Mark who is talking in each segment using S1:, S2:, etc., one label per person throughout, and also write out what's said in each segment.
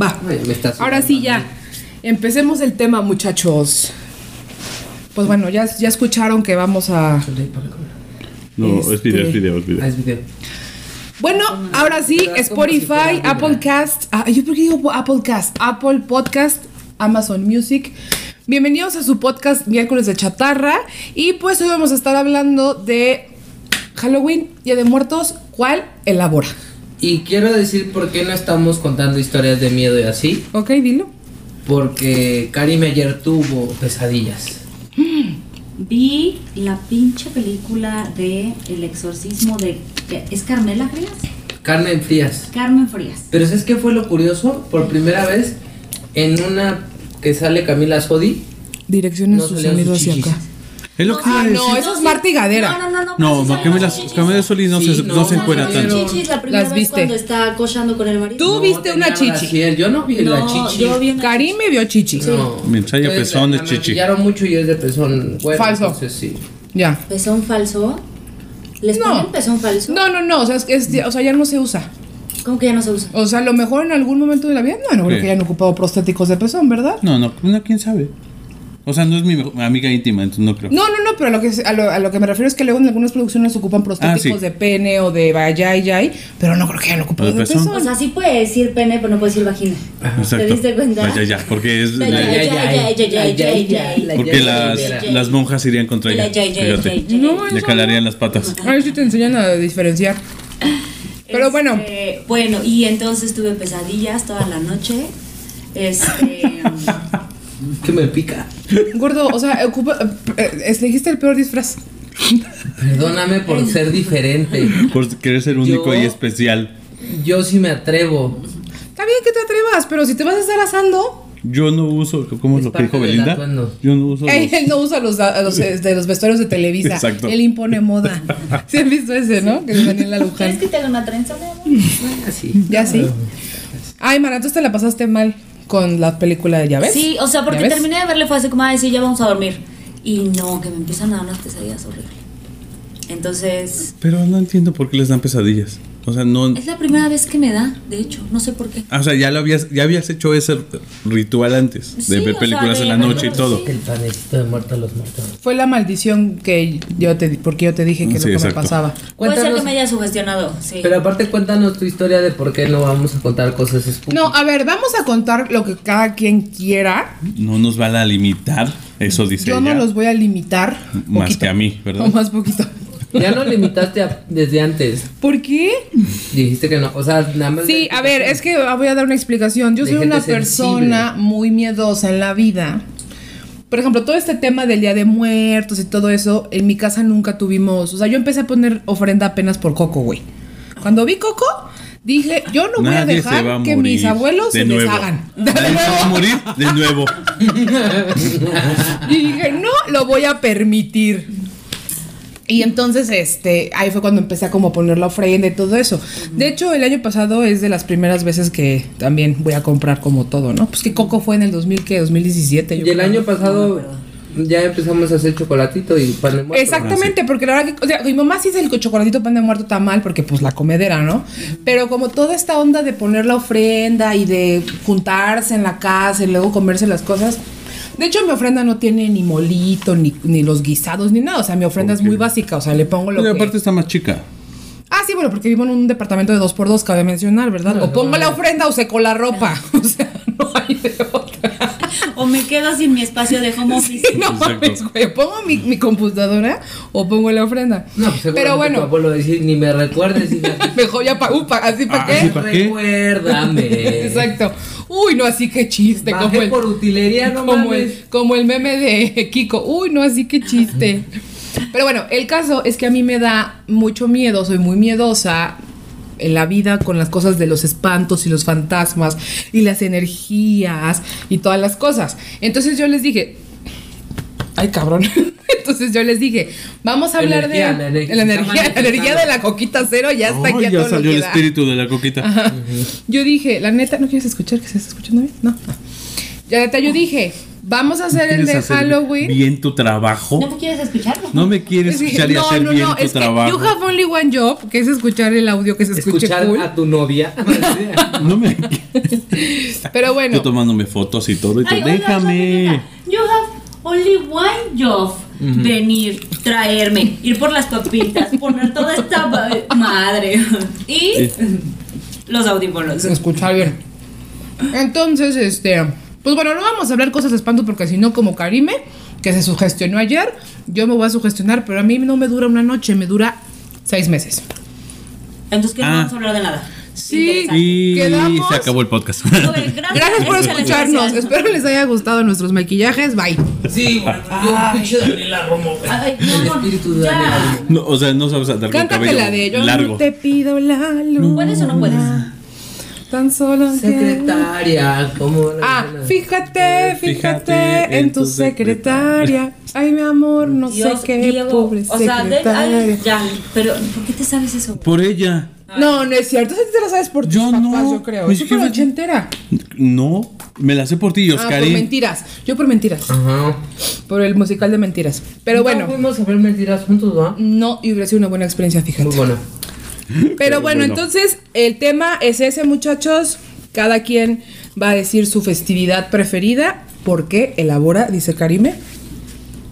S1: Va.
S2: Ay, me está
S1: Ahora sí ya. Empecemos el tema, muchachos. Pues bueno, ya, ya escucharon que vamos a.
S3: No, es video, es
S1: Este-
S3: video, es video.
S2: Ah, es video.
S1: Bueno, ahora sí,
S2: ¿Verdad? Como si fuera
S1: Spotify,
S2: vibra.
S1: Apple Cast. ah, yo creo que digo Apple Cast, Apple Podcast, Amazon Music. Bienvenidos a su podcast Miércoles de Chatarra. Y pues hoy vamos a estar hablando de Halloween, Día de Muertos. ¿Cuál elabora?
S2: Y quiero decir por qué no estamos contando historias de miedo y así.
S1: Ok, dilo.
S2: Porque Karim ayer tuvo pesadillas.
S4: Vi la pinche película de El exorcismo de... ¿Es Carmela Frías?
S2: Carmen Frías.
S4: Carmen Frías.
S2: Pero ¿sabes qué fue lo curioso? Por primera vez, en una que sale Camila Sodi,
S1: Direcciones
S2: No
S1: sus
S2: salieron sus
S1: sonidos hacia
S2: chichis.
S1: acá.
S3: Es lo que iba a
S1: Ah,
S3: decir.
S1: no, eso es martigadera.
S4: No, no, no.
S3: No, no, Camila, Camila Solís no,
S2: Sí,
S3: se,
S2: no,
S3: no se encuera
S2: no,
S3: tanto.
S2: no.
S4: chichis la primera
S1: Las
S4: vez
S1: viste.
S4: cuando está cochando con el marido.
S1: Tú
S2: No,
S1: viste
S2: tenía
S1: una chichi.
S2: brasier. Yo no vi la
S4: No,
S2: chichi.
S4: yo vi una
S1: Karim me vio chichi.
S2: No.
S3: Me ensaña
S2: Entonces,
S3: pezón de
S2: la
S3: chichi.
S2: maquillaron mucho y es de pezón. Bueno,
S1: Falso.
S2: Entonces, sí.
S1: Ya.
S4: pezón falso. ¿Les
S1: No.
S4: ponen pezón falso?
S1: No, no, no. O sea, es que es- o sea, ya no se usa.
S4: ¿Cómo que ya no se usa?
S1: O sea, a lo mejor en algún momento de la vida. No, no creo
S3: Sí.
S1: que hayan ocupado prostéticos de pezón, ¿verdad?
S3: No, no, no, quién sabe. O sea, no es mi mejo- amiga íntima, entonces no creo.
S1: No, no, no, pero a lo, que, a, lo, a lo que me refiero es que luego en algunas producciones ocupan prostéticos
S3: Ah, sí.
S1: de pene o de vayay, yay, pero no creo que hayan ocupado
S3: O de
S1: de
S3: pezón.
S1: pezón.
S4: O sea, sí puede decir pene, pero no puede decir vagina.
S3: Exacto.
S4: ¿Te diste cuenta?
S3: Vaya, ya, porque es. la-
S4: Vaya, ya, ya, ya, ya, ya, ya, ya.
S3: porque
S2: ya,
S3: las,
S2: ya, ya.
S3: las monjas irían contra ella.
S4: La yay, yay,
S3: fíjate.
S4: yay, yay.
S1: No,
S3: Le
S1: eso
S3: calarían las patas.
S1: no. A ver si te enseñan a diferenciar. Pero bueno.
S4: Este, Bueno, y entonces tuve pesadillas toda la noche. Este.
S2: Que me pica.
S1: Gordo, o sea, ocupa, eh, eh, elegiste el peor disfraz.
S2: Perdóname por ser diferente.
S3: Por querer ser único
S2: Yo-
S3: y especial.
S2: Yo sí me atrevo.
S1: Está bien que te atrevas, pero si te vas a estar asando,
S3: Yo no uso, ¿cómo
S2: Es
S3: es lo que dijo
S2: parte del
S3: Belinda?
S2: atuendo.
S3: Yo no uso.
S1: Ey,
S3: los-
S1: él no usa los, a los, eh, de los vestuarios de Televisa.
S3: Exacto.
S1: Él impone moda. ¿Sí han visto ese, no? Que es Daniela
S4: ¿Quieres
S1: Luján.
S4: que te haga una trenza, mi amor?
S2: Así.
S1: Ya sí. Ay, Mara, tú te la pasaste mal con la película de Llaves.
S4: Sí, o sea, porque
S1: ¿Ya ves?
S4: terminé de verle fue así como a decir, ya vamos a dormir. Y no, que me empiezan a dar unas pesadillas horribles. Entonces,
S3: Pero no entiendo por qué les dan pesadillas. O sea, no.
S4: es la primera vez que me da, de hecho, no sé por qué.
S3: Ah, O sea, ya, lo habías, ya habías hecho ese ritual antes de
S4: Sí, o
S3: ver
S4: sea,
S3: películas
S4: de
S3: en la
S4: verlo,
S3: noche y todo.
S4: sí.
S2: El panecito de muerto a los muertos.
S1: Fue la maldición que yo te porque yo te dije que es
S3: Sí,
S1: lo que
S3: exacto.
S1: me pasaba.
S4: Puede ser
S2: Cuéntanos.
S4: que me haya sugestionado, sí.
S2: Pero aparte, cuéntanos tu historia de por qué no vamos a contar cosas spooky.
S1: No, a ver, vamos a contar lo que cada quien quiera.
S3: No nos van a limitar, eso dice
S1: Yo no
S3: ella.
S1: los voy a limitar.
S3: Más que a mí, ¿verdad?
S1: O más poquito.
S2: Ya no limitaste a- desde antes.
S1: ¿Por qué?
S2: Dijiste que no. O sea, nada más.
S1: Sí, a ver, es que voy a dar una explicación. Yo
S2: De
S1: soy
S2: gente
S1: una
S2: sensible.
S1: persona muy miedosa en la vida. Por ejemplo, todo este tema del Día de Muertos y todo eso, en mi casa nunca tuvimos. O sea, yo empecé a poner ofrenda apenas por Coco, güey. Cuando vi Coco, dije, yo no voy a
S3: Nadie se
S1: dejar
S3: va a
S1: que
S3: morir
S1: mis abuelos
S3: de
S1: se
S3: nuevo.
S1: deshagan.
S3: Nadie se va a morir de nuevo.
S1: Y dije, no lo voy a permitir. Y entonces, este, ahí fue cuando empecé a como poner la ofrenda y todo eso. De hecho, el año pasado es de las primeras veces que también voy a comprar como todo, ¿no? Pues que Coco fue en el 2000, que 2017. yo
S2: Y el
S1: creo.
S2: año pasado ya empezamos a hacer chocolatito y pan de muerto.
S1: Exactamente, porque la verdad que, o sea, mi mamá sí es el chocolatito pan de muerto tan mal, porque pues la comedera, ¿no? Pero como toda esta onda de poner la ofrenda y de juntarse en la casa y luego comerse las cosas. De hecho, mi ofrenda no tiene ni molito, ni, ni los guisados, ni nada. O sea, mi ofrenda es
S3: Ok.
S1: muy básica. O sea, le pongo lo
S3: Pero
S1: que-
S3: aparte está más chica.
S1: Ah, sí, bueno, porque vivo en un departamento de dos por dos, cabe mencionar, ¿verdad? o pongo la ofrenda o seco la ropa. O sea, no hay de otra.
S4: O me quedo sin mi espacio de home office.
S1: No
S3: Exacto.
S1: mames, güey. Pongo mi, mi computadora o pongo la ofrenda.
S2: No, pues seguramente
S1: Pero
S2: Tu
S1: bueno, ¿Eh?
S2: abuelo decir, ni me recuerdes, hija.
S1: mejor ya para. así para
S3: Ah,
S1: qué.
S3: sí, pa' qué?
S2: Recuérdame.
S1: Exacto. Uy, no, así que chiste.
S2: Bajé
S1: Como el,
S2: por utilería, no
S1: como,
S2: mames.
S1: el, como el meme de Kiko. Uy, no, así que chiste. Pero bueno, el caso es que a mí me da mucho miedo, soy muy miedosa en la vida con las cosas de los espantos y los fantasmas y las energías y todas las cosas. Entonces yo les dije, ay cabrón. Entonces yo les dije, vamos a hablar
S2: Energía,
S1: de
S2: la energía,
S1: la
S2: está
S1: energía, la energía de la coquita cero ya está
S3: Ay,
S1: aquí a
S3: ya
S1: todo lo
S3: salió
S1: que
S3: el
S1: da.
S3: espíritu de la coquita.
S1: Yo dije, la neta, ¿no quieres escuchar que se está escuchando bien? No. La neta, yo dije, Vamos a hacer el
S3: ¿Quieres
S1: de
S3: hacer
S1: Halloween.
S3: Bien tu trabajo.
S4: ¿No me quieres escuchar?
S3: No me quieres
S1: Sí,
S3: escuchar y
S1: no,
S3: hacer
S1: no,
S3: bien
S1: no,
S3: tu
S1: es que
S3: trabajo.
S1: you have only one job, que es escuchar el audio que se escuche
S2: Escuchar
S1: cool.
S2: a tu novia.
S3: No me.
S1: Pero
S3: Yo
S1: bueno,
S3: tomándome fotos y todo. Y tú,
S4: Ay, oiga,
S3: déjame.
S4: Juanita, You have only one job. Venir, traerme, ir por las papitas, poner toda esta ma- madre. Y los audífonos.
S1: escuchar bien. Entonces, este, pues bueno, no vamos a hablar cosas de espanto porque si no, como Karime, que se sugestionó ayer, yo me voy a sugestionar, pero a mí no me dura una noche, me dura seis meses.
S4: Entonces, que
S3: Ah.
S4: no vamos a hablar de nada.
S1: Sí.
S4: Interesante.
S3: Y
S1: Quedamos.
S3: se acabó el podcast.
S4: Oye,
S1: Gracias por
S4: muchas
S1: escucharnos.
S4: gracias.
S1: Espero les haya gustado nuestros maquillajes. Bye.
S2: sí, güey. Yo, pinche Daniela Romo, güey.
S4: Ay, no,
S2: El
S4: no,
S2: espíritu de
S4: ya.
S2: Daniela.
S3: No, o sea, no sabes andar con
S1: Cántate
S3: cabello
S1: la de yo.
S3: largo.
S1: No te pido la luz.
S4: ¿Puedes o no puedes?
S1: Tan solo. que-
S2: Secretaria, ¿cómo? era?
S1: Ah, fíjate, fíjate
S3: Fíjate
S1: en tu secretaria. Ay, mi amor, no
S4: Dios,
S1: sé qué
S4: Diego,
S1: pobre
S4: o sea, de-
S1: secretaria.
S4: ay, ya, pero ¿por qué te sabes eso?
S3: Por ella.
S1: No, no es cierto. Esa te la sabes por tus
S3: Yo
S1: papás,
S3: no.
S1: yo creo.
S3: Mis
S1: Yo por
S3: jefes-
S1: ochentera.
S3: No, me la sé por ti,
S1: Ah, por
S3: Oscarín.
S1: mentiras. Yo por mentiras.
S2: Ajá.
S1: Por el musical de mentiras. Pero
S2: No
S1: bueno,
S2: fuimos a ver mentiras juntos, ¿va?
S1: no, y hubiera sido una buena experiencia, fíjate.
S2: Muy bueno.
S1: Pero bueno,
S3: bueno.
S1: entonces el tema es ese, muchachos. Cada quien va a decir su festividad preferida, porque elabora, dice Karime.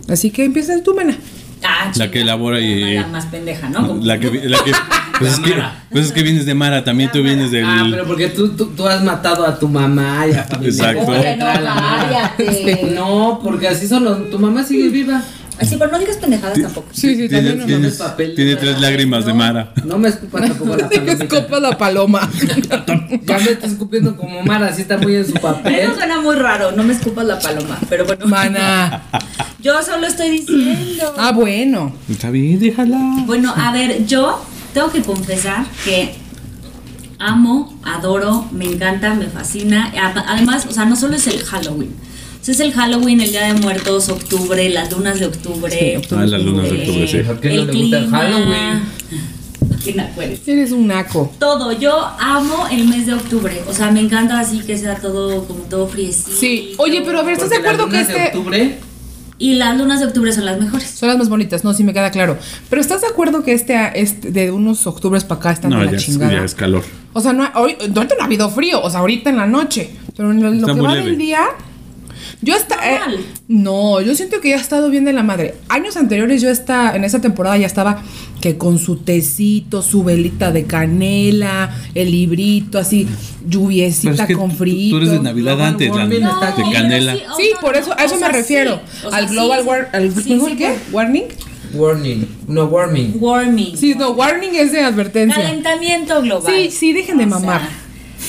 S1: Así que empieza tú, mana.
S4: Ah,
S3: La que
S4: chinga,
S3: elabora y-
S4: La más pendeja, ¿no? Como-
S3: Ah, La que, vi- la que, pues, es que
S2: Mara.
S3: pues es que vienes de Mara, también tú vienes del.
S2: Ah, pero porque tú, tú, tú has matado a tu mamá y a familia.
S3: Exacto.
S2: Oye, no,
S4: Oye, no,
S2: la-
S4: cállate.
S2: No, porque así son los. Tu mamá sigue viva.
S4: Ay, sí, pero no digas pendejadas tampoco.
S1: Sí, sí,
S3: tiene,
S1: también
S3: tiene-
S2: mames, papel de
S3: tiene
S2: Mara.
S3: tres lágrimas de Mara.
S2: No me escupas tampoco la
S1: Que
S2: palomita.
S1: escopa la paloma.
S2: Ya me está escupiendo como Mara, así está muy en su papel.
S4: Eso suena muy raro, no me escupas la paloma, pero bueno.
S1: Mana.
S4: Yo solo estoy diciendo.
S1: Ah, bueno.
S3: Está bien, déjala.
S4: Bueno, a ver, yo tengo que confesar que amo, adoro, me encanta, me fascina. A- Además, o sea, no solo es el Halloween. O sea, es el Halloween, el Día de Muertos, octubre, las lunas de
S1: Sí,
S4: octubre.
S1: octubre
S3: Ah, las lunas de
S4: eh,
S3: octubre, sí.
S2: ¿A quién no
S4: el
S2: le gusta el
S4: clima.
S2: Halloween?
S4: ¿Quién me acuerda?
S1: Eres un naco.
S4: Todo, yo amo el mes de octubre. O sea, me encanta así que sea todo como todo friecito.
S1: Sí. Oye, pero a ver, ¿estás de
S2: Porque las
S1: acuerdo que
S2: lunas de
S1: este.
S2: octubre?
S4: Y las lunas de octubre son las mejores.
S1: Son las más bonitas, no, sí me queda claro. Pero ¿estás de acuerdo que este, este de unos octubres para acá están
S3: No,
S1: de
S3: ya
S1: la
S3: es,
S1: chingada?
S3: ya es calor.
S1: O sea, no, ha- hoy, ahorita no ha habido frío, o sea, ahorita en la noche. Pero en lo, lo
S3: Está
S1: que
S3: muy
S1: va
S3: leve.
S1: del día. Yo hasta. eh,
S4: Normal.
S1: no, yo siento que ya ha estado bien de la madre. Años anteriores, yo está, en esa temporada ya estaba que con su tecito, su velita de canela, el librito, así, lluviecita
S3: Pero es que
S1: con
S3: tú-
S1: frío.
S3: Tú eres de Navidad
S2: Global
S3: antes, la-
S2: warming está
S3: de
S2: aquí.
S3: canela.
S4: pero
S1: Sí,
S4: o sea,
S1: por eso, a
S4: o
S1: eso
S4: sea,
S1: me refiero.
S4: sí. O sea,
S1: al
S4: sí,
S1: global
S4: sí.
S1: war- al-
S4: Sí,
S1: ¿mejor
S4: sí,
S1: qué?
S4: por-
S1: ¿Warning?
S2: Warning. No, warning.
S4: Warming.
S1: Sí, no, warning es de advertencia.
S4: Calentamiento global.
S1: Sí, sí, dejen de
S4: O sea,
S1: mamar.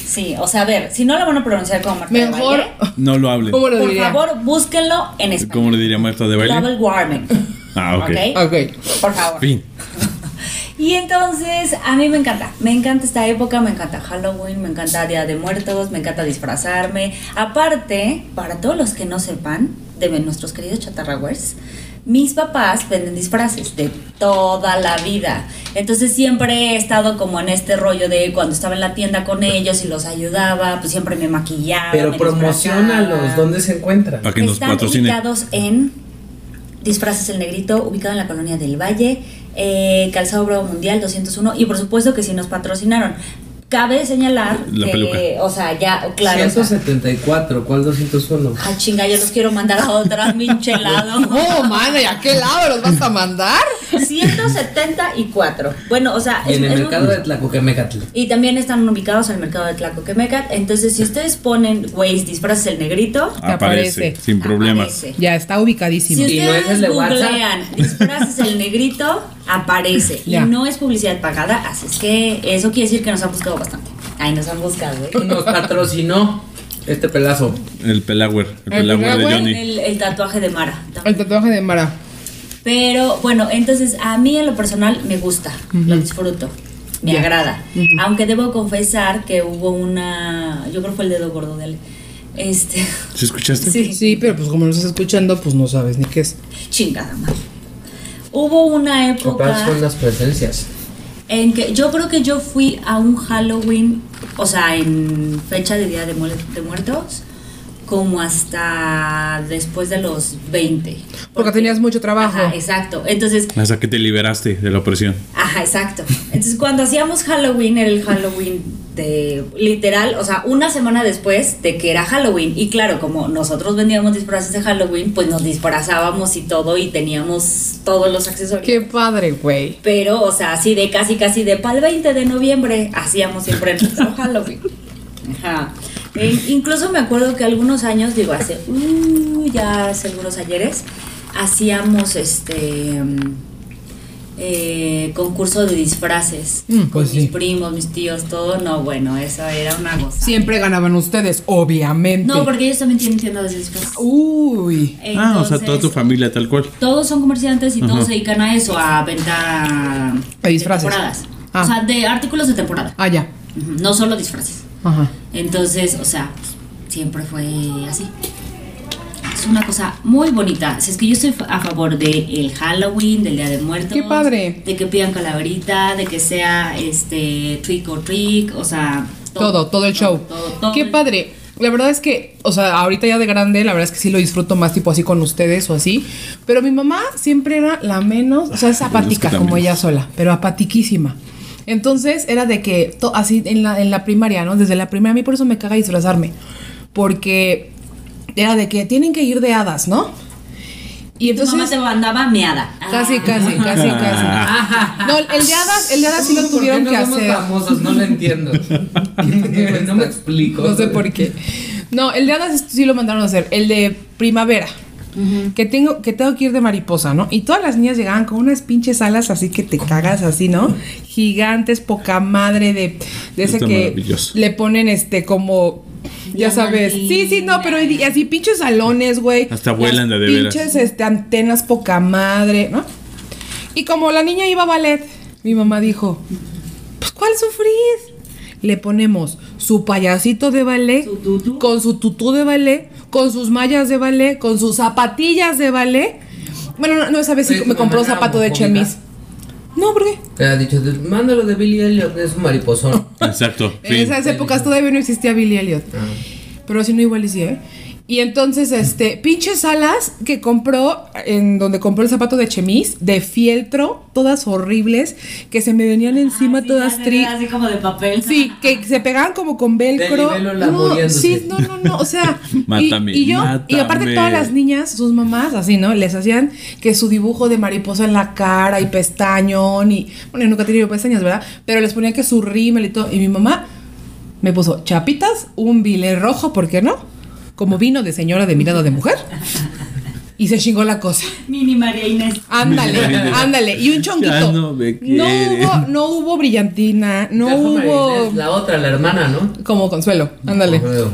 S4: sí, o sea, a ver, si no lo van a pronunciar como Marta de
S1: Mejor.
S4: Baile,
S3: No lo hables.
S1: ¿Cómo lo
S4: por
S1: diría?
S4: favor, búsquenlo en español.
S3: ¿Cómo le diría Marta de baile?
S4: Global warming.
S3: Ah, ok.
S1: Ok.
S4: Por favor.
S3: Fin.
S4: Y entonces, a mí me encanta, me encanta esta época, me encanta Halloween, me encanta Día de Muertos, me encanta disfrazarme. Aparte, para todos los que no sepan, de nuestros queridos chatarrawers, mis papás venden disfraces de toda la vida. Entonces siempre he estado como en este rollo de cuando estaba en la tienda con ellos y los ayudaba, pues siempre me
S1: Ah,
S4: maquillaba.
S2: Pero
S4: me
S2: promocionalos,
S4: disfrazaba.
S2: ¿dónde se encuentran?
S3: Para que nos
S4: Están
S3: patrocine.
S4: ubicados en Disfraces el Negrito, ubicado en la colonia del Valle, eh, Calzado Bravo Mundial 201, y por supuesto que sí nos patrocinaron. Cabe señalar
S3: La
S4: que,
S3: peluca.
S4: o sea, ya, claro. o sea,
S2: 174, ¿cuál 201?
S4: ah, chinga, yo los quiero mandar a otra minchelado.
S1: Oh, mana, ¿y a qué lado los vas a mandar?
S4: 174. Bueno, o sea,
S2: Y en el
S4: un-
S2: mercado de Tlacoquemecatl.
S4: Y también están ubicados en el mercado de Tlacoquemecat. Entonces, si ustedes ponen Waze disfraces el negrito,
S3: Aparece,
S1: aparece.
S3: sin problemas.
S4: aparece.
S1: Ya está ubicadísimo.
S4: Si
S2: Y no es
S4: ustedes
S2: el de WhatsApp.
S4: googlean disfraces el negrito, aparece.
S1: Ya.
S4: Y no es publicidad pagada, así es que eso quiere decir que nos han buscado bastante. Ay, nos han buscado, ¿eh?
S2: Nos patrocinó este pelazo.
S3: El Pelagüer. El
S1: El
S3: Pelagüer de
S1: Pelagüer
S3: Johnny.
S4: El, el tatuaje de Mara.
S1: El
S4: también.
S1: tatuaje de Mara.
S4: Pero bueno, entonces a mí en lo personal me gusta, lo disfruto, me
S1: Ya.
S4: agrada. Aunque debo confesar que hubo una, yo creo que fue el dedo gordo de él. Este,
S3: ¿Sí escuchaste?
S4: sí.
S1: Sí, pero pues como lo estás escuchando, pues no sabes ni qué es.
S4: chingada madre. Hubo una época...
S2: Capaz son las presencias.
S4: En que yo creo que yo fui a un Halloween, o sea, en fecha de Día de, Muer- de Muertos, como hasta después de los 20.
S1: Porque tenías mucho trabajo.
S4: Ajá, exacto. Entonces,
S3: Hasta que te liberaste de la opresión.
S4: Ajá, exacto. Entonces, cuando hacíamos Halloween, era el Halloween de literal, o sea, una semana después de que era Halloween. Y claro, como nosotros vendíamos disfraces de Halloween, pues nos disfrazábamos y todo y teníamos todos los accesorios.
S1: Qué padre, güey.
S4: Pero, o sea, así de casi, casi de pal 20 de noviembre hacíamos siempre nuestro Halloween. Ajá. E- incluso me acuerdo que algunos años, digo, hace, uh, ya hace algunos ayeres, hacíamos este mm, eh, concurso de disfraces
S1: Mm,
S4: con
S2: pues
S4: mis
S2: sí.
S4: primos, mis tíos, todo. No, bueno, eso era una goza.
S1: Siempre ganaban ustedes, obviamente.
S4: No, porque ellos también tienen tiendas de disfraces.
S1: Uy.
S3: ah, o sea, toda tu
S4: Entonces,
S3: familia tal cual.
S4: todos son comerciantes y
S3: Ajá.
S4: todos se dedican a eso, a venta
S1: A disfraces.
S4: de temporadas.
S1: Ah.
S4: O sea, de artículos de temporada,
S1: Ah, ya.
S4: Ujú, no solo disfraces.
S1: Ajá.
S4: Entonces, o sea, siempre fue así. Es una cosa muy bonita. Si es que yo estoy a favor de el Halloween, del Día de Muertos.
S1: ¡Qué padre!
S4: De que pidan calaverita, de que sea este trick or trick, o sea,
S1: Todo, todo el show.
S4: todo, todo
S1: Qué
S4: el-
S1: padre. La verdad es que, o sea, ahorita ya de grande, la verdad es que sí lo disfruto más tipo así con ustedes o así. Pero mi mamá siempre era la menos, o sea, es
S3: Ah, bueno, es que
S1: apática
S3: también
S1: como ella
S3: es.
S1: sola, pero apatiquísima. Entonces era de que, to- así en la, en la primaria, ¿no? Desde la primaria, a mí por eso me caga disfrazarme. Porque era de que tienen que ir de hadas, ¿no? Y
S4: Tu
S1: entonces...
S4: mamá te Ah. mandaba meada.
S1: Casi, casi, casi, casi. No, el de hadas, el de hadas sí lo
S2: ¿Por qué
S1: tuvieron
S2: no
S1: que
S2: somos
S1: hacer.
S2: famosos, no lo entiendo. no me explico.
S1: No sé por qué. No, el de hadas sí lo mandaron a hacer. El de primavera. Que tengo, que tengo que ir de mariposa, ¿no? Y todas las niñas llegaban con unas pinches alas así que te cagas así, ¿no? Gigantes, poca madre de, de ese
S3: Está
S1: que
S3: maravilloso.
S1: le ponen este como ya sabes. Sí, sí, no, pero y- y así pinches salones, güey.
S3: Hasta
S1: Las
S3: vuelan de de veras.
S1: Pinches este, antenas poca madre, ¿no? Y como la niña iba a ballet, mi mamá dijo, pues ¿cuál sufrís? Le ponemos su payasito de ballet,
S4: Su tutú.
S1: con su tutú de ballet, con sus mallas de ballet, con sus zapatillas de ballet. Bueno, no, no esa vez sí
S2: Oye, tu
S1: me compró
S2: mamá era
S1: zapato de
S2: homofóbica.
S1: chemis. No, ¿por qué?
S2: Te ha dicho, mándalo de Billy Elliot, es un mariposón.
S3: Exacto.
S1: En
S3: fin.
S1: esas épocas todavía no existía Billy Elliot.
S2: Ah.
S1: Pero si no, igual y sí, ¿eh? Y entonces, este, pinches alas que compró, en donde compró el zapato de chemis, de fieltro, todas horribles, que se me venían encima
S4: sí,
S1: todas
S4: así,
S1: tri...
S4: Así como de papel.
S1: Sí, que se pegaban como con velcro.
S2: Del nivel
S1: No,
S2: laboreándose.
S1: sí, no, no, no, o sea, y-
S3: Mátame,
S1: y, yo y aparte
S3: mátame.
S1: todas las niñas, sus mamás así, ¿no? Les hacían que su dibujo de mariposa en la cara y pestañón y bueno, yo nunca he tenido pestañas, ¿verdad? Pero les ponía que su rímel y todo y mi mamá me puso chapitas, un bile rojo, ¿por qué no? Como vino de señora de mirada de mujer. Y se chingó la cosa.
S4: Mini María Inés.
S1: Ándale, ándale. Y un chonquito.
S3: Ya no me quieren.
S1: hubo, no hubo brillantina, no
S2: Caja
S1: hubo.
S2: Marinés, La otra, la hermana, ¿no?
S1: Como consuelo, ándale.
S2: Ojo.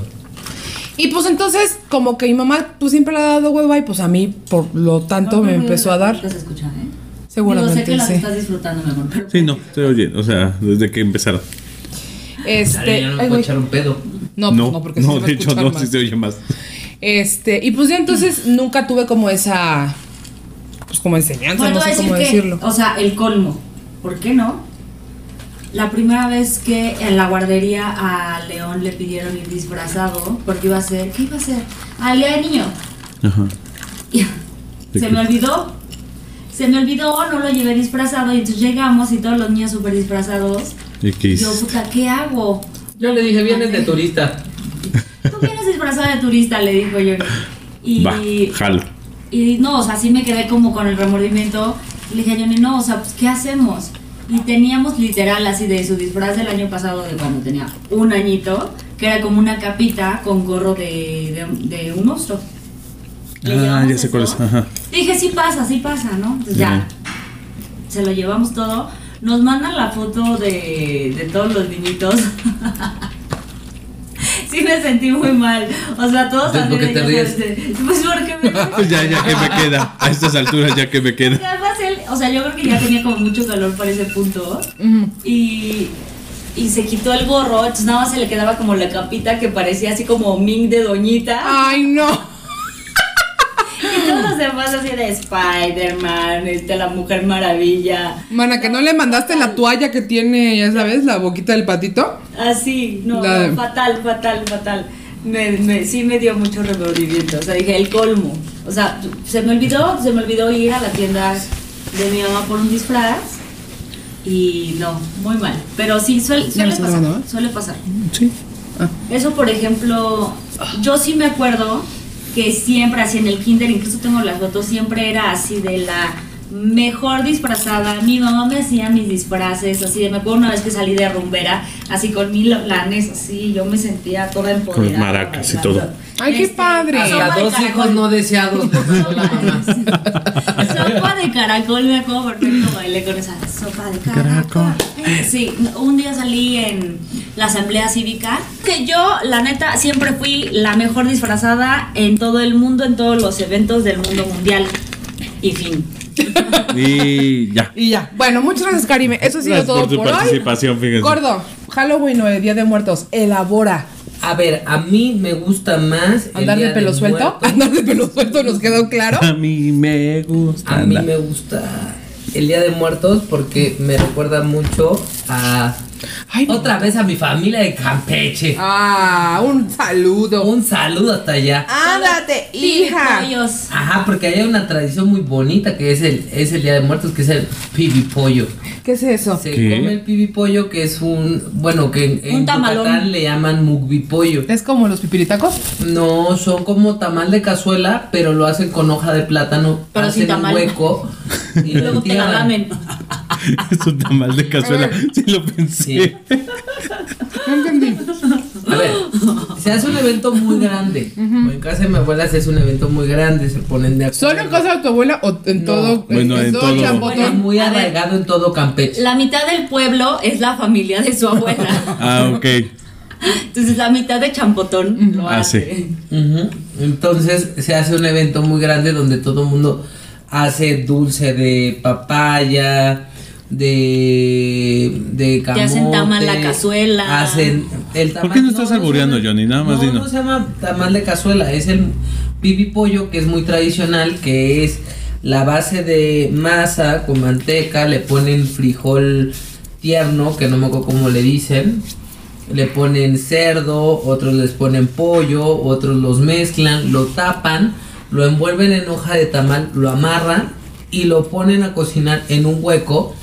S1: Y pues entonces, como que mi mamá pues siempre le ha dado hueva y pues a mí por lo tanto me empezó a dar.
S4: Se escucha, ¿eh?
S1: Seguramente,
S4: Digo, sé que las
S1: sí.
S4: estás disfrutando, mi amor. pero-
S3: Sí, no, estoy oyendo. O sea, desde que empezaron.
S1: Este,
S2: Chale, ya no
S1: ay,
S2: puedo
S1: güey.
S2: echar un pedo.
S1: no, pues, no, porque sí se va a
S3: de hecho,
S1: escuchar
S3: no,
S1: más.
S3: sí se oye más.
S1: Este, y pues ya entonces nunca tuve como esa pues como enseñanza,
S4: Bueno,
S1: no
S4: te
S1: sé
S4: voy a
S1: cómo
S4: decir que,
S1: decirlo.
S4: O sea, el colmo. ¿Por qué no? La primera vez que en la guardería a León le pidieron ir disfrazado, porque iba a ser, ¿qué iba a ser? Al día del niño.
S3: Ajá.
S4: Y-
S3: ¿De
S4: se
S3: qué?
S4: me olvidó. Se me olvidó, no lo llevé disfrazado y entonces llegamos y todos los niños súper disfrazados.
S3: ¿Y qué
S4: Yo,
S3: hiciste?
S4: puta, ¿qué hago?
S2: Yo le dije, vienes de turista.
S4: Tú vienes disfrazada de turista, le dijo yo. Y
S3: Va, jalo.
S4: Y no, o sea, sí me quedé como con el remordimiento. Le dije a Johnny, no, o sea, pues, ¿qué hacemos? Y teníamos literal así de su disfraz del año pasado, de cuando tenía un añito, que era como una capita con gorro de, de, de un monstruo. Le
S3: Ah,
S4: llevamos
S3: ya sé cuál es,
S4: eso.
S3: ajá.
S4: Dije, sí pasa, sí pasa, ¿no? Entonces, ya, se lo llevamos todo. Nos mandan la foto de, de todos los niñitos. sí me sentí muy mal. O sea, todos
S2: Entonces, ¿por qué
S4: de-
S2: te
S4: ya
S2: ríes?
S4: sabes, de- Pues porque me
S3: Pues ya, ya que me queda. A estas alturas, ya que me
S4: Porque
S3: queda.
S4: además él, o sea, yo creo que ya tenía como mucho calor para ese punto.
S1: Ujú.
S4: Y, y se quitó el gorro, entonces nada más se le quedaba como la capita que parecía así como Ming de Doñita.
S1: Ay, no.
S4: Y todos los demás así de Spider-Man, este, la Mujer Maravilla.
S1: Mana, que no le mandaste la toalla que tiene, ya sabes, la boquita del patito.
S4: Así, Ah, no,
S1: La-
S4: no, fatal, fatal, fatal. me, me- sí me dio mucho remordimiento. O sea, dije, el colmo. O sea, se me olvidó, se me olvidó ir a la tienda de mi mamá por un disfraz. Y no, muy mal. Pero sí, suel-
S1: ¿Ya lo
S4: suele
S1: estás
S4: pasar.
S1: grabando, eh?
S4: Suele pasar.
S1: Sí. Ah.
S4: Eso, por ejemplo, yo sí me acuerdo que siempre, así en el kinder, incluso tengo las fotos, siempre era así de la mejor disfrazada. Mi mamá me hacía mis disfraces, así de, me acuerdo una vez que salí de rumbera, así con mil lanes, así, yo me sentía toda empoderada. Este,
S5: maracas y todo.
S1: Ay, qué padre.
S4: sopa
S1: A
S4: de
S2: dos
S4: caracol.
S2: hijos no deseados.
S4: Sopa de caracol, me acuerdo perfecto, bailé con esa sopa de caracol. Sí, un día salí en la asamblea cívica, que yo, la neta, siempre fui la mejor disfrazada en todo el mundo, en todos los eventos del mundo mundial. Y fin.
S5: Y ya.
S1: Y ya. Bueno, muchas gracias, Karime. Eso ha sido
S5: Gracias
S1: todo
S5: por
S1: por,
S5: tu
S1: hoy.
S5: participación, fíjense.
S1: Gordo, Halloween o el Día de Muertos, elabora.
S2: A ver, a mí me gusta más. el
S1: Andar
S2: Día
S1: de pelo suelto.
S2: Muertos.
S1: Andar de pelo suelto nos quedó claro.
S5: A mí me gusta.
S2: A mí
S5: andar.
S2: me gusta el Día de Muertos porque me recuerda mucho a.
S1: Ay, no.
S2: Otra vez a mi familia de Campeche.
S1: Ah, un saludo.
S2: Un saludo hasta allá.
S1: Ándate, hija.
S4: Tiripoyos.
S2: Ajá, porque hay una tradición muy bonita que es el, es el Día de Muertos, que es el pibipollo.
S1: ¿Qué es eso?
S2: Se
S5: ¿Qué?
S2: come el pibipollo, que es un, bueno, que en, en
S4: Un tamalón.
S2: Yucatán le llaman mugbipollo.
S1: ¿Es como los pipiritacos?
S2: No, son como tamal de cazuela, pero lo hacen con hoja de plátano,
S4: Pero sin
S2: hacen un
S4: tamal.
S2: hueco y
S4: Y
S2: lo
S4: luego te la
S2: entierran.
S4: lamen.
S5: es un tamal de cazuela. Sí, lo pensé.
S2: Sí.
S1: No entendí.
S2: A ver, se hace un evento muy grande. Como En casa de mi abuela se hace un evento muy grande, se ponen de acuerdo.
S1: ¿Solo en casa de tu abuela o en
S2: No.
S1: todo?
S5: Bueno, en todo.
S1: Chambotón?
S2: Es muy
S4: A ver.
S2: arraigado en todo Campeche.
S4: La mitad del pueblo es la familia de su abuela.
S5: Ah, ok.
S4: Entonces la mitad de Champotón lo
S5: Ah,
S4: hace.
S2: Ujú. Entonces se hace un evento muy grande donde todo el mundo hace dulce de papaya, de de
S4: Te hacen tamal
S2: camote,
S4: la cazuela.
S2: Hacen el
S5: ¿Por qué no estás albureando,
S2: se llama-
S5: Johnny? Nada más
S2: no,
S5: dinos.
S2: No se llama tamal de cazuela, es el bibi pollo que es muy tradicional, que es la base de masa con manteca, le ponen frijol tierno, que no me acuerdo cómo le dicen. Le ponen cerdo, otros les ponen pollo, otros los mezclan, lo tapan, lo envuelven en hoja de tamal, lo amarran y lo ponen a cocinar en un hueco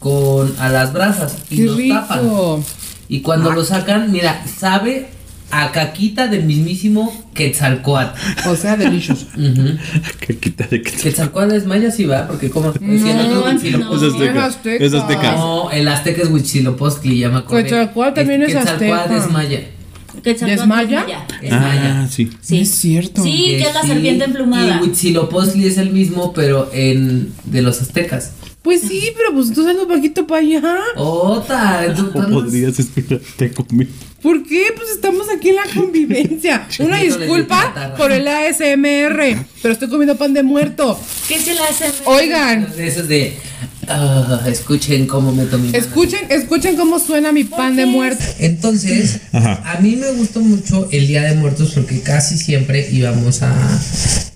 S2: con a las brasas y
S1: ¡Qué
S2: los tapan.
S1: rico!
S2: Y cuando lo sacan, mira, sabe a caquita del mismísimo Quetzalcoatl.
S1: O sea, delicioso.
S2: Ujú.
S5: Que quita de que
S2: Quetzalcoatl es maya, sí va, porque como. es que el otro es Huitzilopochtli.
S5: Es azteca.
S1: Es azteca.
S5: Es azteca.
S2: No, el azteca es Huitzilopochtli, ya me acordé.
S1: Quetzalcóatl también es
S2: Quetzalcóatl
S1: azteca.
S2: es maya.
S4: Quetzalcóatl
S1: ¿Desmaya?
S2: Es
S5: Ah,
S2: maya.
S5: sí.
S4: Sí.
S1: Es cierto.
S4: Sí, que es la
S2: sí,
S4: serpiente emplumada.
S2: Y Huitzilopochtli es el mismo, pero en de los aztecas.
S1: Pues sí, pero pues tú sales un poquito para allá.
S2: Ota, tú- tú
S5: ¿O
S2: andas-
S5: podrías esperarte conmigo?
S1: ¿Por qué? Pues estamos aquí en la convivencia. Una
S2: Yo no les digo
S1: disculpa
S2: nada.
S1: por el ASMR, pero estoy comiendo pan de muerto.
S4: ¿Qué es el ASMR?
S1: Oigan,
S2: de esos de. ah, escuchen cómo me tomé.
S1: escuchen, escuchen cómo suena mi pan de muerto.
S2: Entonces, a mí me gustó mucho el Día de Muertos porque casi siempre íbamos a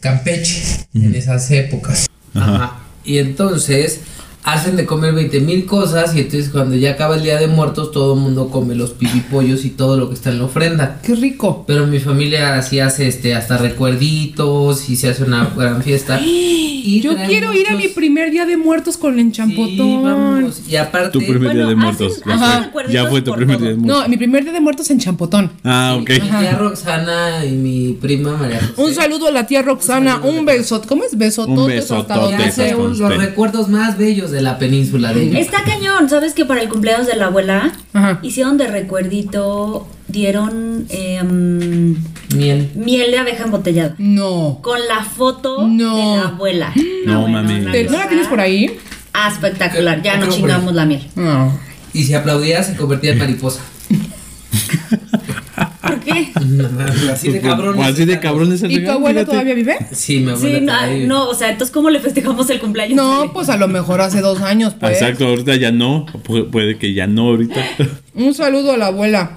S2: Campeche en esas épocas. Ajá. Y entonces hacen de comer 20 mil cosas y entonces cuando ya acaba el Día de Muertos todo el mundo come los pibipollos y todo lo que está en la ofrenda.
S1: Qué rico.
S2: Pero mi familia sí hace este hasta recuerditos y se hace una gran fiesta. Y
S1: Yo
S2: traen
S1: quiero ir a mi
S2: muchos-
S1: primer día de muertos con el
S2: Sí,
S1: enchampotón.
S2: vamos. Y aparte
S5: Tu primer
S4: Bueno,
S5: día de
S4: hacen-
S5: muertos. ya
S4: hacen
S5: fue.
S4: recuerditos
S5: ya fue tu
S4: por
S5: primer
S4: todo.
S5: día de muertos.
S1: ah, no, mi primer día de muertos en champotón.
S5: Ah, ok.
S2: Mi tía Roxana y mi prima María José.
S1: Un saludo a la tía Roxana, un besote. ¿Cómo es besotote?
S5: Un besotote.
S2: Y
S5: Texas
S2: hace
S5: pues, con
S2: un- los
S5: usted.
S2: recuerdos más bellos de la península de ellos.
S4: Está cañón, ¿sabes que para el cumpleaños de la abuela
S1: Ajá.
S4: hicieron de recuerdito, dieron em,
S2: Miel.
S4: miel de abeja embotellada?
S1: No.
S4: Con la foto
S1: No.
S4: de la abuela.
S5: No, mami.
S1: ¿Te- ¿No la tienes por ahí?
S4: Ah, espectacular, ya
S2: Creo
S4: no
S2: por
S4: chingamos la miel.
S1: No.
S2: Y si aplaudía se convertía en mariposa.
S4: ¿Por qué?
S2: así de cabrón.
S5: Pues, Así de cabrón es el
S1: ¿Y tu
S5: regalo,
S1: abuela
S5: fíjate.
S1: todavía vive?
S2: Sí, mi abuela.
S4: Sí, no,
S2: todavía-
S4: no, o sea, entonces ¿cómo le festejamos el cumpleaños?
S1: No, pues a lo mejor hace dos años, pues.
S5: Exacto, ahorita ya no. Pu- Puede que ya no ahorita.
S1: Un saludo a la abuela.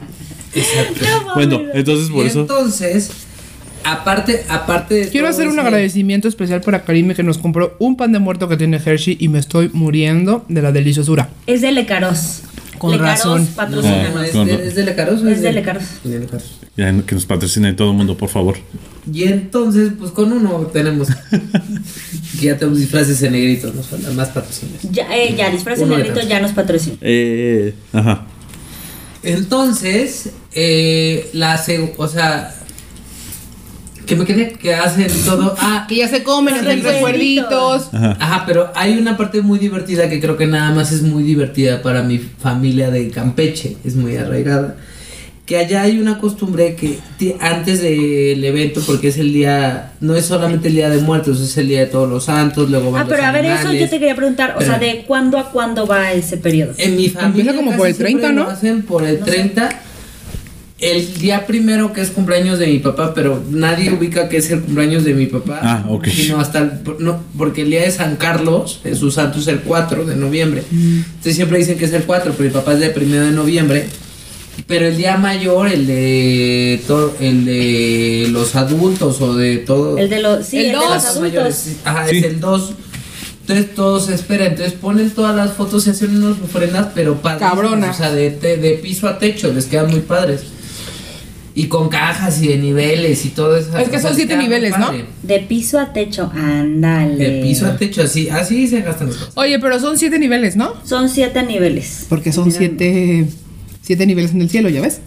S5: bueno, entonces por
S2: Y
S5: eso.
S2: entonces, aparte, aparte de
S1: Quiero
S2: todo
S1: hacer un
S2: ese-
S1: agradecimiento especial para Karime que nos compró un pan de muerto que tiene Hershey y me estoy muriendo de la deliciosura.
S4: Es de Lecaros.
S1: Con
S4: Lecaros
S1: razón.
S4: patrocina.
S2: No,
S5: Ah.
S2: ¿Es, de, este, ¿Es de Lecaros o
S4: Es de Lecaros.
S2: de Lecaros.
S5: Ya no- que nos patrocine todo el mundo, por favor.
S2: Y entonces, pues con uno tenemos. que ya tenemos disfraces en negrito, nos faltan más patrocinios.
S4: Ya, eh, ya, disfraz el
S2: Uno de
S4: negrito
S2: tantos.
S4: ya nos patrocina.
S5: Eh, ajá.
S2: Entonces, eh, la seg- o sea, que me quedé que hacen todo. Ah,
S1: Que ya se comen, hacen
S4: Recuerditos.
S1: recuerditos.
S5: Ajá.
S2: Ajá, pero hay una parte muy divertida que creo que nada más es muy divertida para mi familia de Campeche, es muy arraigada. Que allá hay una costumbre que ti- antes del evento, porque es el día, no es solamente el día de muertos, es el día de todos los santos, luego van
S4: Ah, pero
S2: los
S4: a ver, eso
S2: animales.
S4: yo te quería preguntar, o sea, ¿de cuándo a cuándo va ese periodo?
S2: En mi familia
S1: Empieza como
S2: casi
S1: por el
S2: siempre
S1: 30, ¿no?
S2: lo hacen por el 30. El día primero que es cumpleaños de mi papá, pero nadie ubica que es el cumpleaños de mi papá.
S5: Ah, ok.
S2: Sino hasta el- por- no, porque el día de San Carlos, Jesús Santo es el 4 de noviembre.
S4: Mm.
S2: Entonces siempre dicen que es el 4, pero mi papá es de primero de noviembre. Pero el día mayor, el de to- el de los adultos o de todo
S4: El de los, sí,
S1: El
S4: el, de
S1: dos.
S4: los
S2: adultos mayores,
S4: adultos.
S2: sí. Ajá,
S5: Sí.
S2: es el 2. Entonces todos esperan, entonces ponen todas las fotos y hacen unos ofrendas, pero padres.
S1: Cabronas.
S2: O sea, de, de- de piso a techo, les quedan muy padres. Y con cajas y de niveles y todo eso.
S1: Es que
S2: o sea,
S1: son
S2: les
S1: siete
S2: queda muy
S1: niveles, ¿no?
S2: padre.
S4: De piso a techo, ándale.
S2: De piso a techo, así, así se gastan las cosas.
S1: Oye, pero son siete niveles, ¿no?
S4: Son siete niveles.
S1: Porque son siete, siete niveles en el cielo, ¿ya ves?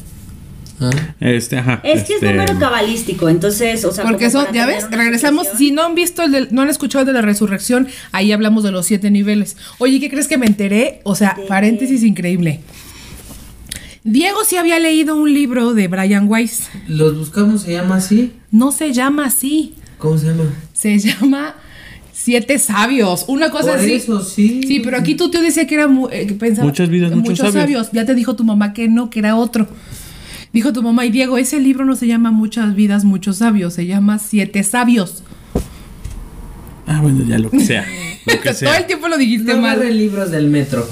S3: Ah.
S5: Este, ajá.
S4: Es que es
S5: este,
S4: número cabalístico, entonces, o sea,
S1: Porque
S4: como
S1: son,
S4: para
S1: ya
S4: tener
S1: ves,
S4: una
S1: regresamos.
S4: asociación.
S1: Si no han visto el del- no han escuchado el de la resurrección, ahí hablamos de los siete niveles. Oye, ¿qué crees que me enteré? O sea,
S4: ¿De qué?
S1: paréntesis increíble. Diego sí había leído un libro de Brian Weiss.
S2: Los buscamos, se llama así.
S1: No se llama así.
S2: ¿Cómo se llama?
S1: Se llama Siete Sabios. Una cosa
S2: Por
S1: Pues así.
S2: eso, sí.
S1: Sí, pero aquí tu tío decía que era mu- eh, que pensaba-
S5: Muchas vidas, muchos sabios.
S1: Ya te dijo tu mamá que no, que era otro. Dijo tu mamá y Diego, ese libro no se llama Muchas vidas, muchos sabios, se llama Siete Sabios.
S5: Ah, bueno, ya lo que sea. Lo que
S1: Todo el
S5: sea.
S1: tiempo lo dijiste
S2: No
S1: este mal.
S2: de libros del metro.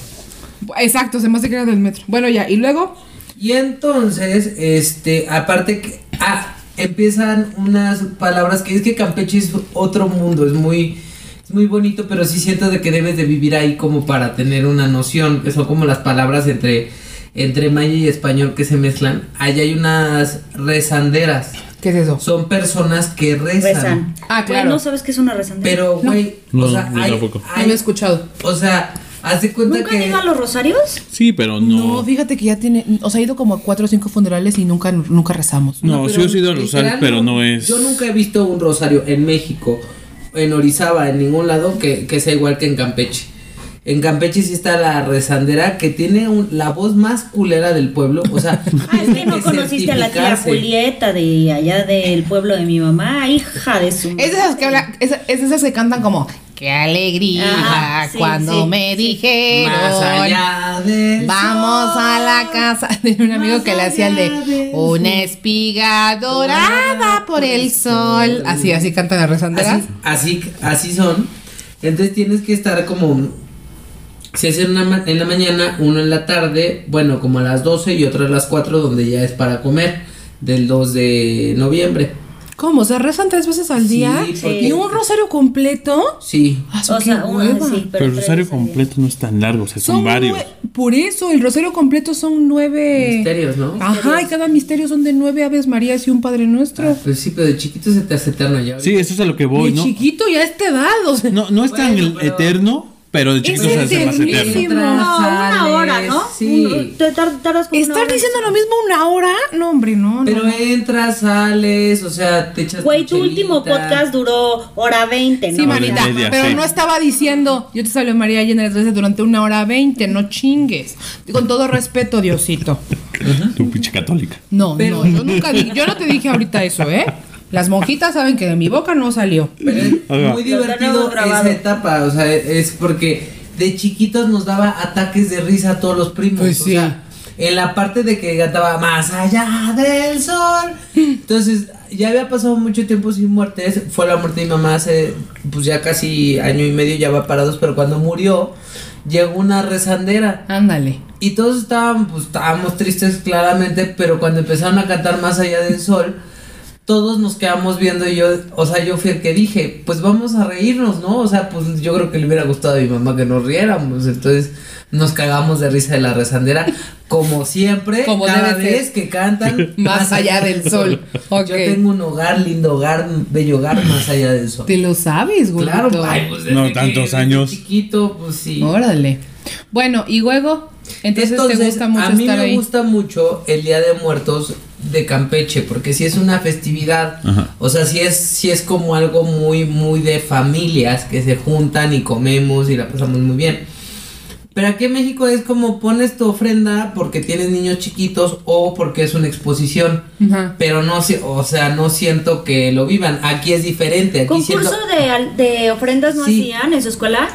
S1: Exacto, se me hace que era del metro. Bueno, ya, y luego
S2: Y entonces, este, aparte que ah, empiezan unas palabras que es que Campeche es otro mundo, es muy es muy bonito, pero sí siento de que debes de vivir ahí como para tener una noción, que son como las palabras entre entre maya y español que se mezclan. Allá hay unas rezanderas.
S1: ¿qué es eso?
S2: Son personas que rezan.
S4: rezan.
S1: Ah,
S4: Güey,
S1: claro.
S4: no sabes qué es una rezandera.
S2: Pero güey,
S5: No,
S2: o sea,
S5: yo
S2: hay-
S5: tampoco.
S1: No
S2: hay-
S1: lo he escuchado.
S2: o sea, haz de cuenta
S4: ¿Nunca
S2: que
S4: han ido a los rosarios?
S5: Sí, pero
S1: No.
S5: no.
S1: fíjate que ya tiene, o sea, he ido como a cuatro o cinco funerales y nunca, nunca rezamos.
S5: No, sí
S2: pero
S5: he sido a Rosales,
S2: literal,
S5: pero no es.
S2: Yo nunca he visto un rosario en México, en Orizaba, en ningún lado que, que sea igual que en Campeche. En Campeche sí está la rezandera que tiene un- la voz más culera del pueblo. O sea,
S4: Ah, es que
S2: tiene
S4: no conociste a la tía
S2: certificarse.
S4: Julieta de allá del pueblo de mi mamá, hija de su
S1: Es de esas que habla, es, es de esas que cantan como Qué alegría
S4: Ajá, sí,
S1: cuando
S4: sí,
S1: me
S4: sí.
S1: dijeron
S2: Más allá del
S1: Vamos
S2: sol.
S1: a la casa de un amigo
S2: Más
S1: que le hacía el
S2: allá
S1: de
S2: del
S1: una
S2: sol.
S1: espiga dorada
S2: Dorada
S1: por el sol. Así, así cantan las rezanderas.
S2: Así, así, así son. Entonces tienes que estar como. Se hace una ma- en la mañana, uno en la tarde, bueno, como a las 12 y otro a las 4, donde ya es para comer, del 2 de noviembre.
S1: ¿Cómo? ¿Se rezan tres veces al
S2: Sí,
S1: día?
S2: porque-
S1: ¿Y un rosario completo?
S2: Sí.
S1: Ah,
S4: O sea,
S1: qué
S4: una,
S1: hueva.
S4: sí,
S5: Pero el
S4: tres
S5: rosario
S4: al día.
S5: completo no es tan largo, o sea, son, varios.
S1: nue- Por eso, el rosario completo son nueve.
S2: Misterios, ¿no?
S4: Ah,
S1: Ajá, y cada misterio son de nueve Aves Marías y un Padre Nuestro.
S2: Al principio de chiquito se te hace eterno ya.
S5: Sí, eso es a lo que voy,
S1: de
S5: ¿no?
S1: chiquito ya a esta edad, o sea.
S5: No, no es tan
S2: Bueno, pero-
S5: eterno, pero de chiquito se hace más
S1: eternísimo.
S5: eterno.
S4: No, una hora, ¿no?
S2: Sí.
S4: Un- te tar- tardas como una
S1: Estar
S4: hora.
S1: diciendo lo mismo una hora, eh, no, hombre, no. no,
S2: Pero
S1: no.
S2: entras, sales, o sea, te echas.
S4: Güey, tu
S2: chelita.
S4: último podcast duró hora 20, ¿no?
S1: Sí,
S5: No,
S1: manita,
S5: hora y media,
S1: pero
S5: sí.
S1: no estaba diciendo, yo te salve María llena de gracia durante una hora veinte, no chingues. Con todo respeto, Diosito.
S5: Tu pinche católica.
S1: No,
S2: Pero-
S1: no, yo nunca di- yo no te dije ahorita eso, ¿eh? Las monjitas saben que de mi boca no salió.
S2: Pero es muy
S4: Lo
S2: divertido
S4: tenemos grabado.
S2: esa etapa, o sea, es porque de chiquitos nos daba ataques de risa a todos los primos.
S1: Pues
S2: o
S1: sí.
S2: sea, en la parte de que cantaba más allá del sol. Entonces, ya había pasado mucho tiempo sin muertes. Fue la muerte de mi mamá hace, pues ya casi año y medio, ya va para dos, pero cuando murió, llegó una rezandera.
S1: Ándale.
S2: Y todos estaban, pues estábamos tristes claramente, pero cuando empezaron a cantar más allá del sol, todos nos quedamos viendo y yo, o sea, yo fui el que dije, pues vamos a reírnos, ¿no? O sea, pues yo creo que le hubiera gustado a mi mamá que nos riéramos, entonces nos cagamos de risa de la rezandera, como siempre,
S1: Como
S2: cada
S1: debe ser.
S2: vez que cantan
S1: Más allá del sol. Ok.
S2: Yo tengo un hogar, lindo hogar, bello hogar, más allá del sol.
S1: Te lo sabes, güey.
S2: Claro, ay, pues, desde
S3: No,
S2: que-
S3: tantos
S2: desde
S3: años.
S2: Chiquito, pues sí.
S1: Órale. Bueno, y luego, entonces, te gusta mucho
S2: a mí
S1: estar
S2: me
S1: ahí.
S2: gusta mucho el Día de Muertos de Campeche, porque si es una festividad,
S3: Ajá.
S2: o sea, si es, si es como algo muy, muy de familias que se juntan y comemos y la pasamos muy bien. Pero aquí en México es como pones tu ofrenda porque tienes niños chiquitos o porque es una exposición.
S1: Ajá.
S2: Pero no sé, o sea, no siento que lo vivan. Aquí es diferente. Aquí siento-
S4: ¿Concurso de, al- de ofrendas no
S2: Sí. Mm,
S4: hacían en su escuela?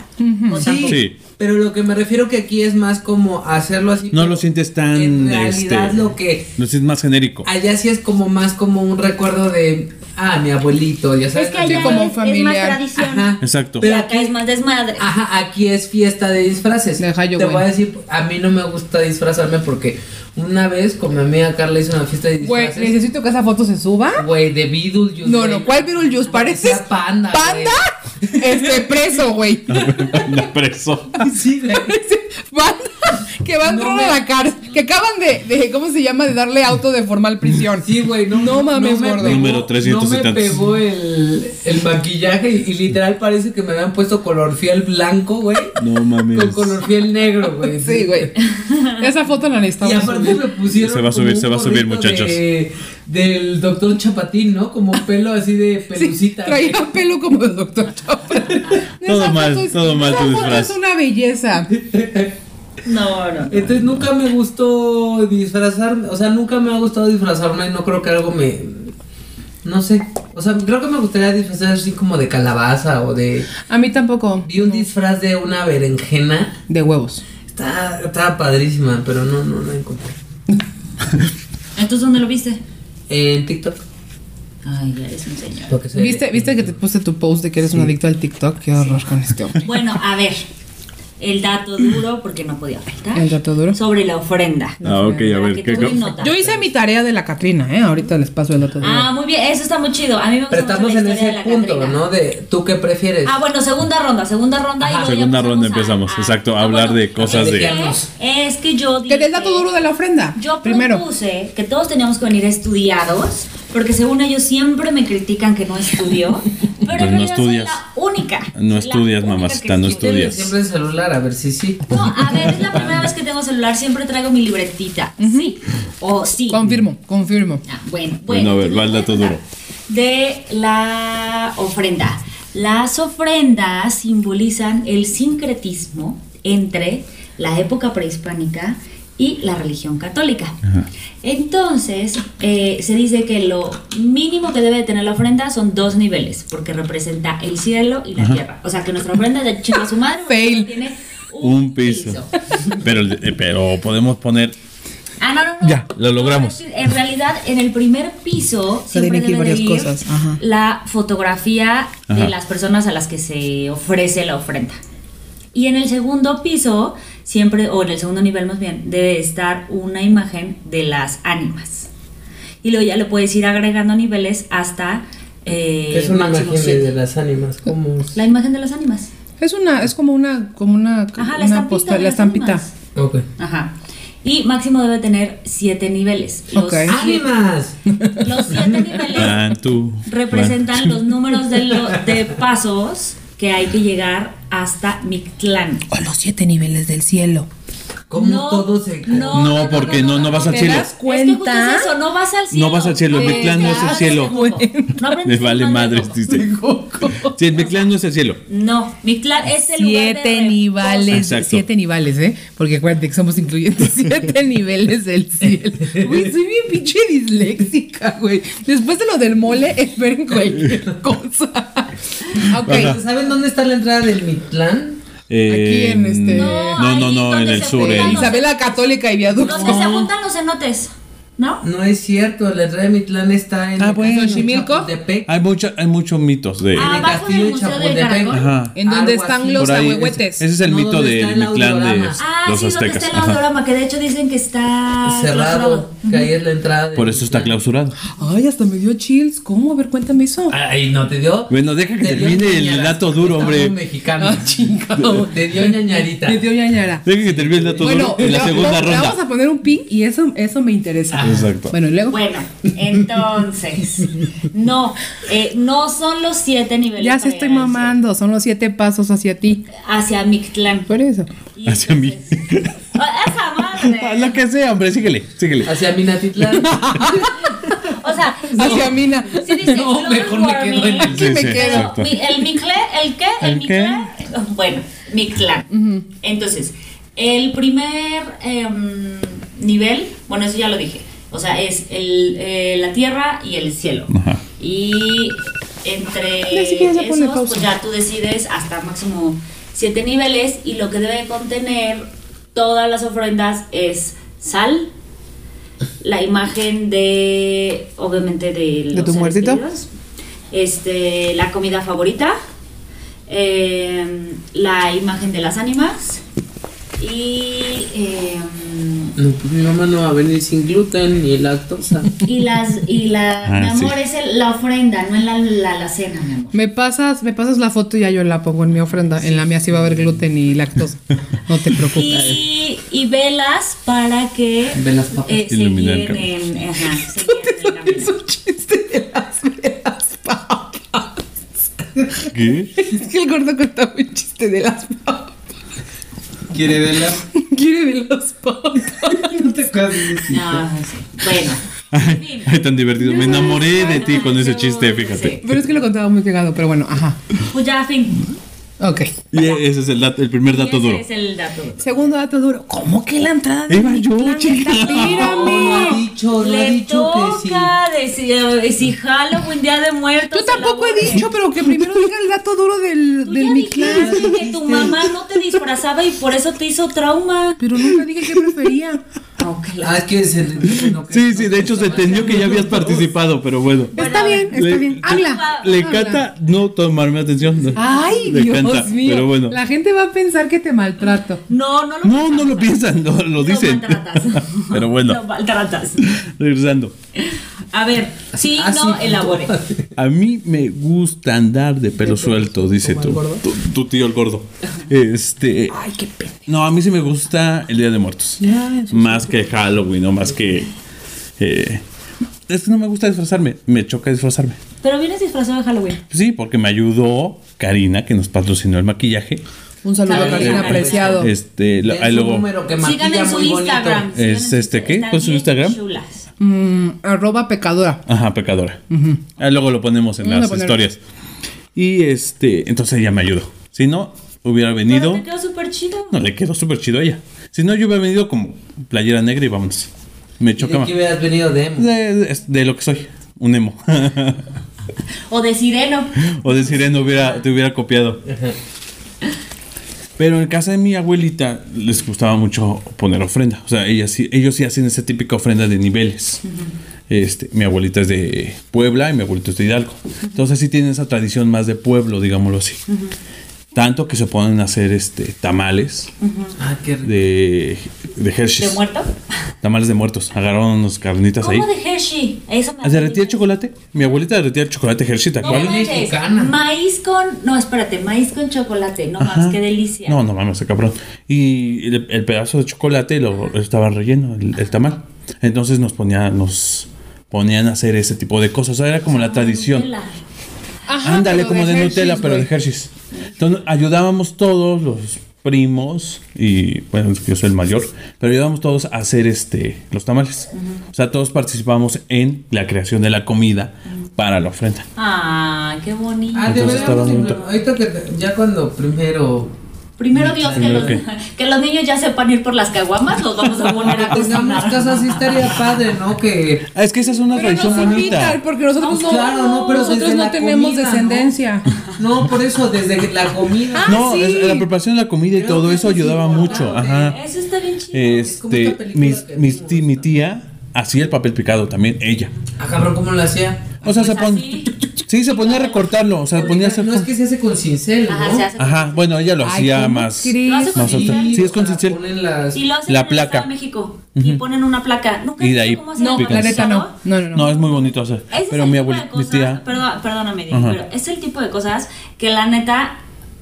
S4: ¿O
S2: Sí,
S4: tampoco?
S3: Sí.
S2: pero lo que me refiero que aquí es más como hacerlo así.
S3: No
S2: pero
S3: lo sientes tan.
S2: En realidad
S3: este,
S2: lo que
S3: Lo sientes más genérico.
S2: allá sí es como más como un recuerdo de, ah, mi abuelito, ya sabes.
S4: Es que
S2: así
S4: allá
S1: como
S4: es- es, más
S1: familiar.
S4: tradición.
S2: Ajá.
S3: Exacto.
S4: Y
S2: Pero Ah.
S4: acá
S2: aquí-
S4: es más desmadre.
S2: Ajá, aquí es fiesta de disfraces.
S1: Deja yo,
S2: Te
S1: güey.
S2: voy a decir, a mí no me gusta disfrazarme porque una vez con mi amiga Carla hizo una fiesta de
S1: Güey,
S2: disfraces.
S1: necesito que esa foto se suba.
S2: Güey, de Beetlejuice.
S1: No,
S2: Pues, güey.
S1: no, ¿cuál Beetlejuice? ¿Pareces?
S2: Parecía panda, güey.
S1: ¿Panda? Este, preso, güey.
S3: Anda preso.
S2: Sí, güey.
S1: Panda, que van
S2: No
S1: a
S2: me-
S1: la cárcel. Que acaban de, de- ¿cómo se llama? De darle auto de formal prisión.
S2: Sí, güey, no,
S1: No mames,
S2: me
S1: gordo.
S2: pegó-
S3: Número 370.
S2: No me pegó el, el maquillaje y, y literal parece que me habían puesto color fiel blanco, güey.
S3: No mames.
S2: Con color fiel negro, güey.
S1: Sí, güey. Esa foto la
S2: Y
S1: necesitamos.
S2: aparte me pusieron.
S3: Se va a
S2: como
S3: subir,
S2: un
S3: se va a subir,
S2: gorrito
S3: muchachos.
S2: de- del doctor Chapatín, ¿no? Como pelo así de
S1: Sí,
S2: pelucita. güey.
S1: traía pelo como el doctor Chopra.
S3: Todo
S1: Esa
S3: mal,
S1: foto es-
S3: todo mal
S1: esa
S3: tu
S1: foto
S3: disfraz.
S1: Es una belleza.
S4: No, no.
S2: Entonces nunca me gustó disfrazarme. O sea, nunca me ha gustado disfrazarme. No creo que algo me. No sé. O sea, creo que me gustaría disfrazar así como de calabaza o de.
S1: A mí tampoco.
S2: Vi un disfraz de una berenjena.
S1: De huevos.
S2: Está- Estaba padrísima, pero no, no la encontré.
S4: ¿Entonces dónde lo viste?
S2: En TikTok.
S4: Ay, ya eres un señor.
S2: Porque se-
S1: ¿Viste, ¿Viste que te puse tu post de que eres un adicto al TikTok? Qué horror con este hombre.
S4: Bueno, a ver. El dato duro, porque no podía faltar.
S1: El dato duro.
S4: Sobre la ofrenda.
S3: Ah, ok, a
S4: Para
S3: ver.
S4: que
S3: ¿qué-
S4: tomen
S3: qué-
S4: nota.
S1: Yo hice mi tarea de la Catrina, ¿eh? Ahorita les paso el dato duro.
S4: Ah, muy bien, eso está muy chido. A mí me gusta
S2: Pero estamos
S4: mucho la
S2: en
S4: historia de
S2: ese
S4: la
S2: punto,
S4: Catrina.
S2: ¿no? De tú qué prefieres.
S4: Ah, bueno, segunda ronda, segunda ronda. y
S2: Ajá.
S4: luego ya
S3: Segunda ronda
S4: empezamos Ah,
S3: empezamos, exacto, a hablar de cosas
S4: es
S2: de-
S4: que- Es que yo
S1: que
S4: dije...
S1: del dato duro de la ofrenda.
S4: Yo
S1: primero.
S4: propuse que todos teníamos que venir estudiados, porque según ellos siempre me critican que no estudio,
S3: Pues
S4: pero en
S3: no
S4: realidad soy
S3: estudias.
S4: la única.
S3: No
S4: la
S3: estudias,
S4: única
S3: mamacita,
S4: que
S3: no
S4: estudia.
S2: Tienes
S3: estudias.
S2: siempre el celular, a ver si sí.
S4: No, ah, a ver, es la primera vez que tengo celular, siempre traigo mi libretita. Sí, o sí.
S1: Confirmo, confirmo.
S4: Ah, bueno,
S3: Bueno,
S4: bueno.
S3: a ver, va el dato duro.
S4: De la ofrenda. Las ofrendas simbolizan el sincretismo entre la época prehispánica y la religión católica.
S3: Ajá.
S4: Entonces, eh, se dice que lo mínimo que debe tener la ofrenda son dos niveles, porque representa el cielo y la tierra. O sea, que nuestra ofrenda de chica su madre
S1: Fail.
S4: tiene un,
S3: Un piso. Pero, el- eh, pero podemos poner.
S4: Ah, no, no, no.
S3: Ya, lo logramos.
S4: En realidad, en el primer piso
S1: Se
S4: siempre
S1: tienen
S4: debe
S1: que
S4: de
S1: ir
S4: ir
S1: varias cosas, ajá.
S4: la fotografía de
S3: Ajá.
S4: las personas a las que se ofrece la ofrenda. Y en el segundo piso, siempre, o en el segundo nivel más bien, debe estar una imagen de las ánimas. Y luego ya le puedes ir agregando niveles hasta eh,
S2: es una imagen
S4: máximo
S2: de-
S4: siete.
S2: de las ánimas. ¿Cómo? es?
S4: La imagen de las ánimas.
S1: Es una, es como una, como una,
S4: Ajá,
S1: una
S4: la estampita.
S1: posta-
S4: de
S1: la
S4: las
S1: estampita.
S4: ánimas.
S2: Ok.
S4: Ajá. Y máximo debe tener siete niveles. Los,
S1: Ok.
S2: Ah,
S4: siete,
S2: ¡Ánimas!
S4: los siete niveles
S3: Pan, tú,
S4: representan los números de, lo- de pasos que hay que llegar hasta Mictlán.
S1: O los siete niveles del cielo.
S2: ¿Cómo
S4: No,
S2: todo se.?
S3: No, porque no- no vas al
S1: ¿Te
S3: cielo.
S1: das
S4: Es que justo
S1: cuenta?
S4: es eso, no vas al cielo.
S3: No vas al cielo,
S4: Eh,
S3: Mictlán no es el
S4: claro,
S3: cielo.
S4: tampoco. No aprendes
S3: Les vale
S4: nada de
S3: madre.
S4: eso.
S3: Dice. Sí, el Mictlán no es el cielo.
S4: No, Mictlán es el lugar de
S1: Siete
S4: reposo.
S1: niveles,
S3: Exacto.
S1: siete niveles, ¿eh? Porque acuérdate que somos incluyentes, siete niveles del cielo. Güey, soy bien pinche disléxica, güey. Después de lo del mole, esperen cualquier cosa. Ok.
S3: Ajá.
S2: ¿Saben dónde está la entrada del Mitlán?
S1: Aquí en este-
S3: No,
S4: No,
S3: no,
S4: ahí
S3: no, en
S4: donde
S3: el
S4: se
S3: sur.
S4: juegan
S3: en-
S4: los-
S1: Isabel la Católica y Viaducto.
S4: Donde se juntan los cenotes. ¿no?
S2: No es cierto, el Herrera de Mitlán está en
S3: Ah,
S2: el
S3: bueno.
S2: castillo de
S1: ¿Xochimilco?
S2: Chapultepec,
S3: Hay, mucho, hay muchos mitos de.
S2: en el
S4: Abajo del
S2: castillo de
S4: Museo del
S2: Chapultepec.
S4: Caracol.
S3: Ajá.
S1: En donde
S2: Algo
S1: están
S2: así.
S1: los
S3: Por ahí,
S1: ahuehuetes.
S3: Ese, ese es el
S2: No,
S3: mito
S2: donde
S3: de
S2: está el
S3: Mictlán de
S2: audiorama.
S3: los
S4: Ah, sí, donde
S3: aztecas.
S4: está el
S3: Ajá.
S4: audiorama, que de hecho dicen que está
S2: cerrado, que ahí es la entrada. de
S3: Por eso está
S2: Mitlán.
S3: clausurado.
S1: Ay, hasta me dio chills. ¿Cómo? A ver, cuéntame eso.
S2: Ay, no te dio.
S3: Bueno, deja que
S2: Te dio
S3: termine el
S2: ñañaras,
S3: dato
S2: porque
S3: duro,
S2: estamos
S3: hombre.
S2: mexicanos.
S1: Ah, chingado.
S2: Te dio ñañarita.
S1: Me dio ñañara.
S3: Deja que termine el dato
S1: Bueno,
S3: duro en la
S1: le-
S3: segunda
S1: le- le
S3: ronda. Ah,
S1: vamos a poner un pin y eso, eso me interesa.
S3: Exacto.
S1: Bueno, y luego.
S4: Bueno, entonces, no, eh, no son los siete niveles.
S1: ya se
S4: para
S1: estoy
S4: llegar al cielo.
S1: mamando. Son los siete pasos hacia ti.
S4: Hacia Mictlán.
S1: Por eso.
S4: Y
S3: Hacia mí.
S4: entonces- Ah, Esa
S3: Ah,
S4: madre.
S3: Lo que sea, hombre, síguele, síguele.
S2: Hacia Minatitlán.
S4: O sea,
S1: Hacia
S4: sí,
S1: Mina.
S4: sí dice global warming,
S1: Aquí
S3: Sí,
S1: me
S3: sí,
S1: quedo.
S4: pero
S3: exacto.
S4: mi- el Mictlán, ¿el qué? El,
S3: ¿El qué?
S4: Mictlán. Bueno, Mictlán. Entonces, el primer em, nivel, bueno, eso ya lo dije. O sea, es el, eh, la tierra y el cielo.
S3: Ajá.
S4: Y entre
S1: Ni siquiera se pone
S4: esos,
S1: pausa.
S4: pues ya tú decides hasta máximo siete niveles y lo que debe contener todas las ofrendas es sal, la imagen de, obviamente, de, los
S1: tu
S4: seres
S1: muertito?
S4: queridos, este, la comida favorita, em, la imagen de las ánimas y... em,
S2: No, pues mi mamá no va a venir sin gluten ni lactosa.
S4: y las y la
S3: Ah,
S4: mi amor
S3: sí.
S4: es el- la ofrenda no es la, la, la cena mi amor
S1: Me pasas, me pasas la foto y ya yo la pongo en mi ofrenda. En la mía sí va a haber gluten y lactosa. No te preocupes.
S4: y, y velas para que
S2: Ve las papas.
S4: eh, se
S3: Ilumina el
S4: guíen en, ajá, se guíen en el
S1: Es
S4: camino.
S1: un chiste de las velas papas.
S3: ¿Qué?
S1: Es que el gordo contaba un chiste de las papas.
S2: ¿Quiere verla?
S1: Quiere de las papas.
S2: No te acuerdas.
S4: No, sí. bueno en fin.
S3: Ay, ay, tan divertido. Me enamoré de ti con ese chiste, fíjate.
S1: Pero es que lo contaba muy pegado, pero bueno, ajá.
S4: pues ya fin
S1: Ok.
S3: Y ese es el, dato- el primer dato
S4: ese
S3: duro.
S4: es el dato duro.
S1: Segundo dato duro. ¿Cómo que la entrada de
S3: Iba yo,
S1: Mictlán
S3: chica.
S1: está-
S2: No, Oh, ha
S1: Mírame.
S2: dicho, no ha
S4: le
S2: dicho
S4: toca
S2: que sí.
S4: decir si Halloween día de muertos
S1: Yo tampoco he
S4: elaboren.
S1: dicho, pero que primero diga el dato duro del,
S4: Tú
S1: del
S4: ya
S1: Mictlán.
S4: dijiste que tu mamá no te disfrazaba y por eso te hizo trauma
S1: Pero nunca dije qué prefería.
S2: Ah, es que se le dice no, que
S3: Sí,
S2: no,
S3: sí,
S2: que
S3: de hecho
S2: está
S3: se
S2: mal.
S3: entendió que ya habías participado, pero bueno.
S1: Está bien, está
S3: Le-
S1: bien. Habla.
S3: Le
S1: habla.
S3: encanta no tomarme atención.
S1: Ay,
S3: Le
S1: Dios
S3: encanta,
S1: mío.
S3: Pero bueno.
S1: La gente va a pensar que te maltrato.
S4: no no lo
S3: No, no lo piensan, no, lo dicen.
S4: maltratas.
S3: Pero
S4: Lo
S3: bueno,
S4: maltratas.
S3: regresando.
S4: A ver, sí,
S2: Ah,
S4: no,
S2: sí,
S4: elabore.
S3: A mí me gusta andar de pelo suelto, dice
S2: como el
S3: tu,
S2: gordo.
S3: tu, tu tío el gordo. Este. Ay, qué pena. No, a mí sí me gusta el Día de Muertos. Más que Halloween, no más que. eh, es que no me gusta disfrazarme, me choca disfrazarme.
S4: Pero vienes disfrazado de Halloween.
S3: Sí, porque me ayudó Karina, que nos patrocinó el maquillaje.
S1: Un saludo,
S4: Saludos,
S1: Karina,
S2: Karina.
S1: apreciado.
S3: Este, lo-
S2: Es
S3: ahí
S2: un
S3: luego.
S2: número que maquilla
S4: Sigan en su
S2: muy bonito.
S4: Instagram. sigan
S3: Es
S4: en su-
S3: este, ¿qué?
S4: están
S3: ¿Cuál es su
S4: bien
S3: Instagram?
S4: chulas.
S1: Mm, arroba pecadora.
S3: Ajá, pecadora. Ahí luego lo ponemos en
S1: Vamos a
S3: las
S1: ponerlo.
S3: historias. Y este, entonces ella me ayudó. Si no, hubiera
S4: Pero
S3: venido.
S4: te quedó súper chido.
S3: No, le quedó súper chido a ella. Si no, yo hubiera venido como playera negra y vámonos. Me
S2: ¿Y
S3: choca
S2: ¿De
S3: más.
S2: qué hubieras venido de emo?
S3: De, de- de lo que soy, un emo.
S4: O de sireno.
S3: o de sireno hubiera, te hubiera copiado. Pero en casa de mi abuelita les gustaba mucho poner ofrenda. O sea, ella sí- ellos sí hacen esa típica ofrenda de niveles. Este, mi abuelita es de Puebla y mi abuelito es de Hidalgo. Entonces sí tienen esa tradición más de pueblo, digámoslo así. Tanto que se ponen a hacer este, tamales
S2: Ah, qué rico.
S3: de, de
S4: ¿De
S3: Hershey's.
S4: muerto?
S3: Tamales de muertos. Agarraron unos carnitas ahí. Ah,
S4: ¿Cómo de Hershey? Eso me
S3: ¿Derretía el chocolate? Mi abuelita derretía el chocolate Hershey, ¿te
S4: No
S3: acuerdas?
S4: manches,
S2: Mexicana.
S4: Maíz con. No, espérate, maíz con chocolate. No
S3: Ajá.
S4: más, qué delicia.
S3: No, no mames, cabrón. Y el, el pedazo de chocolate lo estaba relleno, el, el tamal. Entonces nos ponía, nos ponían a hacer ese tipo de cosas. O sea, era como la tradición.
S4: Nutella.
S1: Ajá,
S3: Ándale,
S1: pero
S3: como de
S1: Hershey's,
S3: Nutella, pero de
S1: güey.
S3: Hershey's. Entonces ayudábamos todos, los primos, y bueno, yo soy el mayor, pero ayudábamos todos a hacer este los tamales. O sea, todos participamos en la creación de la comida para la ofrenda.
S4: Ah, qué bonito.
S2: Ah, de
S3: Entonces
S2: verdad.
S3: estaba bonito.
S2: Ahorita que te- ya cuando primero
S4: Primero Dios que
S3: Primero
S4: los,
S3: que-
S4: que los niños ya sepan ir por las caguamas, los vamos a poner a
S2: tengamos
S4: cocinar.
S2: casas, sí estaría padre, ¿no? Que
S3: Ah, es que esa es una
S1: Pero
S3: tradición
S1: nos
S3: bonita.
S1: invitan, porque nosotros
S2: Pues
S1: no,
S2: claro, no, pero
S1: nosotros
S2: desde
S1: no
S2: la
S1: tenemos
S2: comida, ¿no?
S1: descendencia.
S2: no, por eso desde la comida.
S1: Ah,
S3: No,
S1: sí.
S3: es- la preparación de la comida y
S2: Creo
S3: todo
S2: que eso
S3: eso
S2: es
S3: ayudaba
S2: importante.
S3: mucho. Ajá.
S4: Eso está bien chido.
S2: como esta
S3: Este,
S2: película
S3: mis,
S2: que
S3: mis
S2: vimos,
S3: ti- mi
S2: ¿no?
S3: tía hacía el papel picado también ella.
S2: Ah, cabrón, ¿cómo lo hacía?
S3: O sea, se
S4: Pues
S3: ponía.
S4: así.
S3: Sí, se ponía a recortarlo. O sea, ponía a hacer.
S2: No es que se hace con cincel, ¿no?
S4: Ajá, se hace.
S3: Ajá, bueno, ella lo
S1: Ay,
S3: hacía
S1: ¿cómo
S3: más.
S1: crees?
S4: Lo hace con
S3: Más
S2: Sí,
S4: cincel.
S3: alta. Sí, es con
S2: o sea,
S3: cincel.
S2: ponen las-
S4: Y lo hacen
S3: La
S4: en el Estado
S3: placa.
S4: de México. Y ponen una placa. ¿Nunca
S3: Y
S4: has
S3: de
S4: visto
S3: ahí
S4: cómo hacen
S1: No,
S4: placa
S1: la neta no.
S4: solo?
S1: No, no, no.
S3: No, es muy bonito hacer.
S4: Ese es
S3: Pero
S4: el
S3: mi
S4: tipo de
S3: abuelita, mi
S4: cosas-
S3: tía.
S4: Perdón, perdóname, Diego,
S3: Ajá.
S4: pero es el tipo de cosas que la neta,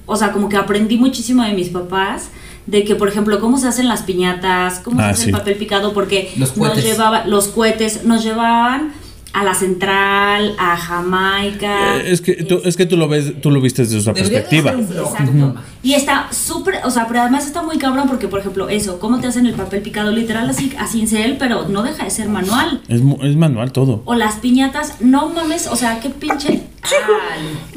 S4: o sea, como que aprendí muchísimo de mis papás. De que, por ejemplo, cómo se hacen las piñatas, cómo
S3: Ah,
S4: se hace
S3: sí.
S4: el papel picado, porque
S2: Los
S4: nos
S2: cohetes.
S4: llevaba, los cohetes, nos llevaban a la central, a Jamaica.
S3: Eh, es, que tú, es que tú lo ves, tú lo viste desde otra
S2: Debería de
S3: perspectiva.
S2: hacer un blog,
S4: Exacto.
S2: tu mamá.
S4: Y está súper, o sea, pero además está muy cabrón porque, por ejemplo, eso, cómo te hacen el papel picado literal así a cincel, pero no deja de ser manual.
S3: Es, mu- es manual todo.
S4: O las piñatas, no mames, o sea, qué pinche... Ay.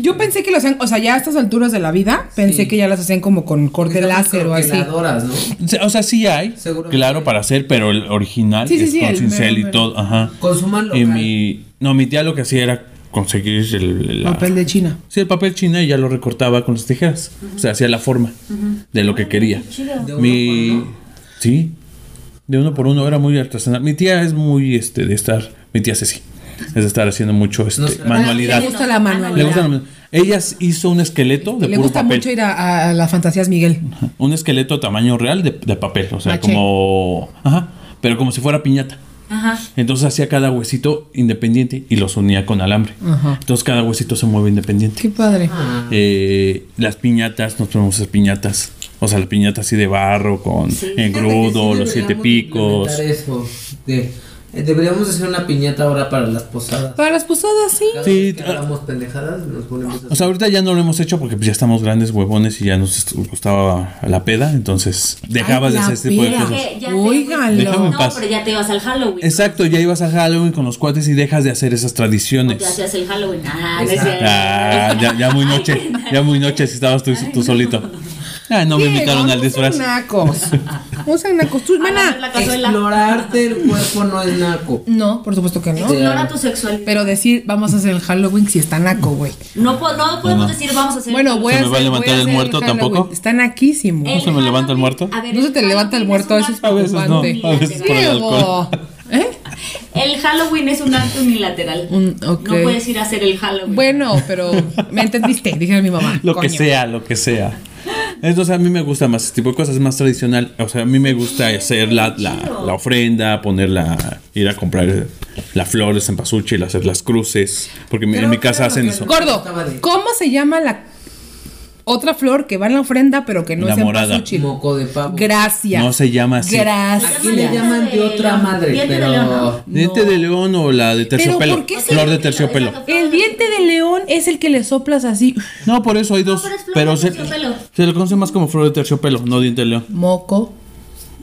S1: Yo pensé que lo hacían, o sea, ya a estas alturas de la vida, pensé
S2: Sí.
S1: que ya las hacían como con corte
S2: Porque son
S1: láser o así.
S2: troqueladoras, ¿no?
S3: O sea, sí hay,
S2: Seguramente.
S3: claro, para hacer, pero el original
S1: Sí, sí,
S3: es
S1: sí,
S3: con
S1: el
S3: cincel
S1: mero,
S3: y
S1: mero.
S3: todo. Ajá.
S2: Consuman
S3: Y
S2: local.
S3: mi, no, mi tía lo que hacía era conseguir el la-
S1: Papel de China.
S3: Sí, el papel china y ya lo recortaba con las tijeras. O sea, hacía la forma de lo que quería.
S4: Chido.
S2: De uno por
S3: Mi,
S2: uno.
S3: sí, de uno por uno era muy artesanal. Mi tía es muy este de estar, mi tía Ceci, es de estar haciendo mucho este,
S2: No sé.
S3: manualidad.
S1: Ah, Le gusta la manualidad.
S3: Le gusta la- Ella hizo un esqueleto de
S1: Le
S3: puro
S1: gusta
S3: papel.
S1: mucho ir a, a- a las fantasías Miguel.
S3: Un esqueleto tamaño real de, de papel. O sea,
S1: Maché.
S3: como. Ajá. Pero como si fuera piñata.
S4: Ajá.
S3: Entonces hacía cada huesito independiente y los unía con alambre.
S1: Ajá.
S3: Entonces cada huesito se mueve independiente.
S1: Qué padre.
S2: Ah,
S3: Eh, las piñatas, nos ponemos esas piñatas. O sea, la piñata así de barro, con
S2: Fíjate que
S3: engrudo,
S2: sí
S3: los siete
S2: deberíamos
S3: picos.
S2: implementar eso, de- eh, deberíamos hacer una piñata ahora para las posadas.
S1: Para las posadas, sí.
S2: Cada
S3: Sí,
S2: vez que
S3: ah.
S2: hagamos pendejadas, nos ponemos a
S3: O sea, ahorita ya no lo hemos hecho porque pues ya estamos grandes huevones y ya nos est- gustaba la peda. Entonces dejabas
S1: Ay,
S3: de
S1: la
S3: hacer este tipo de
S1: peda.
S3: cosas.
S4: Que ya te-
S1: Óigalo.
S3: Déjame en
S4: No,
S3: paz.
S4: pero ya te ibas al Halloween.
S3: Exacto, ya ibas a Halloween con los cuates y dejas de hacer esas
S4: O te
S3: tradiciones.
S4: hacías el Halloween. Ah, no es
S2: Exacto.
S4: cierto.
S3: Ah, ya, ya muy noche, ya muy noche si estabas tú, tú solito. Ah, no me
S1: Diego,
S3: invitaron al
S1: no
S3: disfraz.
S1: sean nacos. No sean nacos. Tú,
S4: Ah,
S1: mana.
S4: no, la cazuela.
S2: Explorarte el cuerpo no es naco.
S1: No, por supuesto que no.
S2: Sí.
S4: Explora tu sexualidad.
S1: Pero decir, vamos a hacer el Halloween si está naco, güey.
S4: No, po- no podemos decir vamos a hacer
S1: Bueno, voy
S3: ¿Se
S1: a
S3: me va a
S1: hacer- voy
S3: levantar el
S1: hacer
S3: muerto
S1: Halloween.
S3: tampoco?
S1: Está naquísimo.
S3: ¿No se me levanta el muerto?
S4: A ver,
S1: No se te
S4: el
S1: levanta el
S4: Halloween
S1: muerto,
S4: es
S1: eso
S4: un
S1: es
S3: A veces no,
S1: preocupante.
S3: a veces por el alcohol.
S1: Diego. ¿Eh?
S4: El Halloween es un acto unilateral.
S1: Mm, ok.
S4: No puedes ir a hacer el Halloween.
S1: Bueno, pero me entendiste, dije a mi mamá.
S3: Lo
S1: coño.
S3: que sea, lo que sea. Entonces a mí me gusta más este tipo de cosas, es más tradicional. O sea, a mí me gusta hacer la, la, la ofrenda, ponerla, ir a comprar eh, las flores en pasuche y hacer las cruces. Porque en mi casa hacen eso.
S1: Gordo,
S2: Estaba de-
S1: ¿cómo se llama la otra flor que va en la ofrenda pero que no
S3: La
S1: es en
S3: morada.
S1: pasuchil?
S2: Moco de pavo.
S1: Gracias.
S3: No se llama así.
S1: Gracias.
S2: Aquí le llaman de otra madre,
S4: Diente de
S2: pero
S4: león.
S3: Diente de león o la de terciopelo.
S1: ¿por qué se-
S3: Flor de terciopelo.
S1: El diente de león es el que le soplas así.
S3: No, por eso hay dos.
S4: pero es flor
S3: pero
S4: de
S3: se,
S4: terciopelo.
S3: se le conoce más como flor de terciopelo, no diente de león.
S1: Moco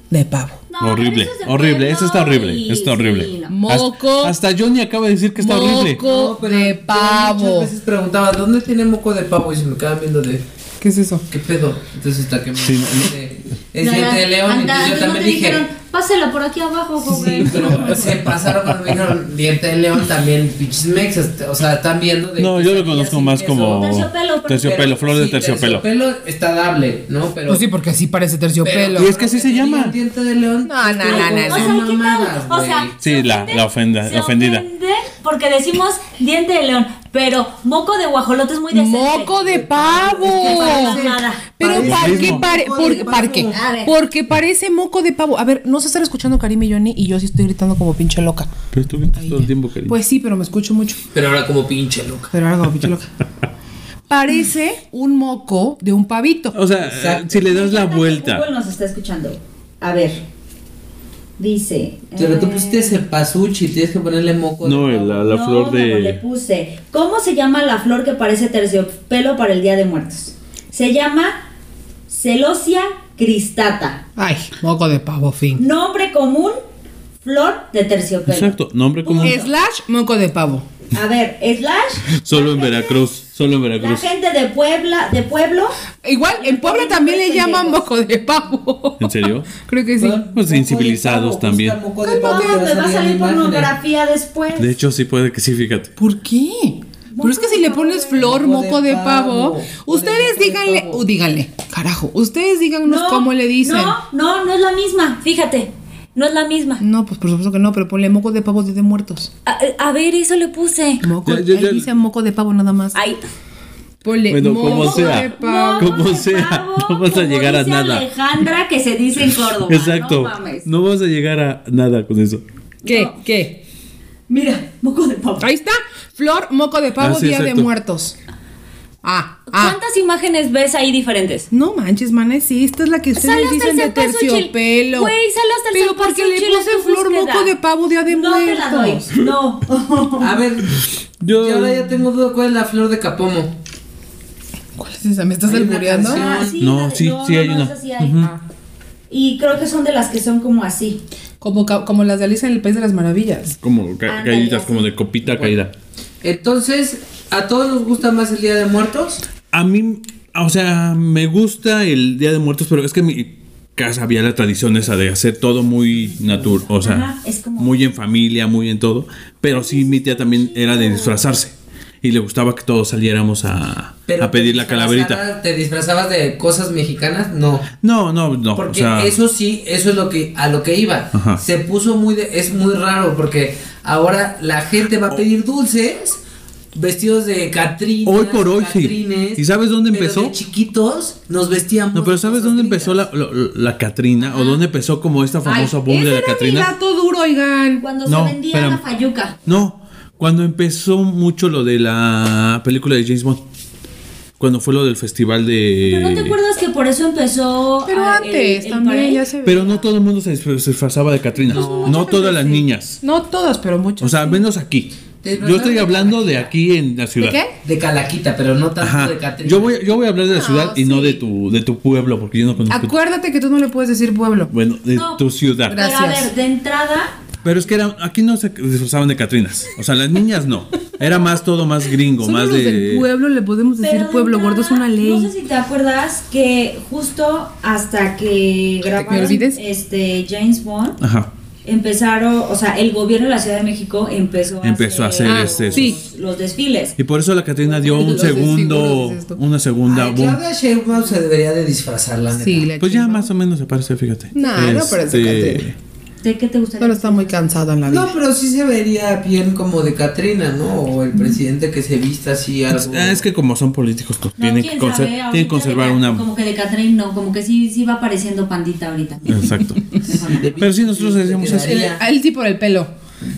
S1: de pavo.
S4: No,
S3: horrible,
S4: pero eso es de
S3: horrible,
S4: pueblo
S3: eso está horrible,
S4: y-
S3: eso está horrible.
S4: sí, no.
S1: Moco.
S3: Hasta, hasta Johnny acaba de decir que está horrible.
S1: Moco
S2: pero
S1: de
S2: yo
S1: pavo.
S2: Muchas veces preguntaba, ¿dónde tiene moco de pavo? Y se me quedaban viendo de,
S1: ¿Qué es eso?
S2: ¿qué pedo? Entonces está que me
S3: Sí, no, no.
S2: de- Es
S4: No,
S2: diente de león.
S4: anda,
S2: Entonces yo
S4: no
S2: también
S4: te
S2: dije.
S4: dijeron, pásela por aquí abajo, joven.
S2: Sí, pero pues, se pasaron cuando me dijeron diente de león también, pinches mexas, o sea, están viendo de
S3: No, yo lo conozco más como
S4: Terciopelo, pero-
S3: terciopelo, flor de terciopelo.
S2: Terciopelo está dable, ¿no? Pero
S1: Pues sí, porque así parece terciopelo.
S3: Y es que así
S2: te
S3: se
S2: digan
S3: llama.
S2: Diente de león. "Ah,
S1: No, no,
S4: Ay,
S1: no,
S4: o
S1: no,
S4: sea,
S1: no.
S4: ¿qué tal?
S2: mamadas,
S4: O sea,
S2: güey.
S3: Sí,
S4: se
S3: la-
S4: ofenden-
S3: la ofenda-
S4: se
S3: la ofendida.
S4: ofenden Porque decimos diente de león, pero moco de guajolote es muy decente.
S1: Moco de pavo.
S4: parece-
S1: Pero
S2: parece
S1: ¿para qué?
S3: mismo.
S1: pare-
S2: Moco
S1: por-
S2: de pavo.
S1: ¿para qué?
S4: A ver.
S1: Porque parece moco de pavo. A ver, no se están escuchando Karim y Johnny y yo sí estoy gritando como pinche loca.
S3: Pero tú gritas todo el tiempo, cariño.
S1: Pues sí, pero me escucho mucho.
S2: Pero ahora como pinche loca.
S1: Pero ahora como pinche loca. Parece un moco de un pavito.
S3: o sea,
S2: Exacto.
S3: si le das la
S4: Google
S3: vuelta.
S4: nos está escuchando. A ver. Dice.
S2: Pero tú
S4: eh,
S2: pusiste ese pasuchi, tienes que ponerle moco. de
S3: No,
S2: pavo.
S3: la, la
S4: no,
S3: flor
S4: no, le
S3: de.
S4: puse. ¿Cómo se llama la flor que parece terciopelo para el Día de Muertos? Se llama Celosia cristata.
S1: Ay, moco de pavo, fin.
S4: Nombre común, flor de terciopelo.
S3: Exacto, nombre común.
S1: Slash moco de pavo.
S4: A ver, slash.
S3: Solo en Veracruz, solo en
S4: La
S3: Veracruz.
S4: gente de Puebla, de pueblo,
S1: Igual en Puebla también le llaman moco de pavo.
S3: ¿En serio?
S1: Creo que sí.
S2: Pon
S3: Pues
S2: moco de
S3: incivilizados
S2: pavo, busca
S3: también.
S2: moco de
S4: ¿cómo
S2: pavo, te va a
S4: me va a
S2: salir
S4: salir
S2: imágenes.
S4: pornografía después?
S3: De hecho, sí puede que sí, fíjate.
S1: ¿Por qué? Pero es que si le pones flor, moco de pavo, ustedes
S2: Moco de
S1: díganle,
S2: pavo.
S1: uh, díganle, carajo, ustedes díganos cómo le dicen.
S4: No, no, no es la misma, fíjate. No es la misma.
S1: No, pues por supuesto que no, pero ponle moco de pavo de, de muertos.
S4: A, a ver, eso le puse.
S1: Moco,
S3: Ya, ya, ya.
S1: él dice moco de pavo nada más.
S4: Ay,
S1: Ponle
S3: Bueno,
S1: moco
S3: como sea.
S1: de pavo.
S3: Como
S4: de
S3: sea,
S4: pavo,
S3: no vas a
S4: como
S3: llegar a
S4: dice
S3: nada.
S4: Alejandra que se dice en Córdoba.
S3: Exacto.
S4: No mames.
S3: No vas a llegar a nada con eso.
S1: ¿Qué?
S4: No.
S1: ¿Qué?
S4: Mira, moco de pavo.
S1: Ahí está. Flor, moco de pavo,
S3: Ah, sí,
S1: día de
S3: exacto.
S1: muertos. Ah, ah.
S4: ¿Cuántas imágenes ves ahí diferentes?
S1: No manches, manes, sí, esta es la que
S4: Sale
S1: ustedes
S4: hasta
S1: dicen
S4: el
S1: de
S4: cempasúchil.
S1: terciopelo.
S4: Güey, sale hasta el
S1: Pero porque le
S4: cempasúchil en
S1: puse
S4: tu
S1: flor moco
S4: búsqueda.
S1: de pavo, día de
S4: No te la doy.
S1: muertos.
S4: No.
S2: A ver,
S3: Yo-
S2: yo ahora ya tengo duda cuál es la flor de Capomo.
S1: ¿Cuál es esa? ¿Me estás
S2: Hay una
S1: albureando?
S2: canción.
S4: Ah, sí,
S3: No,
S4: la de-
S3: sí, sí hay una.
S4: esa sí hay. Ah. Y creo que son de las que son como así.
S1: Como, ca- como las de Alicia en el País de las Maravillas.
S3: Como ca-
S4: Ándale,
S3: caídas,
S4: así.
S3: como de copita caída.
S2: Entonces, ¿a todos nos gusta más el Día de Muertos?
S3: A mí, o sea, me gusta el Día de Muertos, pero es que en mi casa había la tradición esa de hacer todo muy natural, o sea,
S4: Ajá, es como-
S3: muy en familia, muy en todo. Pero sí, mi tía también era de disfrazarse y le gustaba que todos saliéramos a,
S2: Pero
S3: a pedir
S2: te
S3: la calaverita.
S2: disfrazabas- ¿Te disfrazabas de cosas mexicanas? No.
S3: No, no, no. o
S2: Porque
S3: sea,
S2: eso sí, eso es lo que a lo que iba.
S3: Ajá.
S2: Se puso muy de- es muy raro porque ahora la gente va a pedir dulces vestidos de Catrinas.
S3: Hoy por hoy, sí.
S2: Catrines,
S3: ¿Y sabes dónde
S2: pero
S3: empezó?
S2: de chiquitos nos vestíamos.
S3: No, pero
S2: de
S3: ¿sabes
S2: cosas
S3: dónde
S2: gringas.
S3: empezó la, la, la Catrina? ¿O dónde empezó como esta famosa boom de la Catrina?
S1: dato duro, oigan.
S4: Cuando
S3: No, Eh.
S4: se vendía
S3: espérame.
S4: la fayuca.
S3: No, cuando empezó mucho lo de la película de James Bond. Cuando fue lo del festival de...
S4: Pero no te acuerdas que por eso empezó.
S1: Pero
S4: ah,
S1: antes
S4: el- el
S1: también
S4: parade?
S1: ya se ve.
S3: Pero no todo el mundo se disfra- se disfrazaba de Catrina. No, todas las niñas.
S1: No todas, pero muchas.
S3: O sea, menos aquí.
S2: Te disfrazabas
S3: Yo estoy
S2: de
S3: hablando de aquí en la
S1: ¿De
S3: ciudad.
S1: qué?
S2: De Calaquita, pero no tanto
S3: Ajá.
S2: de Catrina.
S3: Yo voy, yo voy a hablar de la
S1: No,
S3: ciudad y no
S1: sí.
S3: de tu, de tu pueblo, porque yo no conozco... tu-
S1: Acuérdate que tú no le puedes decir pueblo.
S3: Bueno, de
S4: No.
S3: tu ciudad.
S4: Pero a
S1: Gracias.
S4: ver, de entrada,
S3: Pero es que era, aquí no se disfrazaban de Catrinas. O sea, las niñas no. Era más todo más gringo,
S1: Solo
S3: más
S1: los
S3: de.
S1: del pueblo le podemos decir
S4: Pero de
S1: pueblo
S4: entrada,
S1: gordo, es una ley.
S4: No sé si te acuerdas que justo hasta que grabaron
S1: olvides.
S4: este James Bond
S3: Ajá.
S4: empezaron, o sea, el gobierno de la Ciudad de México empezó a
S3: Empezó a hacer,
S1: Ah,
S3: este,
S4: los,
S1: sí.
S4: los desfiles.
S3: Y por eso la Catrina dio un
S1: Los desfiguros,
S3: segundo,
S1: dices tú.
S3: una segunda
S2: Ay,
S3: boom.
S2: Claudia Sheinbaum se debería de disfrazar, la neta.
S1: Sí, la
S3: Pues ya
S1: chimba.
S3: más o menos se parece, fíjate. Este,
S1: No, no parece Catrina.
S4: ¿De qué te gustaría?
S1: Pero está muy cansada en la vida.
S2: No, pero sí se vería bien como de Catrina, ¿no? O el presidente que se vista así algo.
S3: Ah, es que como son políticos, pues,
S4: No,
S3: tienen, que
S4: quién
S3: conser-
S4: sabe,
S3: tienen que
S4: ahorita
S3: conservar
S4: de-
S3: una.
S4: Como que de Catherine no, como que sí, sí va apareciendo pandita ahorita.
S3: Exacto.
S4: Mejor no.
S3: Pero sí, nosotros decíamos eso.
S1: El- a él sí por el pelo.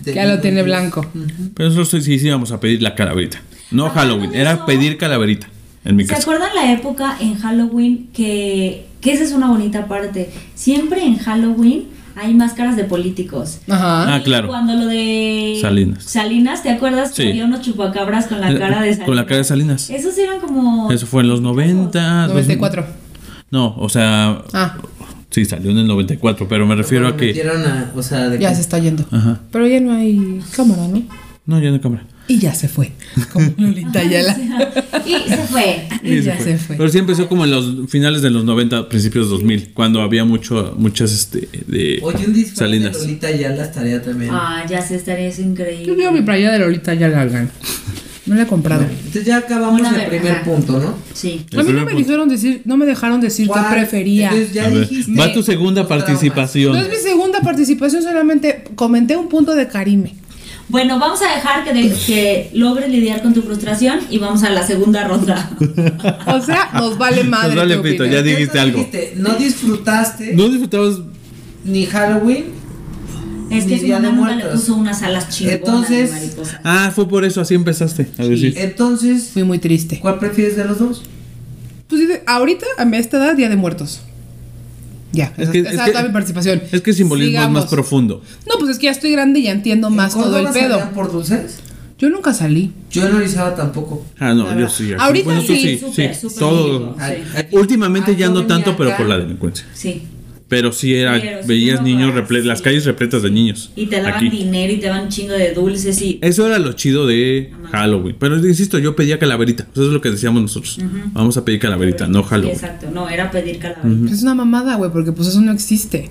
S2: Te
S1: que ya lo
S2: digo,
S3: pues,
S1: tiene
S2: Dios.
S1: blanco.
S3: Pero nosotros sí, sí íbamos a pedir la calaverita. No
S4: Ajá,
S3: Halloween,
S4: todo
S3: era
S4: eso.
S3: pedir calaverita, en mi
S4: ¿Se
S3: caso.
S4: acuerdan la época en Halloween que, que esa es una bonita parte? Siempre en Halloween hay máscaras de políticos.
S1: Ajá.
S3: Ah,
S4: Y
S3: claro.
S4: Cuando lo de
S3: Salinas.
S4: Salinas, ¿te acuerdas que
S3: Sí.
S4: había unos chupacabras con la
S3: Eh,
S4: cara de Salinas?
S3: Con la cara de Salinas.
S4: Esos eran como
S3: Eso fue en los 90.
S1: 94.
S3: 2000. No, o sea,
S1: Ah,
S3: Sí, salió en el 94, pero me refiero a
S2: Lo
S3: que...
S2: metieron a- o sea, de
S1: ya
S2: que-
S1: se está yendo.
S3: Ajá.
S1: Pero ya no hay cámara, ¿no?
S3: No, ya no hay cámara.
S1: Y ya se fue. Como Lolita Ayala.
S4: y se fue.
S1: Y ya se fue.
S3: Pero sí empezó como en los finales de los 90, principios 2000, cuando había mucho, muchas este, de
S2: Oye, un disfraz
S3: Salinas.
S2: de Lolita ya la estaría también.
S4: Ah, ya se estaría eso
S1: Yo
S4: increíble.
S1: quiero mi playa de Lolita Ayala, oigan. No la he comprado.
S2: Entonces ya acabamos
S4: Una
S2: el
S4: ver-
S2: primer
S4: ajá.
S2: punto, ¿no?
S4: Sí.
S1: A mí no
S3: pues.
S1: me dijeron decir, no me dejaron decir qué
S2: ¿Cuál?
S1: prefería.
S2: Entonces ya
S3: A ver,
S2: dijiste.
S3: va tu segunda
S2: Tus traumas.
S1: No
S3: participación.
S1: es mi segunda participación, solamente comenté un punto de Karime.
S4: Bueno, vamos a dejar que, de- que logres lidiar con tu frustración y vamos a la segunda ronda.
S1: O sea, nos vale madre.
S3: Nos vale
S1: tu
S3: pito,
S1: opinión.
S3: ya dijiste
S2: Entonces
S3: algo.
S2: dijiste, no disfrutaste
S3: No disfrutabas...
S2: ni Halloween.
S4: Es
S2: Ni
S4: que su
S2: Día de
S4: mamá nunca le
S2: Muertos.
S4: puso unas alas chingonas
S2: Entonces-
S4: de mariposa.
S3: Ah, fue por eso, así empezaste a decir.
S2: eh, Entonces,
S1: Fui muy triste.
S2: ¿cuál prefieres de los dos?
S1: Pues dice, ahorita, a mi- a esta edad, Día de Muertos. Ya,
S3: Es
S1: esa
S3: que-
S1: esa
S3: es
S1: es
S3: que-
S1: toda mi participación.
S3: Es que el simbolismo es más
S1: Sigamos.
S3: profundo.
S1: No, pues es que ya estoy grande y ya entiendo
S2: ¿En
S1: más todo el
S2: Córdoba
S1: pedo.
S2: salían por dulces?
S1: Yo nunca salí.
S2: Yo en Orizaba tampoco.
S3: Ah, no, yo
S1: verdad.
S3: sí. aquí.
S1: Ahorita
S3: Bueno, tú
S1: sí,
S3: sí,
S4: súper,
S3: sí,
S4: súper
S3: todo.
S4: mínimo. Ay,
S3: Últimamente ya no tanto, pero por la
S2: de
S3: delincuencia.
S4: Sí.
S3: Pero sí era,
S4: Pero sí,
S3: veías
S4: no,
S3: niños,
S4: ahora
S3: reple-
S4: sí.
S3: las calles repletas de niños.
S4: Y te daban
S3: Aquí.
S4: dinero y te daban un chingo de dulces y
S3: Eso era lo chido de Halloween. Pero insisto, yo pedía calaverita. Eso es lo que decíamos nosotros. Vamos a pedir calaverita, no
S4: Sí,
S3: Halloween.
S4: exacto, no, era pedir calaverita.
S1: Es una mamada, güey, porque pues eso no existe.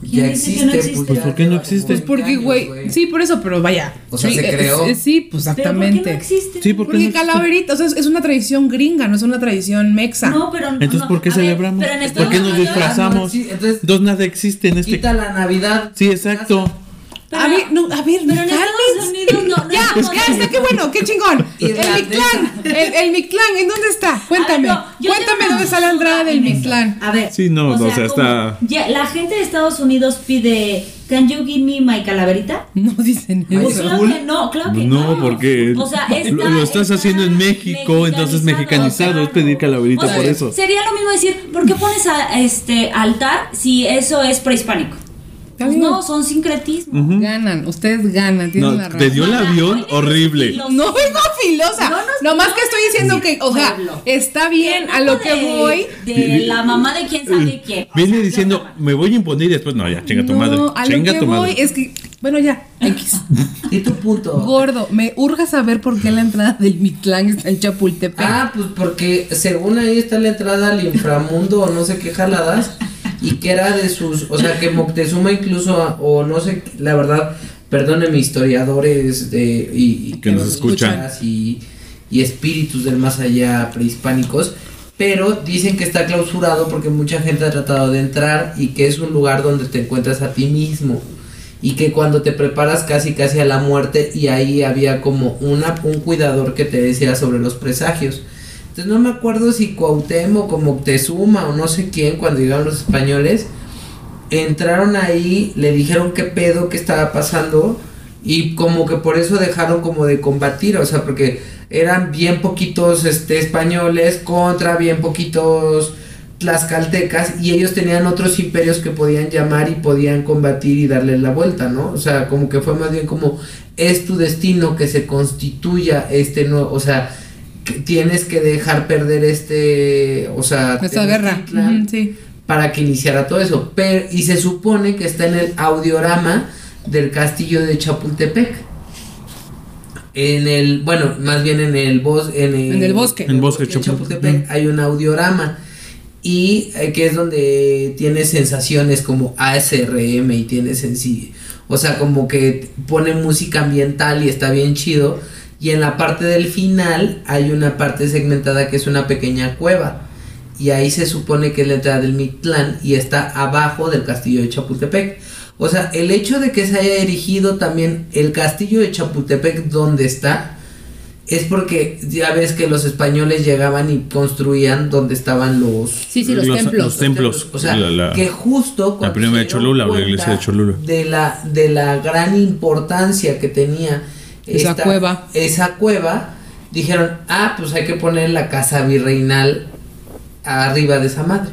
S2: ya
S4: ¿Quién dice que no
S2: existe.
S4: existe?
S2: ya
S4: Pues,
S5: ¿por qué no
S2: lleva
S5: existe?
S2: como
S1: Pues porque,
S2: 20 años,
S1: güey. Sí, por eso, pero vaya.
S2: O sea,
S1: sí,
S2: se
S1: es-
S2: creó.
S1: es- sí, pues
S4: ¿Pero por qué no
S1: exactamente.
S4: existe?
S5: Sí, ¿por qué no
S1: Porque
S5: existe?
S1: calaverita, o sea, es- es una tradición gringa, no es una tradición mexa.
S4: No, pero no-
S5: Entonces,
S4: no.
S5: ¿por qué
S4: A ver,
S5: celebramos?
S4: pero en este
S5: ¿Por
S4: Estados
S5: qué nos
S4: Unidos-
S5: disfrazamos?
S2: sí, entonces-
S5: Dos nada existe en este.
S2: Quita la Navidad.
S5: Sí, exacto.
S4: Pero-
S1: a ver, no, a ver, no,
S4: Pero en Estados
S1: Carmen.
S4: Unidos no. no
S1: Ya,
S4: estamos-
S1: ya está, qué bueno, qué chingón. El
S2: Irlandesa.
S1: Mictlán, el, el Mictlán, ¿en dónde está? Cuéntame,
S4: A ver, no, yo
S1: cuéntame
S4: tengo
S1: dónde está la entrada del
S4: en eso.
S1: Mictlán.
S4: A ver.
S5: Sí, no, o sea, está-
S4: como ya la gente de Estados Unidos pide, ¿can you give me my calaverita?
S1: No dicen
S4: Pues
S1: eso.
S2: Ay,
S4: claro
S2: cool.
S4: que no, claro que no.
S5: No, porque
S4: O sea, está-
S5: lo- lo estás
S4: está
S5: haciendo en México, entonces mexicanizado, es pedir calaverita
S1: por
S5: eso.
S4: Sería lo mismo decir, ¿por qué pones a, este altar si eso es prehispánico?
S1: Está
S4: Pues
S1: bien.
S4: no, son sincretismos.
S1: Ganan, ustedes ganan, tienen
S5: No,
S1: la
S5: te
S1: razón.
S5: dio el
S4: Mamá,
S5: avión
S4: oye,
S5: horrible.
S4: los-
S1: No vengo filosa.
S4: No nos-
S1: Nomás
S4: no
S1: que estoy diciendo que, o sea,
S4: pueblo.
S1: está bien a lo que
S4: De-
S1: voy.
S4: De la mamá de quién sabe quién.
S5: Eh,
S4: O
S5: Viene
S4: sea,
S5: diciendo,
S4: la mamá.
S5: me voy a imponer y después, no, ya, chinga tu
S1: No,
S5: madre.
S1: a lo
S5: Chinga
S1: que
S5: tu
S1: voy
S5: madre.
S1: es que, bueno, ya, X.
S2: Y tu punto.
S1: Gordo, me urga saber por qué la entrada del Mictlán está en Chapultepec.
S2: Ah, pues porque según ahí está la entrada al inframundo o no sé qué jaladas y que era de sus, o sea, que Moctezuma incluso a- o no sé, la verdad, perdónenme historiadores de, y, y
S5: Que nos escuchan.
S2: y, y espíritus del más allá prehispánicos, pero dicen que está clausurado porque mucha gente ha tratado de entrar y que es un lugar donde te encuentras a ti mismo. Y que cuando te preparas casi casi a la muerte y ahí había como una, un cuidador que te decía sobre los presagios. Entonces no me acuerdo si Cuauhtémoc o Moctezuma o no sé quién cuando llegaron los españoles entraron ahí, le dijeron qué pedo, qué estaba pasando y como que por eso dejaron como de combatir, o sea, porque eran bien poquitos este españoles contra bien poquitos tlaxcaltecas y ellos tenían otros imperios que podían llamar y podían combatir y darle la vuelta, ¿no? O sea, como que fue más bien como es tu destino que se constituya este nuevo, o sea, que tienes que dejar perder este, o sea,
S1: Esta guerra.
S2: Tenochtitlan
S1: Ujú, sí.
S2: para que iniciara todo eso. Pero, y se supone que está en el audiorama del castillo de Chapultepec. En el, bueno, más bien en el, bos- en el,
S1: En el bosque.
S5: En el bosque de
S2: de Chapultepec,
S5: Chapultepec.
S2: hay un audiorama. Y eh, que es donde tiene sensaciones como ASRM y tienes en sí. O sea, como que pone música ambiental y está bien chido. Y en la parte del final hay una parte segmentada que es una pequeña cueva y ahí se supone que es la entrada del Mictlán y está abajo del castillo de Chapultepec. O sea, el hecho de que se haya erigido también el castillo de Chapultepec donde está es porque ya ves que los españoles llegaban y construían donde estaban los
S1: Sí, sí, los, templos.
S5: Los templos.
S2: o sea,
S5: La- la-
S2: que justo cuando
S5: primera
S2: se
S5: de
S2: dieron
S5: Cholula, o la
S2: cuenta
S5: iglesia de Cholula.
S2: De la, de la gran importancia que tenía
S1: Esa cueva.
S2: Esa cueva, dijeron, ah, pues hay que poner la casa virreinal arriba de esa madre.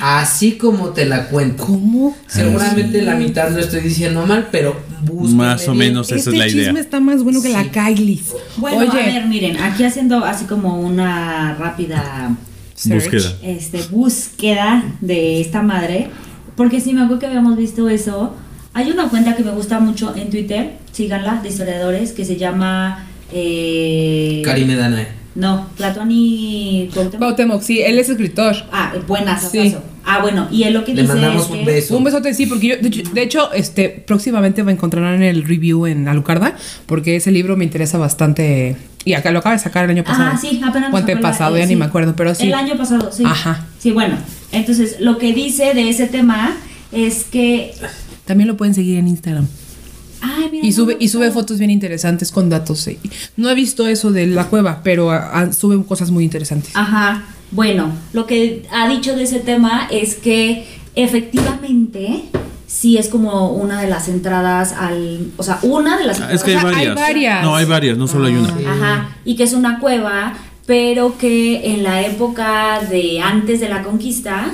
S2: Así como te la cuento.
S1: ¿Cómo?
S2: Seguramente la mitad lo estoy diciendo mal, pero búsquenle
S5: Más o
S2: bien.
S5: menos esa
S1: este
S5: es la idea.
S1: chisme está más bueno que la
S2: Sí.
S1: Kailis.
S4: Bueno,
S1: Oye,
S4: a ver, miren, aquí haciendo así como una rápida
S1: search.
S5: Búsqueda.
S4: este, búsqueda de esta madre, porque sí me acuerdo que habíamos visto eso. Hay una cuenta que me gusta mucho en Twitter, síganla, de historiadores, que se llama... Eh,
S2: Karime Danae.
S4: No, Platón y... Cuauhtémoc.
S1: Cuauhtémoc, sí, él es escritor.
S4: Ah, buenas,
S1: Sí.
S4: Ah, bueno, y él lo que
S2: Le
S4: dice
S2: mandamos
S4: es
S2: un
S4: que-
S2: beso.
S1: Un besote, sí, porque yo, de hecho, de hecho, este, próximamente me encontrarán el review en Alucarda, porque ese libro me interesa bastante. Y acá lo acaba de sacar el año pasado.
S4: Ajá, Ah, sí, apenas.
S1: O
S4: nos sacó la-
S1: antepasado,
S4: eh,
S1: ya ni
S4: sí.
S1: me acuerdo, pero sí.
S4: El año pasado, sí.
S1: Ajá.
S4: Sí, bueno. Entonces, lo que dice de ese tema es que.
S1: También lo pueden seguir en Instagram.
S4: Ay, mira,
S1: Y
S4: no
S1: sube,
S4: me
S1: y sube
S4: acuerdo.
S1: fotos bien interesantes con datos. eh. No he visto eso de la cueva, pero ah, ah, sube cosas muy interesantes.
S4: Ah. Ajá. Bueno, lo que ha dicho de ese tema es que efectivamente sí es como una de las entradas al. O sea, una de las.
S5: Ah, Es que
S1: O
S5: hay
S1: sea, hay
S5: varias.
S1: varias.
S5: No, hay varias, no solo hay una.
S4: Ajá, y que es una cueva, pero que en la época de antes de la conquista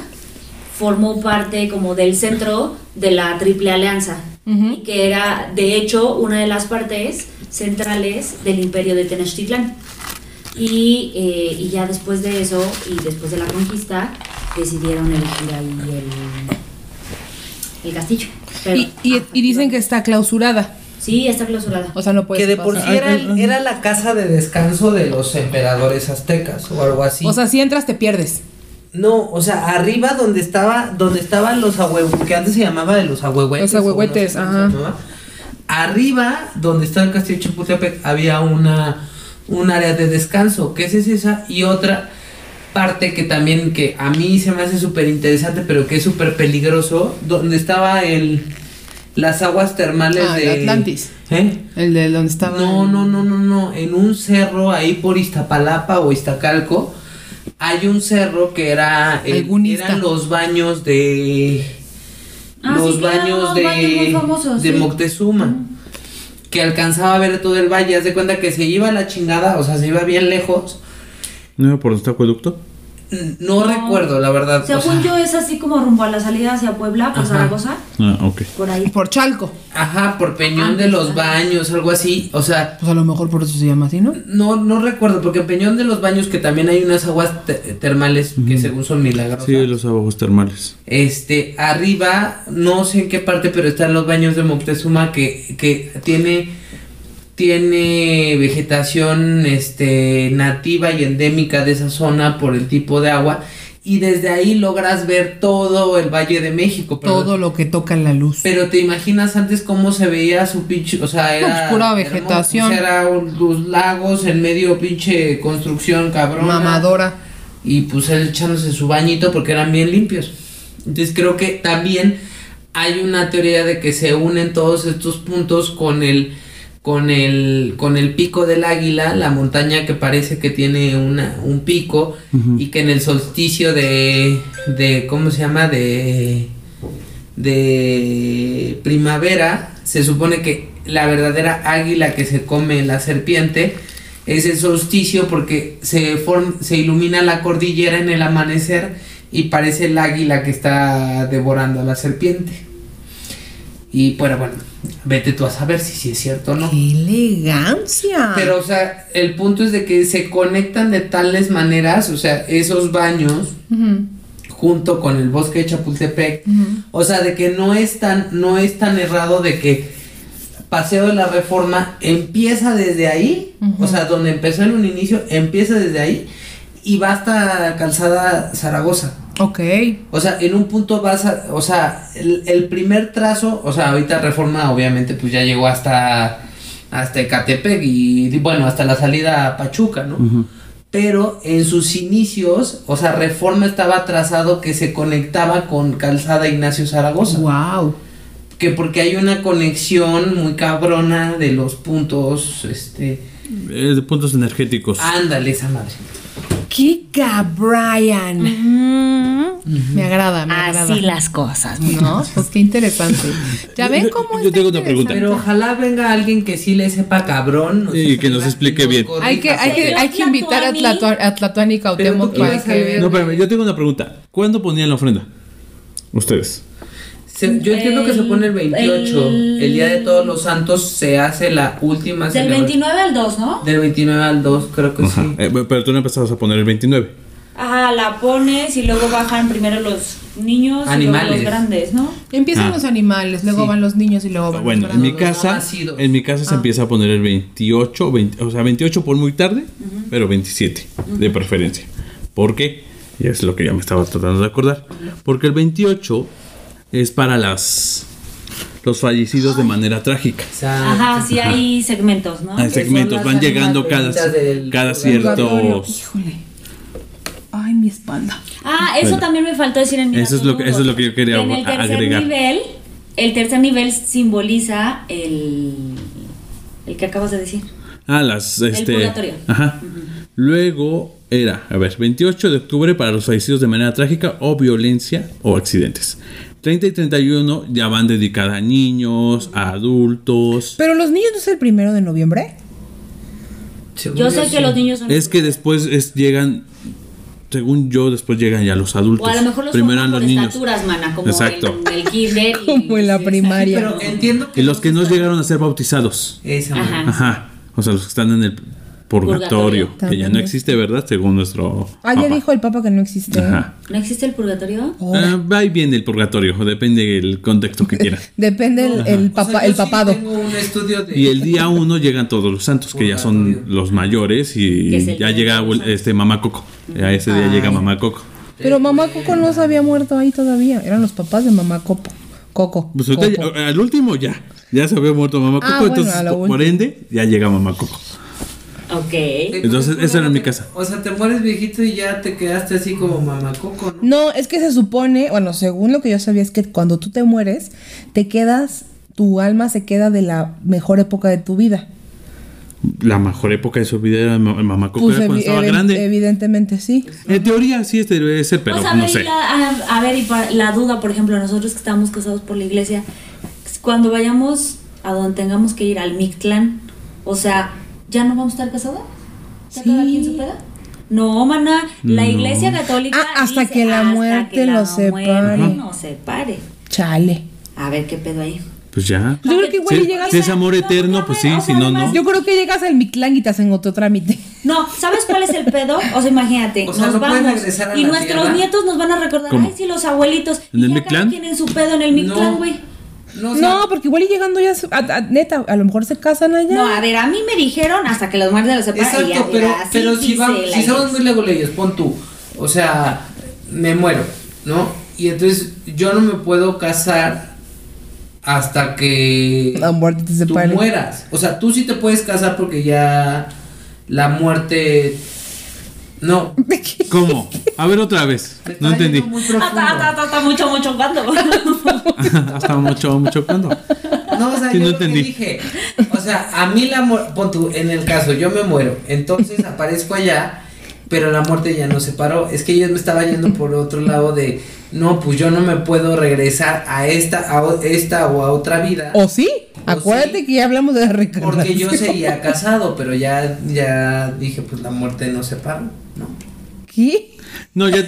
S4: formó parte como del centro de la Triple Alianza y que era de hecho una de las partes centrales del imperio de Tenochtitlán. Y, eh, y ya después de eso y después de la conquista decidieron elegir ahí el, el castillo. Pero-
S1: Y, y- y dicen que está clausurada.
S4: Sí, está clausurada.
S1: Pues, O sea, ah, no puede
S2: que de por sí era, el- era la casa de descanso de los emperadores aztecas o algo así.
S1: O sea, si entras, te pierdes.
S2: No, o sea, arriba donde estaba, donde estaban los ahuehuetes, que antes se llamaba de los ahuehuetes.
S1: Los ahuehuetes,
S2: o no sé cómo
S1: ajá.
S2: se llamaba. Arriba, donde está el castillo de Chapultepec, había una un área de descanso, que esa es esa, y otra parte que también, que a mí se me hace súper interesante, pero que es súper peligroso, donde estaba el las aguas termales
S1: Ah, el
S2: de...
S1: Atlantis.
S2: ¿Eh?
S1: El de donde estaba.
S2: No, no, no, no, no. En un cerro ahí por Iztapalapa o Iztacalco hay un cerro que era eh,
S1: Algún Izta.
S2: eran los baños de
S4: Ah,
S2: los
S4: sí, claro,
S2: baños de
S4: baños muy famosos,
S2: de
S4: sí.
S2: Moctezuma que alcanzaba a ver todo el valle. Haz de cuenta que se iba a la chingada, o sea, se iba bien lejos.
S3: ¿No era por nuestro acueducto?
S2: N- No, recuerdo, la verdad. o sea,
S4: Según yo es así como rumbo a la salida hacia Puebla, por
S2: Ajá.
S4: Zaragoza,
S3: Ah, ok.
S4: por ahí.
S1: Por Chalco.
S2: Ajá,
S4: Ah,
S2: por
S4: pues
S2: Peñón de los Baños, algo así. O sea,
S1: Pues a lo mejor por eso se llama así, ¿no?
S2: no, no recuerdo, porque en Peñón de los Baños, que también hay unas aguas te- termales que según son milagrosas.
S3: Sí, los abajos termales.
S2: Este, arriba, no sé en qué parte, pero están los baños de Moctezuma que, que tiene, tiene vegetación este, nativa y endémica de esa zona por el tipo de agua. Y desde ahí logras ver todo el Valle de México. Pero,
S1: Todo lo que toca la luz.
S2: pero te imaginas antes cómo se veía su pinche. O sea, era.
S1: pues, pura
S2: hermoso,
S1: vegetación.
S2: o sea, era un- los lagos, en medio pinche construcción cabrón.
S1: Mamadora.
S2: Y pues él echándose su bañito porque eran bien limpios. Entonces creo que también hay una teoría de que se unen todos estos puntos con el con el con el pico del águila, la montaña que parece que tiene una un pico y que en el solsticio de de ¿cómo se llama? de de primavera se supone que la verdadera águila que se come la serpiente es el solsticio porque se form- se ilumina la cordillera en el amanecer y parece el águila que está devorando a la serpiente. Y pero bueno, vete tú a saber si, si es cierto o no.
S1: ¡Qué elegancia!
S2: Pero, o sea, el punto es de que se conectan de tales maneras, o sea, esos baños
S1: Ujú.
S2: junto con el bosque de Chapultepec. O sea, de que no es tan, no es tan errado de que Paseo de la Reforma empieza desde ahí. O sea, donde empezó en un inicio, empieza desde ahí y va hasta Calzada Zaragoza.
S1: Ok.
S2: O sea, en un punto vas a, o sea, el, el primer trazo, o sea, ahorita Reforma obviamente pues ya llegó hasta hasta Ecatepec y bueno, hasta la salida a Pachuca, ¿no? Pero en sus inicios, o sea, Reforma estaba trazado que se conectaba con Calzada Ignacio Zaragoza,
S1: ¡Wow!
S2: que porque hay una conexión muy cabrona de los puntos, este,
S3: Eh, de puntos energéticos.
S2: ándale esa madre.
S1: ¡Kika Brian! Me agrada, me agrada.
S4: Así las cosas.
S1: ¿No? Pues qué interesante. ¿Ya ven cómo
S3: Yo
S1: está
S3: tengo una pregunta.
S2: Pero
S1: interesante?
S2: ojalá venga alguien que sí le sepa cabrón o
S3: Y
S2: sea,
S3: que nos explique bien.
S2: corrija,
S1: Hay que, hay que, hay que invitar a Tlatoani, a Tlatoani y Cuauhtémoc
S2: Pero tú qué
S1: para
S2: ibas a
S1: que...
S2: ver.
S3: No, espérame, yo tengo una pregunta. ¿Cuándo ponían la ofrenda? Ustedes.
S2: Se- yo entiendo que se
S4: El-
S2: pone el 28. El...
S4: el-
S2: día de todos los santos se hace la última
S4: Del
S2: celebra-
S4: 29 al 2, ¿no?
S2: Del 29 al 2, creo que
S3: Ajá.
S2: sí.
S3: Eh, bueno, pero tú no empezabas a poner el 29.
S4: Ajá, la pones y luego bajan primero los niños y luego
S2: Animales.
S4: los grandes, ¿no?
S1: Empiezan
S3: Ah.
S1: los animales, luego
S2: Sí.
S1: van los niños y luego van
S3: Bueno,
S1: los
S3: en mi
S1: grandes.
S2: no
S3: casa,
S2: nacidos.
S3: en mi
S2: Ah.
S3: casa se empieza a poner el 28, o 20 o sea, 28 por muy tarde, pero 27 de preferencia. ¿Por qué? Y es lo que ya me estaba tratando de acordar. Porque el 28 es para las los fallecidos de manera trágica.
S2: Exacto.
S4: Ajá, sí hay segmentos, ¿no?
S3: Hay
S2: Ah, son
S3: segmentos,
S2: las
S3: van llegando cada,
S2: ánimas benditas del
S3: cada
S1: Purgatorio,
S3: ciertos
S1: Híjole. Ay, mi espalda.
S4: Ah, eso
S3: Bueno.
S4: también me faltó decir en mi
S3: Eso es
S4: dato
S3: lo que- eso
S4: nudo.
S3: es lo que yo quería
S4: En el tercer
S3: agregar.
S4: nivel, el tercer nivel simboliza el el que acabas de decir.
S3: Ah, las. Este,
S4: purgatorio.
S3: Ajá. Luego era, a ver, 28 de octubre para los fallecidos de manera trágica o violencia o accidentes. 30 y 31 ya van dedicadas a niños, a adultos.
S1: Pero los niños no es el primero de noviembre.
S2: Según
S4: Yo sé que
S2: sí.
S4: los niños son
S3: es que después es- llegan, según yo, después llegan ya los adultos.
S4: o a lo mejor los
S3: Primero eran
S4: forman
S3: los
S4: por
S3: niños.
S4: estaturas, mana, como
S3: Exacto.
S4: en el kinder y-
S1: Como en la
S4: sí,
S1: primaria.
S4: exacto.
S2: Pero entiendo que.
S3: Y los que no llegaron a ser bautizados.
S2: Esa
S4: Ajá.
S2: madre.
S3: Ajá. O sea, los que están en el purgatorio.
S4: Ah, Purgatorio.
S3: Que ya no existe, ¿verdad? Según nuestro.
S1: Ah, ya
S3: papá.
S1: dijo el papa que no existe. ¿eh?
S3: Ajá.
S4: ¿No existe el purgatorio?
S1: Ahora.
S3: Ah, va y viene el purgatorio, depende del contexto que quieran.
S1: Depende el, el,
S2: O sea,
S1: papa-
S2: yo
S1: el
S2: sí
S1: papado.
S2: tengo un estudio de.
S3: Y el día uno llegan todos los santos, que ya son los mayores
S4: Que es
S3: y
S4: el
S3: ya
S4: día
S3: llega
S4: de los
S3: abue- este mamá Coco. A ese día
S1: Ay.
S3: llega mamá Coco.
S1: Pero mamá Coco no se había muerto ahí todavía. Eran los papás de mamá Coco. Coco.
S3: Pues ahorita
S1: Coco.
S3: ya- al último ya. Ya se había muerto mamá
S1: Ah,
S3: Coco,
S1: bueno,
S3: entonces
S1: a lo
S3: por
S1: último.
S3: ende ya llega mamá Coco.
S4: Ok.
S3: Entonces, esa era
S2: como
S3: mi
S2: que-
S3: casa.
S2: O sea, te mueres viejito y ya te quedaste así como mamacoco, ¿no?
S1: No, es que se supone, bueno, según lo que yo sabía, es que cuando tú te mueres, te quedas, tu alma se queda de la mejor época de tu vida.
S3: La mejor época de su vida era ma- mamá Coco,
S1: Pues,
S3: era cuando
S1: evi-
S3: estaba
S1: evi-
S3: grande.
S1: Evidentemente, sí.
S3: En teoría sí este debe ser, pero
S4: o sea, a
S3: no
S4: ver, y
S3: sé.
S4: la, a, a ver, y para- la duda, por ejemplo, nosotros que estamos casados por la iglesia, cuando vayamos a donde tengamos que ir, al Mictlán, o sea, ¿ya no vamos a estar casados? ¿Ya cada
S1: Sí.
S4: quien se peda? No, mana, la iglesia católica.
S1: Ah, hasta que la muerte los separe".
S4: No separe.
S1: Chale.
S4: A ver qué pedo ahí.
S3: Pues ya.
S1: Yo creo que igual
S3: Sí,
S1: y llegas.
S3: sí es amor eterno, pues sí,
S4: O sea,
S3: si no, no.
S4: además-
S1: Yo creo que llegas al Mictlán y te hacen otro trámite.
S4: No, ¿sabes cuál es el pedo? O sea, imagínate,
S2: O sea,
S4: nos
S2: no pueden
S4: vamos
S2: regresar a
S4: y
S2: la
S4: nuestros
S2: tierra.
S4: nietos nos van a recordar,
S3: ¿Cómo?
S4: ay, sí, los abuelitos.
S3: ¿En el
S4: Y ya cada
S3: Mictlán?
S4: quien en su pedo en el Mictlán, güey.
S2: No, o sea,
S1: No, porque igual y llegando ya, se- a- a- neta, a lo mejor se casan allá.
S4: No, a ver, a mí me dijeron hasta que los muertos los separan. y ya,
S2: Exacto, pero,
S4: mira, así
S2: pero si,
S4: dice
S2: vamos,
S4: la
S2: si somos
S4: iglesia.
S2: muy legoleyos, pon tú, o sea, me muero, ¿no? Y entonces yo no me puedo casar hasta que
S1: La muerte te
S2: tú
S1: separe.
S2: mueras. O sea, tú sí te puedes casar porque ya la muerte... No,
S3: ¿Cómo? A ver otra vez.
S2: me está
S3: No
S2: yendo
S3: entendí.
S2: muy profundo.
S4: Hasta, hasta, hasta, hasta mucho, mucho cuando.
S3: Hasta mucho, mucho cuando.
S2: No, o sea,
S3: Sí,
S2: yo
S3: no
S2: lo que
S3: entendí.
S2: dije. O sea, a mí la muerte, pon tú, en el caso, yo me muero, entonces aparezco allá, pero la muerte ya no se paró. Es que yo me estaba yendo por otro lado de, no, pues yo no me puedo regresar a esta, a o- esta o a otra vida.
S3: Oh,
S1: ¿O sí?
S2: O
S1: Acuérdate
S2: sí.
S1: que ya hablamos de la reencarnación.
S2: Porque yo seguía casado, pero ya, ya dije, pues la muerte no se paró, ¿no?
S1: ¿Qué?
S3: No, ya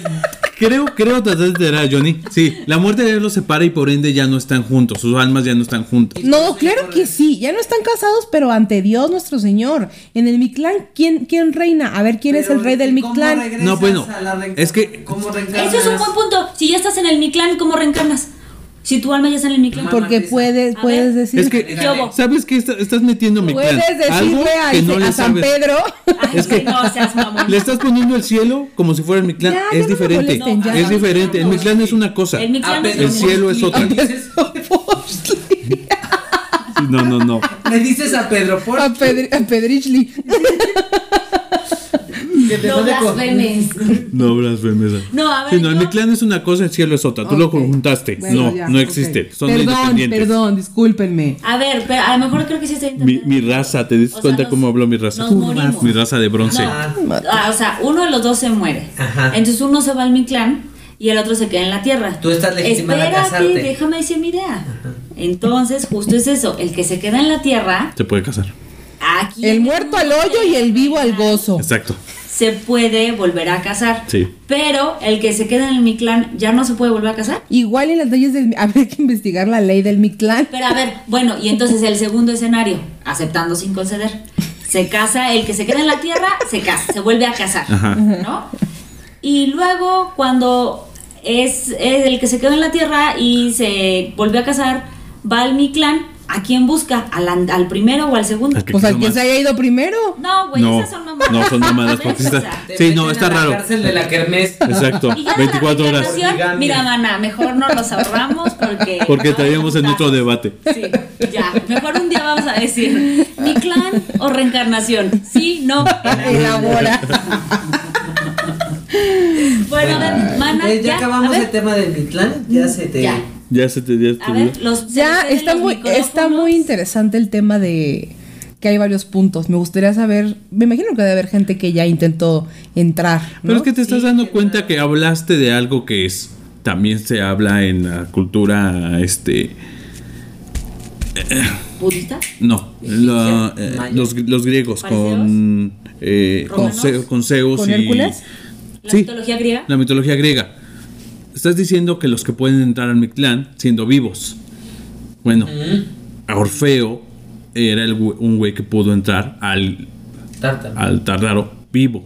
S3: creo, creo tratar de enterar a Johnny. Sí, la muerte ya los separa y por ende ya no están juntos, sus almas ya no están juntas.
S1: No, claro que sí. Ya no están casados, pero ante Dios nuestro Señor. En el Mictlán, ¿quién, quién reina? A ver, ¿quién es
S2: Pero,
S1: el rey del
S2: ¿y cómo
S1: Mictlán?
S2: regresas
S3: No, bueno,
S2: a la reenca-
S3: es que-
S2: ¿Cómo
S4: Eso es un buen punto. Si ya estás en el Mictlán, ¿cómo reencarnas? Si tu alma ya está en el Mictlán.
S2: Por-
S1: Porque
S2: Marisa.
S1: puedes,
S4: A
S1: puedes
S4: ver.
S1: decir.
S3: Es que,
S4: ¿Qué hubo?
S3: ¿sabes qué? Está- estás metiendo mi plan.
S1: puedes
S3: Algo
S1: decirle a,
S3: que no
S1: a
S3: le
S1: San
S3: sabes.
S1: Pedro.
S4: Ay,
S3: Es que-
S4: no seas mamón.
S3: Le estás poniendo el cielo como si fuera el Mictlán.
S1: Ya, ya no
S3: es
S1: me
S3: diferente.
S1: molesten, ya.
S3: es diferente. El Mictlán es una cosa.
S4: El Mictlán
S2: A
S4: es
S2: Pedro
S3: el cielo es
S2: Postli,
S3: otro.
S2: le dices-
S3: No, no, no.
S2: Le dices a Pedro por
S1: A, Pedri- a Pedrichli.
S2: que te
S4: No
S2: mande con-
S4: blasfemes.
S3: No blasfemesa.
S4: No, a ver,
S3: Sí, no, el
S4: yo-
S3: Mictlán es una cosa, el cielo es otra. Tú lo
S1: Ok.
S3: conjuntaste.
S1: Bueno,
S3: no,
S1: ya,
S3: no
S1: ok.
S3: existe. Son
S1: perdón,
S3: independientes.
S1: perdón, discúlpenme.
S4: A ver, pero a lo mejor creo que sí está
S3: Mi,
S4: intentando.
S3: mi raza, ¿te diste
S4: O sea,
S3: cuenta
S4: nos-
S3: cómo habló mi raza?
S4: nos morimos.
S3: Mi raza de bronce.
S4: No. Ah, o sea, uno de los dos se muere.
S2: Ajá.
S4: Entonces uno se va al mi clan y el otro se queda en la tierra.
S2: Tú estás legitimada a
S4: Espérate,
S2: casarte.
S4: déjame decir mi idea. Entonces, justo es eso, el que se queda en la tierra,
S3: Se puede casar.
S4: aquí
S1: El muerto al hoyo y el vivo al gozo.
S3: Exacto.
S4: se puede volver a casar.
S3: Sí.
S4: Pero el que se queda en el mi clan ya no se puede volver a casar.
S1: Igual en las leyes del. Habría que investigar la ley del Mictlán.
S4: Pero a ver, bueno, y entonces el segundo escenario, aceptando sin conceder. Se casa, el que se queda en la tierra, se casa, se vuelve a casar,
S3: Ajá.
S4: ¿no? Y luego cuando es, es el que se quedó en la tierra y se volvió a casar, va al mi clan, ¿a quién busca? ¿Al, an- al primero o al segundo?
S3: Al que-
S1: Pues al
S3: quiso
S1: que
S3: más.
S1: se haya ido primero.
S4: No, güey,
S3: No,
S4: esas son mamadas.
S3: no son mamadas
S4: ¿Ves?
S3: porque
S4: O sea,
S3: está-
S2: Te
S3: Sí,
S2: meten
S3: no, está
S2: a la
S3: raro.
S2: cárcel de la kermés.
S3: Exacto.
S4: y ya la
S3: 24 horas.
S4: reencarnación,
S2: Origami.
S4: Mira, mana, mejor no los ahorramos porque.
S3: Porque estaríamos en otro
S4: debate
S3: debate.
S4: Sí, ya. Mejor un día vamos a decir, ¿mi clan o reencarnación? Sí, no.
S3: Ah,
S1: Elabora.
S4: Bueno, a ver, mana,
S2: Eh, ya,
S4: ya, a
S2: acabamos este
S4: ver, Mm,
S2: el tema de Mitlán, ya se te...
S4: ya.
S3: Ya se te dio.
S4: A ver, los
S1: Ya
S4: seleccionen
S1: está
S4: los
S1: muy, está
S4: micrófonos.
S1: muy interesante el tema de que hay varios puntos. Me gustaría saber, me imagino que debe haber gente que ya intentó entrar. ¿no?
S3: Pero es que te estás dando cuenta que hablaste de algo que es también se habla en la cultura este
S4: ¿Budista?
S3: no la- eh,
S2: Maya.
S3: los, los griegos
S4: ¿Pareceos?
S3: con eh, con,
S4: ¿Romanos?
S3: Zeus- con Zeus
S1: ¿Con
S3: y
S1: Hércules?
S4: ¿La
S3: Sí.
S4: mitología griega?
S3: la mitología griega estás diciendo que los que pueden entrar al Mictlán siendo vivos bueno
S2: Mm,
S3: a Orfeo era el güe- un güey que pudo entrar al
S2: Tártaro.
S3: al Tártaro vivo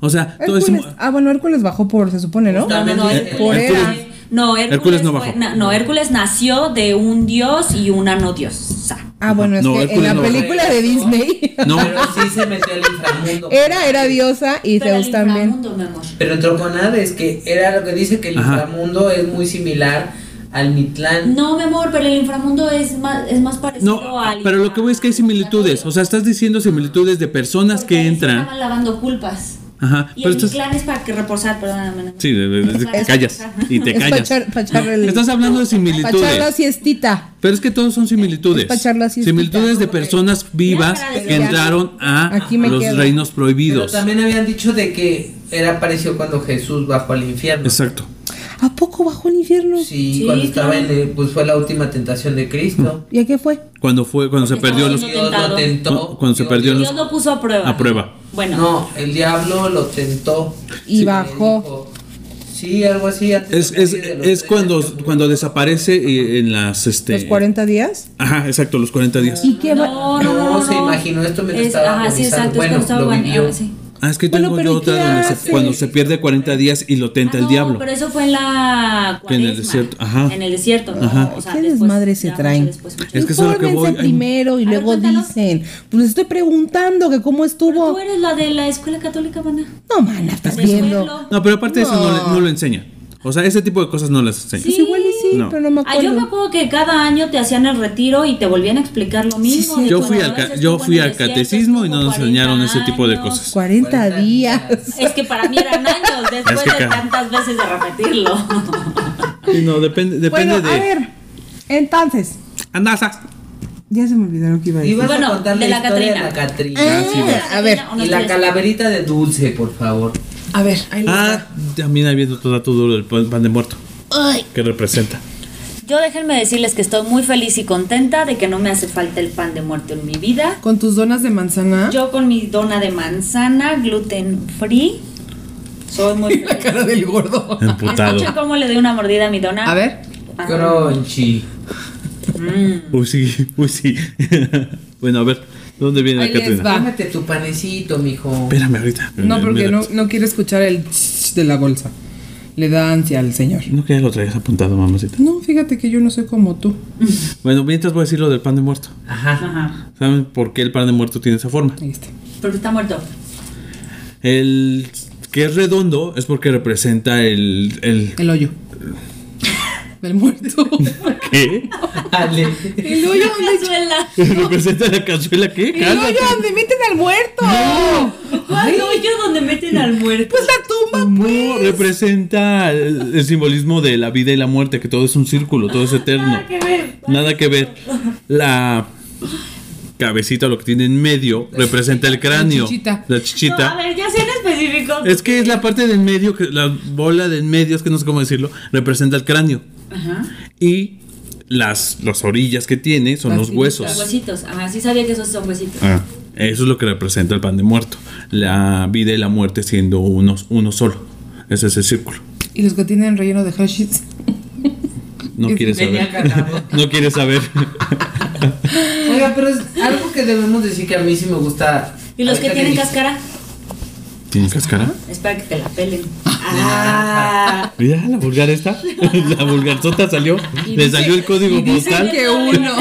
S3: o sea todo
S1: Hércules-
S3: es Pues
S1: ah, bueno, Hércules bajó por, se supone, ¿no?
S4: No, no, no,
S3: eh,
S4: Hércules.
S1: Por era.
S4: Eh, No, Hércules,
S3: Hércules no
S4: fue-
S3: bajó.
S4: na- no, Hércules nació de un dios y una no diosa.
S1: Ah, bueno, es
S3: No,
S1: que en
S3: Hércules
S1: la
S3: no.
S1: película de Disney
S3: No.
S2: Pero sí se metió al inframundo.
S1: era, era diosa y
S4: Pero
S1: Zeus
S4: el
S1: también.
S4: inframundo, mi amor.
S2: Pero entró con Hades, que era lo que dice que el
S3: Ajá.
S2: inframundo es muy similar al Mitlán.
S4: No, mi amor, pero el inframundo es más, es más parecido
S3: No,
S4: al.
S3: pero lo que voy es que hay similitudes. O sea, estás diciendo similitudes de personas
S4: Porque ahí
S3: que
S4: se
S3: entran.
S4: Estaban lavando culpas.
S3: Ajá.
S4: Y
S3: pero
S4: el
S3: estás-
S4: clan es para que reposar, perdóname. no.
S3: Sí, de- de- de-
S4: Claro,
S3: te
S4: es-
S3: callas y te
S1: Es
S3: callas.
S1: pachar- pacharle el-
S3: Estás hablando de
S1: Pacharla
S3: similitudes.
S1: siestita.
S3: Pero es que todos son similitudes.
S1: Es pa' charla así,
S3: Similitudes
S1: escucha.
S3: de personas vivas que
S4: Ya.
S3: entraron a
S1: Aquí me
S3: los
S1: quedo.
S3: reinos
S2: Pero
S3: prohibidos.
S2: también habían dicho de que era parecido cuando Jesús bajó al infierno.
S3: Exacto.
S1: ¿A poco bajó el infierno?
S2: Sí,
S4: Sí,
S2: cuando estaba
S4: claro.
S2: en el- pues fue la última tentación de Cristo.
S1: ¿Y a qué fue?
S3: Cuando fue, cuando se
S4: Porque
S3: perdió
S4: estaba
S3: los.
S4: siendo
S2: Dios lo
S4: tentado.
S2: tentó.
S3: Cuando se
S2: Dios-
S3: perdió
S4: Dios lo puso a prueba.
S3: A prueba.
S4: Bueno,
S2: No, el diablo lo tentó.
S1: Y
S2: Le
S1: bajó.
S2: dijo, Sí, algo así. antes
S3: Es,
S2: de
S3: es,
S2: morir de los
S3: es
S2: tres
S3: cuando,
S2: días que murió.
S3: cuando desaparece y en las. Este,
S1: ¿Los 40 días?
S3: Ajá, exacto, los 40 días.
S1: ¿Y qué va-
S4: No, no,
S2: No,
S4: no,
S2: se imaginó esto mientras
S4: Es-
S2: estaba
S4: Ajá, sí,
S2: agonizando.
S4: exacto, es
S2: Bueno,
S4: cuando estaba
S2: lo
S4: agon-
S2: vivió.
S4: ah, sí.
S3: Ah, es que
S1: Bueno,
S3: tengo
S1: pero
S3: yo
S1: ¿y qué
S3: otra donde se-
S1: hace?
S3: cuando se pierde 40 días y lo tenta
S4: Ah,
S3: el
S4: no,
S3: diablo.
S4: Pero eso fue en la
S3: Que en el
S4: cuaresma,
S3: desierto, ajá.
S4: En el desierto. ¿no?
S3: Ajá.
S4: O sea,
S1: ¿Qué
S4: después-
S1: desmadre se
S4: ya, mucho
S1: traen?
S4: después, mucho
S3: Es que eso es lo que
S1: Infórmense
S3: voy, ay.
S1: primero y
S4: A ver,
S1: luego
S4: cuéntanos.
S1: dicen. Pues les estoy preguntando que cómo
S4: Pero
S1: estuvo.
S4: Tú eres la de la escuela católica, maná.
S1: No, mana, estás
S4: Del
S1: viendo.
S4: pueblo.
S3: No, pero aparte de eso no, le-
S1: No.
S3: no lo enseña. O sea, ese tipo de cosas no las enseña.
S1: Pues igual y sí,
S3: No.
S1: pero no me
S4: Ah, yo me
S1: acuerdo.
S4: acuerdo que cada año te hacían el retiro y te volvían a explicar lo mismo.
S1: sí.
S4: de
S3: Yo
S4: que
S3: fui al
S4: Dolores
S3: ca-
S4: estuvo
S3: yo
S4: en
S3: fui
S4: el
S3: al
S4: desierto,
S3: catecismo y no
S4: estuvo
S3: nos enseñaron
S4: 40
S3: ese tipo de
S4: años.
S3: cosas.
S1: 40 días.
S4: Es que para mí eran años después
S3: Es que
S4: de
S3: acá-
S4: tantas veces de repetirlo.
S3: Sí, No, depende, depende
S1: Bueno,
S3: de. ah.
S1: a ver. Entonces,
S3: Andaza.
S1: ya se me olvidaron que iba a decir.
S2: Ibas
S4: Bueno,
S2: a contar
S4: de
S2: la,
S4: la
S2: historia de la Catrina.
S3: sí,
S1: Ah, a ver,
S4: Una
S2: Y la
S4: historia-
S2: calaverita de dulce, por favor.
S1: a ver. ahí les
S3: Ah,
S1: va.
S3: también habiendo otro dato duro del pan pan de muerto.
S4: Ay,
S3: que representa?
S4: Yo déjenme decirles que estoy muy feliz y contenta de que no me hace falta el pan de muerto en mi vida.
S1: Con tus donas de manzana.
S4: Yo con mi dona de manzana, gluten free. Soy muy
S1: La
S4: feliz.
S1: cara del gordo.
S3: Emputado.
S4: Escuchen cómo le doy una mordida a mi dona.
S1: A ver.
S4: Ah,
S2: Crunchy.
S4: mm.
S3: Uy, sí, uy, sí. bueno, a ver, ¿dónde viene
S1: Ahí
S3: la
S1: les
S3: Catrina?
S1: va.
S2: Cómete tu panecito, mijo.
S3: Espérame ahorita. Eh,
S1: No, porque
S3: Mira,
S1: no, no quiere escuchar el ch de la bolsa. Le da ansia al señor.
S3: No que ya lo traías apuntado, mamacita.
S1: No, fíjate que yo no soy como tú.
S3: Bueno, mientras voy a decir lo del pan de muerto.
S2: Ajá.
S4: Ajá.
S3: ¿Saben por qué el pan de muerto tiene esa forma?
S1: Ahí está.
S4: Pero está muerto.
S3: El que es redondo es porque representa el. el
S1: El hoyo. Del muerto.
S3: ¿Qué?
S2: Ale.
S1: El hoyo donde
S4: Cazuela.
S3: ¿Representa la cazuela qué?
S1: El hoyo
S3: Cálmate.
S1: donde meten al muerto.
S4: ¿Cuál hoyo donde meten al muerto?
S1: Pues la tumba. pues.
S3: No, representa el, el simbolismo de la vida y la muerte, que todo es un círculo, todo es eterno.
S4: Nada que ver.
S3: Nada que ver. La cabecita, lo que tiene en medio, representa el cráneo.
S1: chichita.
S3: La
S4: No, a
S3: chichita.
S4: ver, ya sean específicos.
S3: Es que es la parte del medio, que la bola del medio, es que no sé cómo decirlo, representa el cráneo.
S4: Ajá.
S3: Y las, las orillas que tiene son
S1: Las
S3: los huesos.
S4: Los huesitos. Ajá, sí sabía que esos son huesitos.
S3: Ah, eso es lo que representa el pan de muerto. La vida y la muerte siendo unos, uno solo. Ese es el círculo.
S1: Y los que tienen relleno de Hershey's.
S3: No
S1: Es-
S3: quieres
S2: venía
S3: saber.
S2: cagado.
S3: No quieres saber.
S2: Oiga, pero es algo que debemos decir que a mí sí me gusta.
S4: ¿Y los que
S2: Ahorita
S4: tienen
S2: dije,
S4: cáscara?
S3: ¿Tiene cáscara?
S4: Es para que te la pelen. Ah.
S3: Mira, la vulgar esta. La vulgarzota salió.
S1: Y
S3: Le
S1: dice-
S3: salió el código
S1: y dice
S3: postal.
S1: que uno.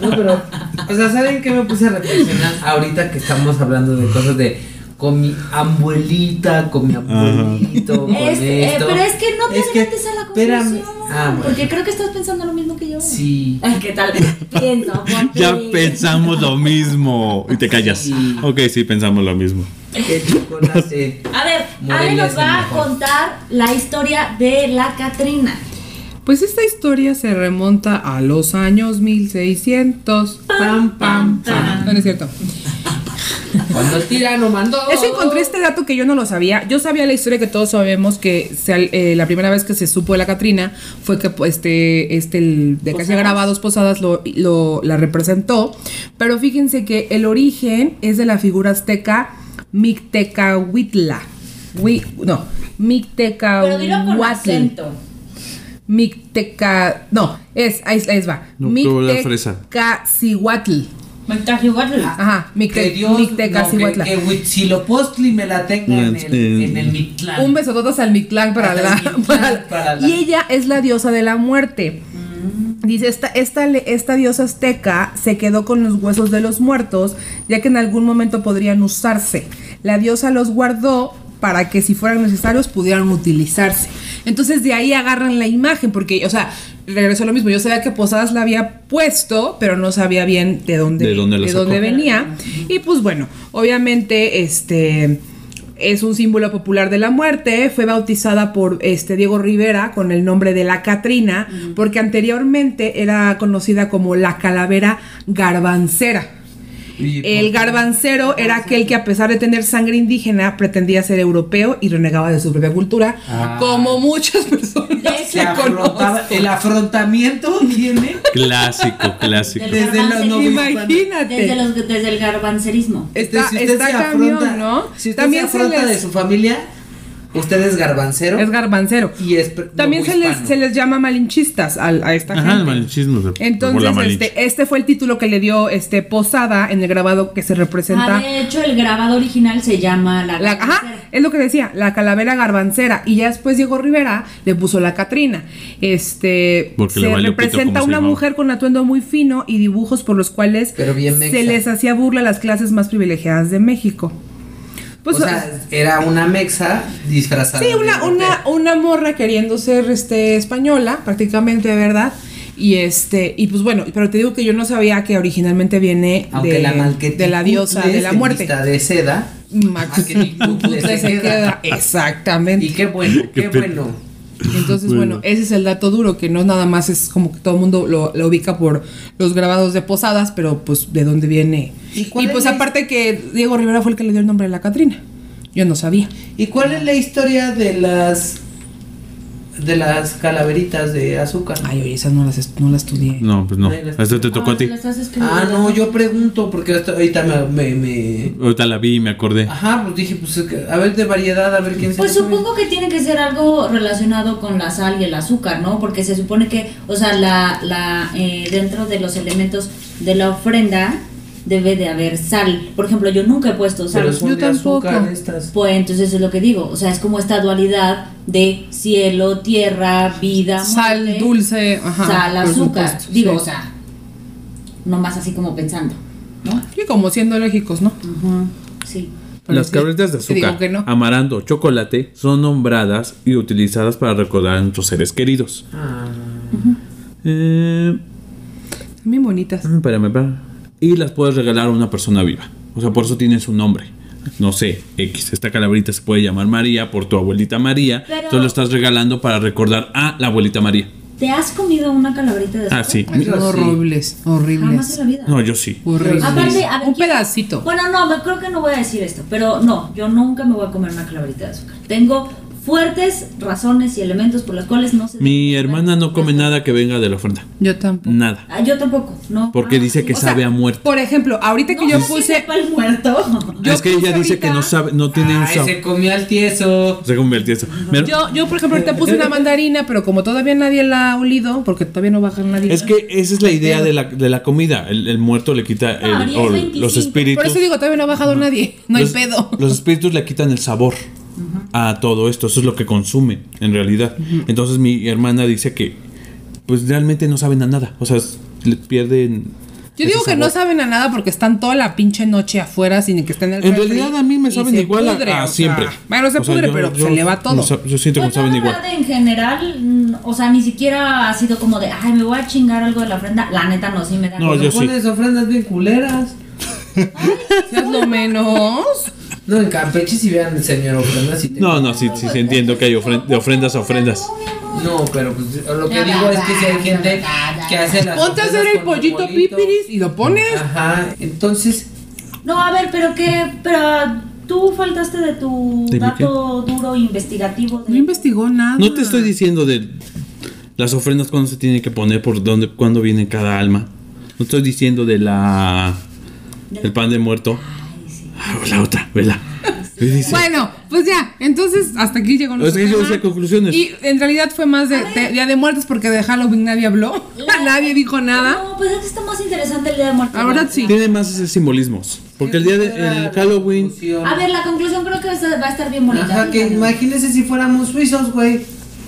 S2: No, pero. O sea, ¿saben qué me puse a reflexionar ahorita que estamos hablando de cosas de. Con mi abuelita, con mi abuelito, con
S4: Es- eh,
S2: esto.
S4: pero es que no te
S2: Es que-
S4: adelantes a la
S2: espérame.
S4: conclusión.
S2: Ah, bueno.
S4: Porque creo que estás pensando lo mismo que yo.
S2: Sí.
S4: Ay, ¿qué tal? Pienso. Juan
S3: Ya
S4: Pérez.
S3: pensamos lo mismo. Y te callas.
S2: Sí.
S3: Ok, sí, pensamos lo mismo.
S2: Que chocolate.
S4: A ver, Ale
S2: Morelia
S4: nos
S2: es
S4: va
S2: el
S4: a
S2: mejor.
S4: contar la historia de la Catrina.
S1: Pues esta historia se remonta a los años 1600.
S2: Pam, pam, pam.
S1: No, no es cierto.
S2: Cuando el tirano mandó.
S1: Eso encontré
S2: Oh.
S1: este dato que yo no lo sabía. Yo sabía la historia que todos sabemos que se al- eh, la primera vez que se supo de la Catrina fue que pues, este, este el de que se
S4: Posadas.
S1: grabados Posadas lo, lo- la representó. Pero fíjense que el origen es de la figura azteca Mictecahuitla. Hui- no,
S4: Pero dilo con
S1: Mictecahuatl.
S4: acento.
S1: Micteca. No, es, ahí, ahí va.
S3: No, pero la fresa.
S1: Mictecacihuatl. Ajá,
S2: Que
S1: Micte-
S2: Dios. No,
S1: Mictecacihuatl.
S2: que, que Huitzilopochtli me la tenga en el, en el Mictlán.
S1: Un beso todos al Mictlán para
S2: Hasta
S1: la, Mm.
S2: el Mictlán,
S1: para-
S2: para la-
S1: Y ella es la diosa de la muerte. Dice, esta, esta, le- esta diosa azteca se quedó con los huesos de los muertos, ya que en algún momento podrían usarse. La diosa los guardó para que si fueran necesarios pudieran utilizarse. Entonces de ahí agarran la imagen, porque, o sea, regresó a lo mismo. Yo sabía que Posadas la había puesto, pero no sabía bien de dónde,
S3: De dónde la sacó.
S1: venía. Y pues bueno, obviamente, este... Es un símbolo popular de la muerte. Fue bautizada por este Diego Rivera con el nombre de la Catrina, porque anteriormente era conocida como la calavera garbancera. El garbancero era aquel que a pesar de tener sangre indígena pretendía ser europeo y renegaba de su propia cultura,
S2: Ah.
S1: como muchas personas
S2: Se
S1: que conozco.
S2: pues, afrontaba- el afrontamiento viene
S3: Clásico, clásico.
S4: Del
S2: desde los
S4: garbanzo.
S2: 90.
S1: Imagínate.
S4: Desde, los, desde el garbancerismo.
S1: Está,
S2: Este, si usted
S1: está
S2: se
S1: cañón,
S2: afronta,
S1: ¿no?
S2: Si usted
S1: También
S2: se afronta
S1: se
S2: de
S1: les,
S2: su familia, usted es garbancero.
S1: es garbancero.
S2: y es pre-
S1: También
S2: no
S1: se les,
S2: hispano.
S1: se les llama malinchistas a, a esta
S3: Ajá,
S1: gente.
S3: el malinchismo. se- por la
S1: Entonces,
S3: malinche.
S1: este, este fue el título que le dio este Posada en el grabado que se representa.
S4: Ah, de hecho, el grabado original se llama La,
S1: La-
S4: Garbancera.
S1: ajá, es lo que decía, la calavera garbancera. Y ya después Diego Rivera le puso la Catrina. Este
S3: Porque le
S1: se
S3: valió pito
S1: representa
S3: cómo se
S1: una
S3: llamaba.
S1: mujer con atuendo muy fino y dibujos por los cuales
S2: Pero bien mexa.
S1: se les hacía burla a las clases más privilegiadas de México. Pues,
S2: o sea, era una mexa disfrazada.
S1: sí,
S2: de
S1: una, una,
S2: europea.
S1: una morra queriendo ser este española, prácticamente, ¿verdad? Y este, y pues bueno, pero te digo que yo no sabía que originalmente viene
S2: Aunque
S1: de
S2: la malquetita
S1: de la diosa de la muerte.
S2: de seda.
S1: Max
S2: Malqueticutle
S1: se
S2: se
S1: queda.
S2: queda.
S1: Exactamente.
S2: Y qué bueno, qué,
S3: Qué pe-
S2: bueno.
S1: Entonces, bueno. ese es el dato duro, que no nada más es como que todo el mundo lo, lo ubica por los grabados de posadas, pero pues de dónde viene.
S2: ¿Y
S1: Y,
S2: cuál es
S1: pues
S2: la
S1: aparte que Diego Rivera fue el que le dio el nombre a la Catrina. Yo no sabía.
S2: ¿Y cuál es la historia de las de las calaveritas de azúcar?
S1: Ay, oye, esas no las, est- no las estudié.
S3: No, pues no.
S2: Ahí la-
S3: Este te tocó a ti.
S4: Ah, lo estás escribiendo.
S2: Ah, no, yo pregunto porque hasta ahorita me, me- me-
S3: Ahorita la vi y me acordé.
S2: Ajá, pues dije, pues a ver de variedad, a ver quién se
S4: Pues
S2: la come.
S4: supongo que tiene que ser algo relacionado con la sal y el azúcar, ¿no? Porque se supone que, o sea, la, la, eh, dentro de los elementos de la ofrenda debe de haber sal. Por ejemplo, yo nunca he puesto sal.
S2: Pero son
S1: Yo
S2: de azúcar
S1: tampoco.
S2: estas.
S4: Pues entonces eso es lo que digo, o sea, es como esta dualidad de cielo, tierra, vida,
S6: Sal,
S4: muerte,
S6: dulce, ajá.
S4: sal,
S6: por
S4: azúcar.
S6: supuesto,
S4: digo,
S6: sí.
S4: o sea, nomás así como pensando, ¿no?
S1: Y como siendo lógicos, ¿no?
S4: Ujú, Sí.
S1: Pero
S3: Las
S1: sí,
S3: cabritas de
S1: te digo
S3: azúcar,
S1: que no.
S3: amaranto, chocolate son nombradas y utilizadas para recordar a nuestros seres queridos.
S1: Ah.
S3: Eh,
S1: Son Bien bonitas.
S3: Mm, espérame, espérame. Y las puedes regalar a una persona viva. O sea, por eso tiene su nombre. No sé, X. Esta calaverita se puede llamar María por tu abuelita María.
S4: Pero-
S3: Tú lo estás regalando para recordar a la abuelita María.
S4: ¿Te has comido una calaverita de azúcar?
S3: Ah, sí.
S6: Ay, son
S2: Yo sí.
S6: horribles,
S4: Jamás en
S6: horribles.
S4: la vida.
S3: No, yo sí.
S6: Horribles.
S4: Aparte, a ver,
S6: Un
S4: ¿quién-
S6: pedacito.
S4: Bueno, no, me- creo que no voy a decir esto, pero no, yo nunca me voy a comer una calaverita de azúcar. Tengo fuertes razones y elementos por los cuales no se...
S3: Mi hermana no come nada que venga de la ofrenda.
S6: Yo tampoco.
S3: Nada.
S4: Ah, yo tampoco, no.
S3: Porque
S4: Ah,
S3: dice que
S4: o sea,
S3: sabe a muerte.
S1: Por ejemplo, ahorita que
S4: no
S1: yo
S4: sé si
S1: puse.
S4: sepa el muerto.
S1: yo
S3: es que
S1: puse
S3: ella dice que no
S1: ahorita- Ah,
S3: sabe, no tiene un
S2: Ay,
S3: sabor.
S2: se comió al tieso.
S3: Se convirtió eso. Mira,
S1: Yo, yo, por ejemplo,
S3: eh,
S1: ahorita puse una mandarina, pero como todavía nadie la ha olido, porque todavía no bajan nadie.
S3: es que esa es la idea de la, de la comida. El, el muerto le quita el-
S4: María es
S3: o
S4: 25.
S3: los espíritus.
S1: Por eso digo, todavía no ha bajado nadie. No hay
S3: los,
S1: pedo.
S3: Los espíritus le quitan el sabor a todo esto. Eso es lo que consume, en realidad. Entonces mi hermana dice que, pues realmente no saben a nada. O sea, es- le pierden.
S1: Yo
S3: ese
S1: digo que no
S3: sabor.
S1: saben a nada porque están toda la pinche noche afuera sin que estén en el
S3: En
S1: refri
S3: realidad a mí me
S1: y
S3: saben
S1: se
S3: igual a-
S1: pudre,
S3: a,
S1: o sea,
S3: siempre.
S1: bueno, se
S3: O sea,
S1: pudre,
S3: yo-
S1: pero
S3: yo-
S1: se le va todo.
S3: no sab- yo siento que me
S4: Pues,
S3: saben
S4: la
S3: igual.
S4: verdad, en general, mm, o sea, ni siquiera ha sido como de, ay, me voy a chingar algo de la ofrenda. La neta no, sí me da.
S3: No,
S4: cosa.
S3: yo sí.
S2: Pones ofrendas bien culeras.
S1: Seas lo menos.
S2: No, en Campeche si vean, señor, ofrendas y te...
S3: No, no, sí, sí,
S1: pues
S3: sí, entiendo que hay ofren- de ofrendas a ofrendas.
S4: No, mi amor.
S2: No, pero pues, lo que digo es que si hay gente que hace las
S1: Ponte a hacer
S2: ofrendas
S1: el
S2: con Ah.
S1: pollito
S2: arbolito.
S1: pipiris y lo pones.
S2: Ajá, entonces
S4: No, a ver, pero qué, pero ah, tú faltaste de tu
S3: ¿De mi
S4: dato duro investigativo. de-
S1: No investigó nada.
S3: No te estoy diciendo de las ofrendas cuando se tienen que poner, por dónde, cuándo viene cada alma. No estoy diciendo de la el pan de muerto.
S4: Ay, sí.
S3: Ah, o la otra, vela. ¿Qué dice?
S1: Bueno, pues ya, entonces hasta aquí llegó
S3: Es
S1: nuestro
S2: Pues
S3: que yo
S1: tema.
S3: decía conclusiones.
S1: Y en realidad fue más de, de- Día de Muertos porque de Halloween nadie habló. nadie dijo nada.
S4: No, pues es que está más interesante el día de muerte.
S1: La verdad, sí.
S3: Tiene más ese simbolismos. Porque el día de el Halloween.
S2: fusión.
S4: A ver, la conclusión creo que va a estar bien bonita.
S2: Ajá, que
S4: Fíjate.
S2: imagínese si fuéramos suizos, güey.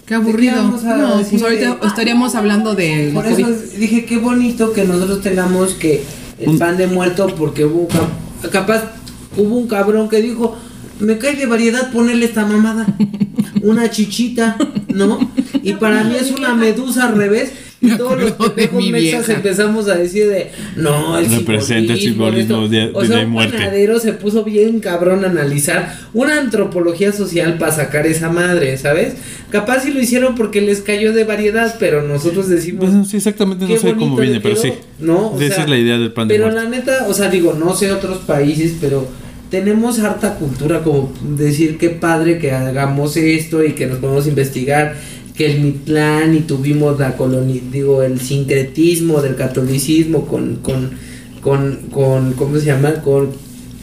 S1: Qué aburrido.
S2: vamos a
S1: No, pues
S2: decir
S1: ahorita
S2: de-
S1: estaríamos hablando de
S2: Por
S1: COVID.
S2: eso dije, qué bonito que nosotros tengamos que el pan de muerto, porque hubo, un ca- capaz hubo un cabrón que dijo, me cae de variedad ponerle esta mamada, una chichita, ¿no? Y para mí es una medusa al revés. Y
S1: Me
S2: todos los
S1: acuerdo de
S2: pendejos
S1: mi
S2: mexas
S1: vieja.
S2: empezamos a decir de, no, el
S3: Representa el simbolismo
S2: de
S3: de-
S2: esto". O
S3: de
S2: sea,
S3: la
S2: un
S3: muerte.
S2: panadero se puso bien cabrón a analizar una antropología social para sacar esa madre, ¿sabes? Capaz si lo hicieron porque les cayó de variedad, pero nosotros decimos,
S3: Pues no, sí, exactamente no
S2: Qué
S3: sé cómo
S2: bonito le
S3: viene, pero
S2: quedó,
S3: sí.
S2: ¿no? O
S3: Esa
S2: sea,
S3: es la idea del pan de
S2: Pero
S3: muerto.
S2: la neta, o sea, digo, no sé otros países, pero tenemos harta cultura como decir qué padre que hagamos esto y que nos podemos investigar que el Mitlán y tuvimos la colonia, digo, el sincretismo del catolicismo con, con, con, con ¿cómo se llama? Con,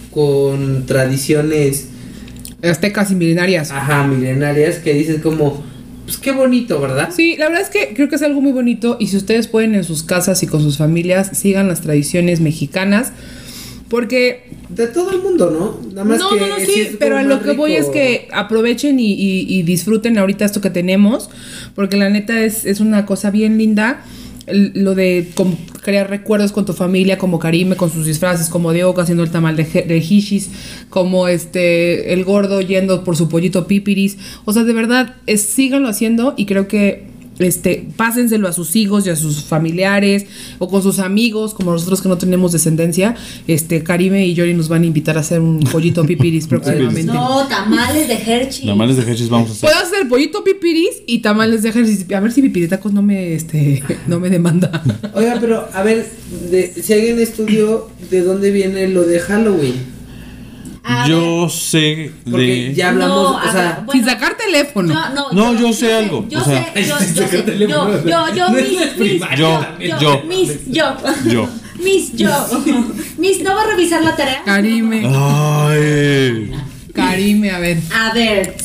S2: con tradiciones
S1: Aztecas y milenarias.
S2: ajá, milenarias que dices como, pues qué bonito, ¿verdad?
S1: Sí, la verdad es que creo que es algo muy bonito y si ustedes pueden en sus casas y con sus familias sigan las tradiciones mexicanas porque
S2: De todo el mundo, ¿no? Nada más
S1: no,
S2: que
S1: no, no,
S2: sí es
S1: sí,
S2: como
S1: pero a lo
S2: más
S1: que voy es
S2: rico.
S1: que aprovechen y, y- y disfruten ahorita esto que tenemos, porque la neta es, es una cosa bien linda. el- Lo de com- crear recuerdos con tu familia, como Karime con sus disfraces, como Diego haciendo el tamal de, je- de hishis, como este el gordo yendo por su pollito pipiris. O sea, de verdad, es, síganlo haciendo y creo que este, pásenselo a sus hijos y a sus familiares o con sus amigos, como nosotros que no tenemos descendencia. Este, Karime y Yori nos van a invitar a hacer un pollito pipiris próximamente.
S4: No, tamales de Hershey.
S3: Nada más les dejé vamos a hacer.
S1: Puedo hacer pollito pipiris y tamales de ejercicio. A ver si Pipiritacos no me, este, no me demanda.
S2: Oiga, pero a ver, de- si alguien estudió de dónde viene lo de Halloween,
S4: A
S3: Yo sé
S2: Pues, porque
S3: de.
S2: ya hablamos,
S4: No,
S2: o
S4: a
S2: sea,
S4: ver,
S1: Sin
S4: bueno,
S1: sacar teléfono.
S4: No, no,
S3: No, yo sé algo,
S4: Yo
S3: o
S4: sé,
S3: sea.
S4: yo, yo,
S2: Sí, saca
S4: sé,
S2: el teléfono.
S4: yo, yo,
S2: Este No
S4: yo,
S2: es
S4: mis,
S2: de
S4: mis,
S2: primaria.
S4: yo,
S3: Yo,
S4: yo,
S3: yo.
S4: mis, yo,
S3: Yo.
S4: mis, yo, mis, ¿no va a revisar la tarea?
S1: Karime,
S3: Ay.
S1: Karime, a ver.
S4: A ver,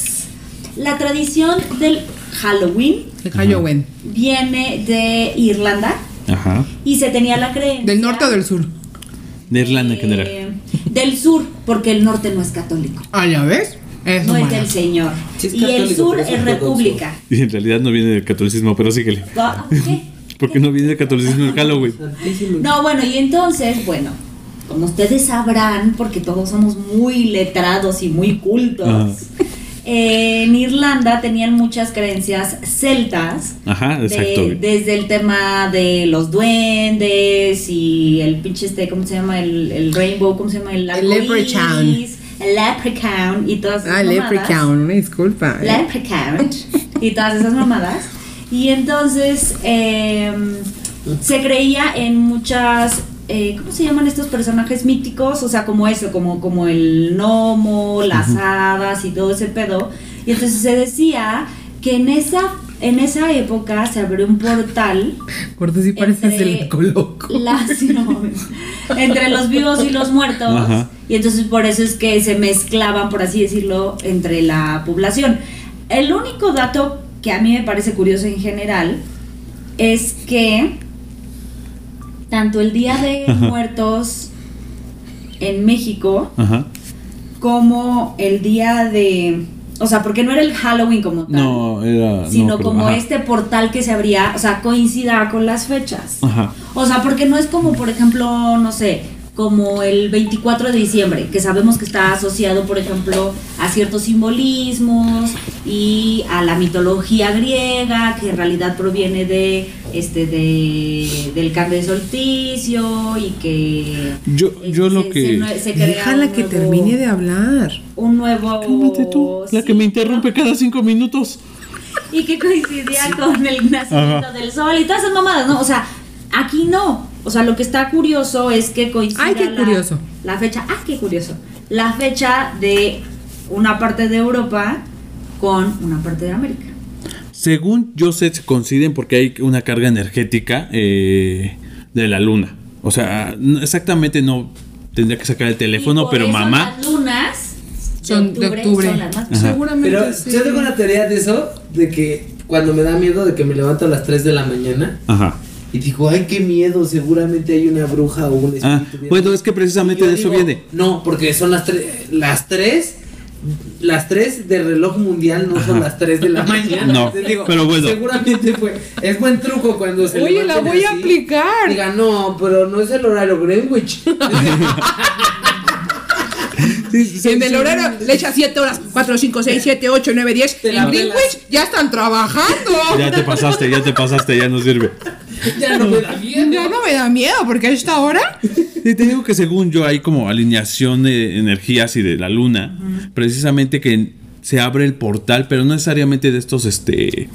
S4: la tradición del Halloween
S1: El Halloween.
S4: viene de Irlanda
S3: Ajá.
S4: y se tenía la creencia
S1: ¿Del norte o del sur?
S3: De Irlanda en general.
S4: Eh, del sur, porque el norte no es católico,
S1: Ah, ya ves. Eso,
S4: no es
S1: mana.
S4: del señor.
S2: Sí es
S4: y el
S2: católico,
S4: sur
S2: pero es
S4: es
S2: ortodoxo.
S4: república.
S3: Y en realidad no viene del catolicismo, pero síguele.
S4: Ah, ¿Qué?
S3: ¿Por qué no viene del catolicismo el Halloween?
S2: santísimo.
S4: No, bueno, y entonces, bueno, como ustedes sabrán, porque todos somos muy letrados y muy cultos,
S3: Ajá.
S4: eh, en Irlanda tenían muchas creencias celtas.
S3: Ajá,
S4: de-
S3: exacto. güey.
S4: desde el tema de los duendes y el pinche este, ¿cómo se llama? El, el rainbow, ¿cómo se llama? El,
S1: El
S4: arcoíris,
S1: leprechaun.
S4: El leprechaun y todas esas
S1: Ah,
S4: mamadas.
S1: Leprechaun, una disculpa. eh.
S4: Leprechaun y todas esas mamadas. Y entonces em, se creía en muchas. eh, ¿Cómo se llaman estos personajes míticos? O sea, como eso, como, como el gnomo, las hadas y todo ese pedo. Y entonces se decía que en esa, en esa época se abrió un portal
S1: Gordo, sí pareces
S4: Entre-
S1: el coloco.
S4: las- no, entre los vivos y los muertos.
S3: Ajá.
S4: Y entonces por eso es que se mezclaban, por así decirlo, entre la población. El único dato que a mí me parece curioso en general es que tanto el Día de
S3: Ajá.
S4: Muertos en México
S3: Ajá.
S4: como el día de... O sea, porque no era el Halloween como tal,
S3: No, era.
S4: sino
S3: no, pero-
S4: como
S3: ajá.
S4: este portal que se abría, o sea, coincidaba con las fechas.
S3: Ajá.
S4: O sea, porque no es como, por ejemplo, no sé, como el 24 de diciembre, que sabemos que está asociado, por ejemplo, a ciertos simbolismos y a la mitología griega, que en realidad proviene de este de del cambio de solsticio y que
S3: Yo- yo lo
S4: se-
S3: que-
S4: se nue- se crea
S1: Déjala
S4: un
S1: que
S4: nuevo-
S1: termine de hablar.
S4: un nuevo
S3: Cálmate tú, la
S4: Oh, sí,
S3: que me interrumpe cada cinco minutos.
S4: y que coincidía con el nacimiento
S3: Ajá.
S4: del sol y todas esas mamadas, ¿no? O sea, aquí no. O sea, lo que está curioso es que coincide
S1: Ay, qué curioso.
S4: la fecha, ah, qué curioso, la fecha de una parte de Europa con una parte de América.
S3: Según yo sé, se coinciden porque hay una carga energética eh, de la luna. O sea, no- exactamente no tendría que sacar el
S4: Y
S3: teléfono,
S4: por
S3: pero
S4: eso
S3: mamá.
S4: Las lunas de
S1: Son de
S4: octubre,
S1: octubre.
S4: son las más-
S1: Seguramente.
S2: Pero
S1: sí.
S2: yo tengo una teoría de eso, de que cuando me da miedo de que me levanto a las 3 de la mañana
S3: Ajá.
S2: y digo, ay, qué miedo, seguramente hay una bruja o un espíritu.
S3: Ah,
S2: bien
S3: bueno, es que
S2: Y
S3: precisamente
S2: yo
S3: de eso
S2: digo,
S3: viene.
S2: No, porque son las 3, las 3 las 3 del reloj mundial no son las 3 de la mañana.
S3: No,
S2: Entonces digo,
S3: pero bueno.
S2: Seguramente fue. Es buen truco cuando se
S1: Oye, la
S2: levanten
S1: voy a
S2: así,
S1: aplicar.
S2: Diga, no, pero no es el horario Greenwich.
S1: en el horario le echa 7 horas, 4, 5, 6, 7, 8, 9, 10.
S2: Te la
S1: En
S2: pelas.
S1: Greenwich ya están trabajando.
S3: Ya te pasaste, ya te pasaste, ya no sirve.
S2: ya no me da miedo.
S1: Ya no me da miedo porque a esta hora.
S3: Y te digo que según yo hay como alineación de energías y de la luna, precisamente que se abre el portal, pero no necesariamente de estos, este,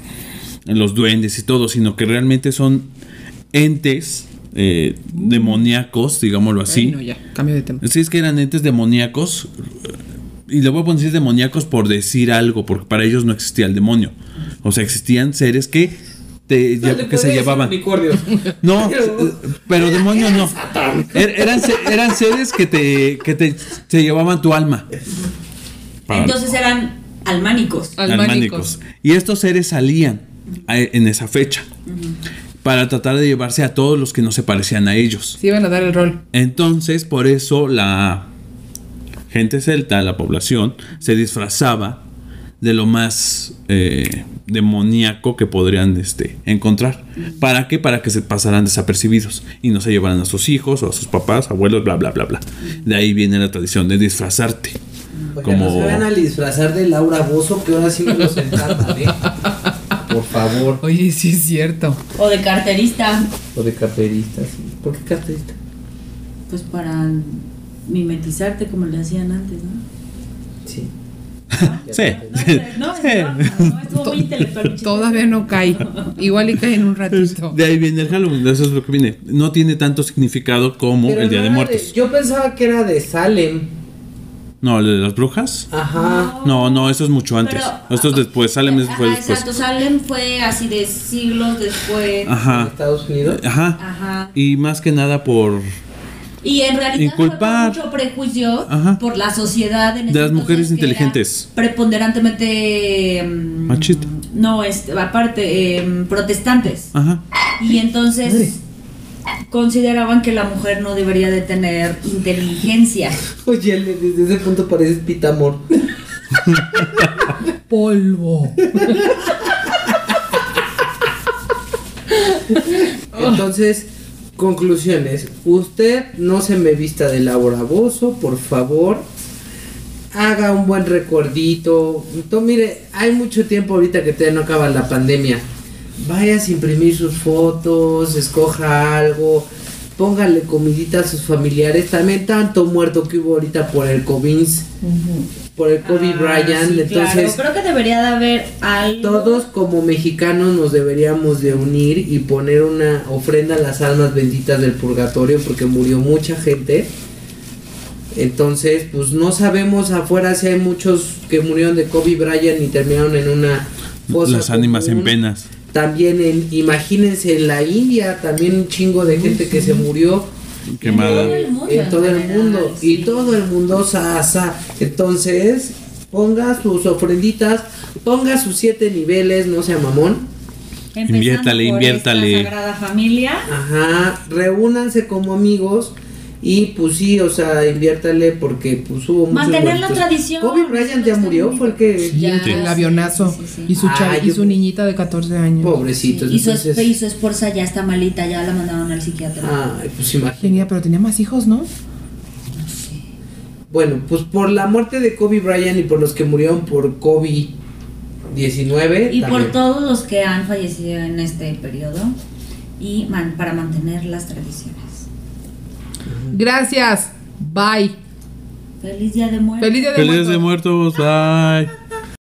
S3: los duendes y todo, sino que realmente son entes eh, demoníacos, digámoslo así.
S1: Ay, no, ya, cambio de tema.
S3: Sí, es que eran entes demoníacos. Y le voy a poner demoníacos por decir algo, porque para ellos no existía el demonio. O sea, existían seres que, te,
S2: No
S3: lle-
S2: le
S3: que
S2: podría
S3: se
S2: decir
S3: llevaban.
S2: unicornios.
S3: No,
S2: Pero-
S3: eh, pero demonio no. Er- eran, se- eran seres que te, que te se llevaban tu alma. Para-
S4: Entonces eran almánicos.
S1: Almánicos.
S3: almánicos. Y estos seres salían a- en esa fecha para tratar de llevarse a todos los que no se parecían a ellos.
S1: Sí, van a dar el rol.
S3: Entonces, por eso la gente celta, la población, se disfrazaba de lo más eh, demoníaco que podrían este, encontrar. ¿Para qué? Para que se pasaran desapercibidos y no se llevaran a sus hijos o a sus papás, abuelos, bla, bla, bla, bla. De ahí viene la tradición de disfrazarte.
S2: Oigan,
S3: Como-
S2: no se van a disfrazar de Laura Bozo, que ahora sí me los encantan, ¿eh? Por favor.
S1: Oye, sí es cierto.
S4: O de carterista.
S2: O de carterista, sí. ¿Por qué carterista?
S4: Pues para mimetizarte como le hacían antes, ¿no?
S2: Sí.
S3: Sí.
S4: No, no, no, estuvo muy intelectual. mi chiste.
S1: Todavía no cae. Igual y cae en un ratito.
S3: De ahí viene el Halloween, eso es lo que viene. No tiene tanto significado como
S2: Pero
S3: el Día
S2: no
S3: de
S2: era
S3: Muertos.
S2: yo pensaba que era de Salem.
S3: No, el de las brujas.
S2: Ajá.
S3: Ah, No, no, eso es mucho antes.
S4: Pero- ah,
S3: esto es después, Salem es- fue
S4: Ajá,
S3: después.
S4: Exacto, Salem fue así de siglos después.
S2: En
S3: Ajá. Eh,
S2: Estados Unidos.
S3: Ajá.
S4: Ajá.
S3: Y más que nada por...
S4: Y en realidad
S3: Inculpar.
S4: fue por mucho prejuicio
S3: Ajá.
S4: por la sociedad en ese
S3: De las mujeres
S4: entonces que era
S3: inteligentes.
S4: preponderantemente mm,
S3: Machista.
S4: No, este, aparte em, protestantes.
S3: Ajá.
S4: Y entonces consideraban que la mujer no debería de tener inteligencia.
S2: Oye, Ale, desde ese punto pareces pitamor.
S1: Polvo.
S4: Oh.
S2: Entonces, conclusiones. Usted no se me vista de Laura Bozo, por favor. Haga un buen recordito. Entonces, mire, hay mucho tiempo ahorita que todavía no acaba la pandemia. Vaya a imprimir sus fotos, escoja algo, póngale comidita a sus familiares. También tanto muerto que hubo ahorita por el COVID, por el COVID
S4: Ah,
S2: Bryant.
S4: sí,
S2: Entonces,
S4: claro. creo que debería de haber algo.
S2: todos como mexicanos nos deberíamos de unir y poner una ofrenda a las almas benditas del purgatorio porque murió mucha gente. Entonces, pues no sabemos afuera si hay muchos que murieron de Kobe Bryant y terminaron en una fosa
S3: Las ánimas en
S2: común.
S3: penas.
S2: También en, imagínense en la India, también un chingo de gente que se murió
S3: Quemada.
S4: todo el mundo,
S2: en todo el
S4: en general,
S2: mundo y
S4: sí.
S2: todo el mundo sa, sa. entonces ponga sus ofrenditas ponga sus siete niveles no sea mamón
S4: Empezando
S3: Inviértale,
S4: por
S3: inviértale.
S4: esta Sagrada familia.
S2: ajá reúnanse como amigos y pues sí o sea inviértale porque pues hubo muchos
S4: Mantener la
S2: muertos.
S4: tradición.
S2: Kobe Bryant ya murió fue el que
S4: Ya,
S1: el avionazo.
S4: sí, sí, sí.
S1: Y su, chava-
S2: Ah,
S1: y
S2: yo-
S1: su niñita de 14 años.
S2: pobrecito
S4: Y su, esp-
S2: entonces
S4: y su esposa ya está malita, ya la mandaron al psiquiatra.
S2: ay, pues imagínate
S1: Tenía, pero tenía más hijos, ¿no?
S2: bueno pues por la muerte de Kobe Bryant y por los que murieron por Kobe 19
S4: y
S2: Ah, también.
S4: por todos los que han fallecido en este periodo y man- para mantener las tradiciones.
S1: Gracias. Bye.
S4: Feliz día de muerte.
S1: Feliz día de
S3: Feliz de
S1: muertos.
S3: muertos. Bye.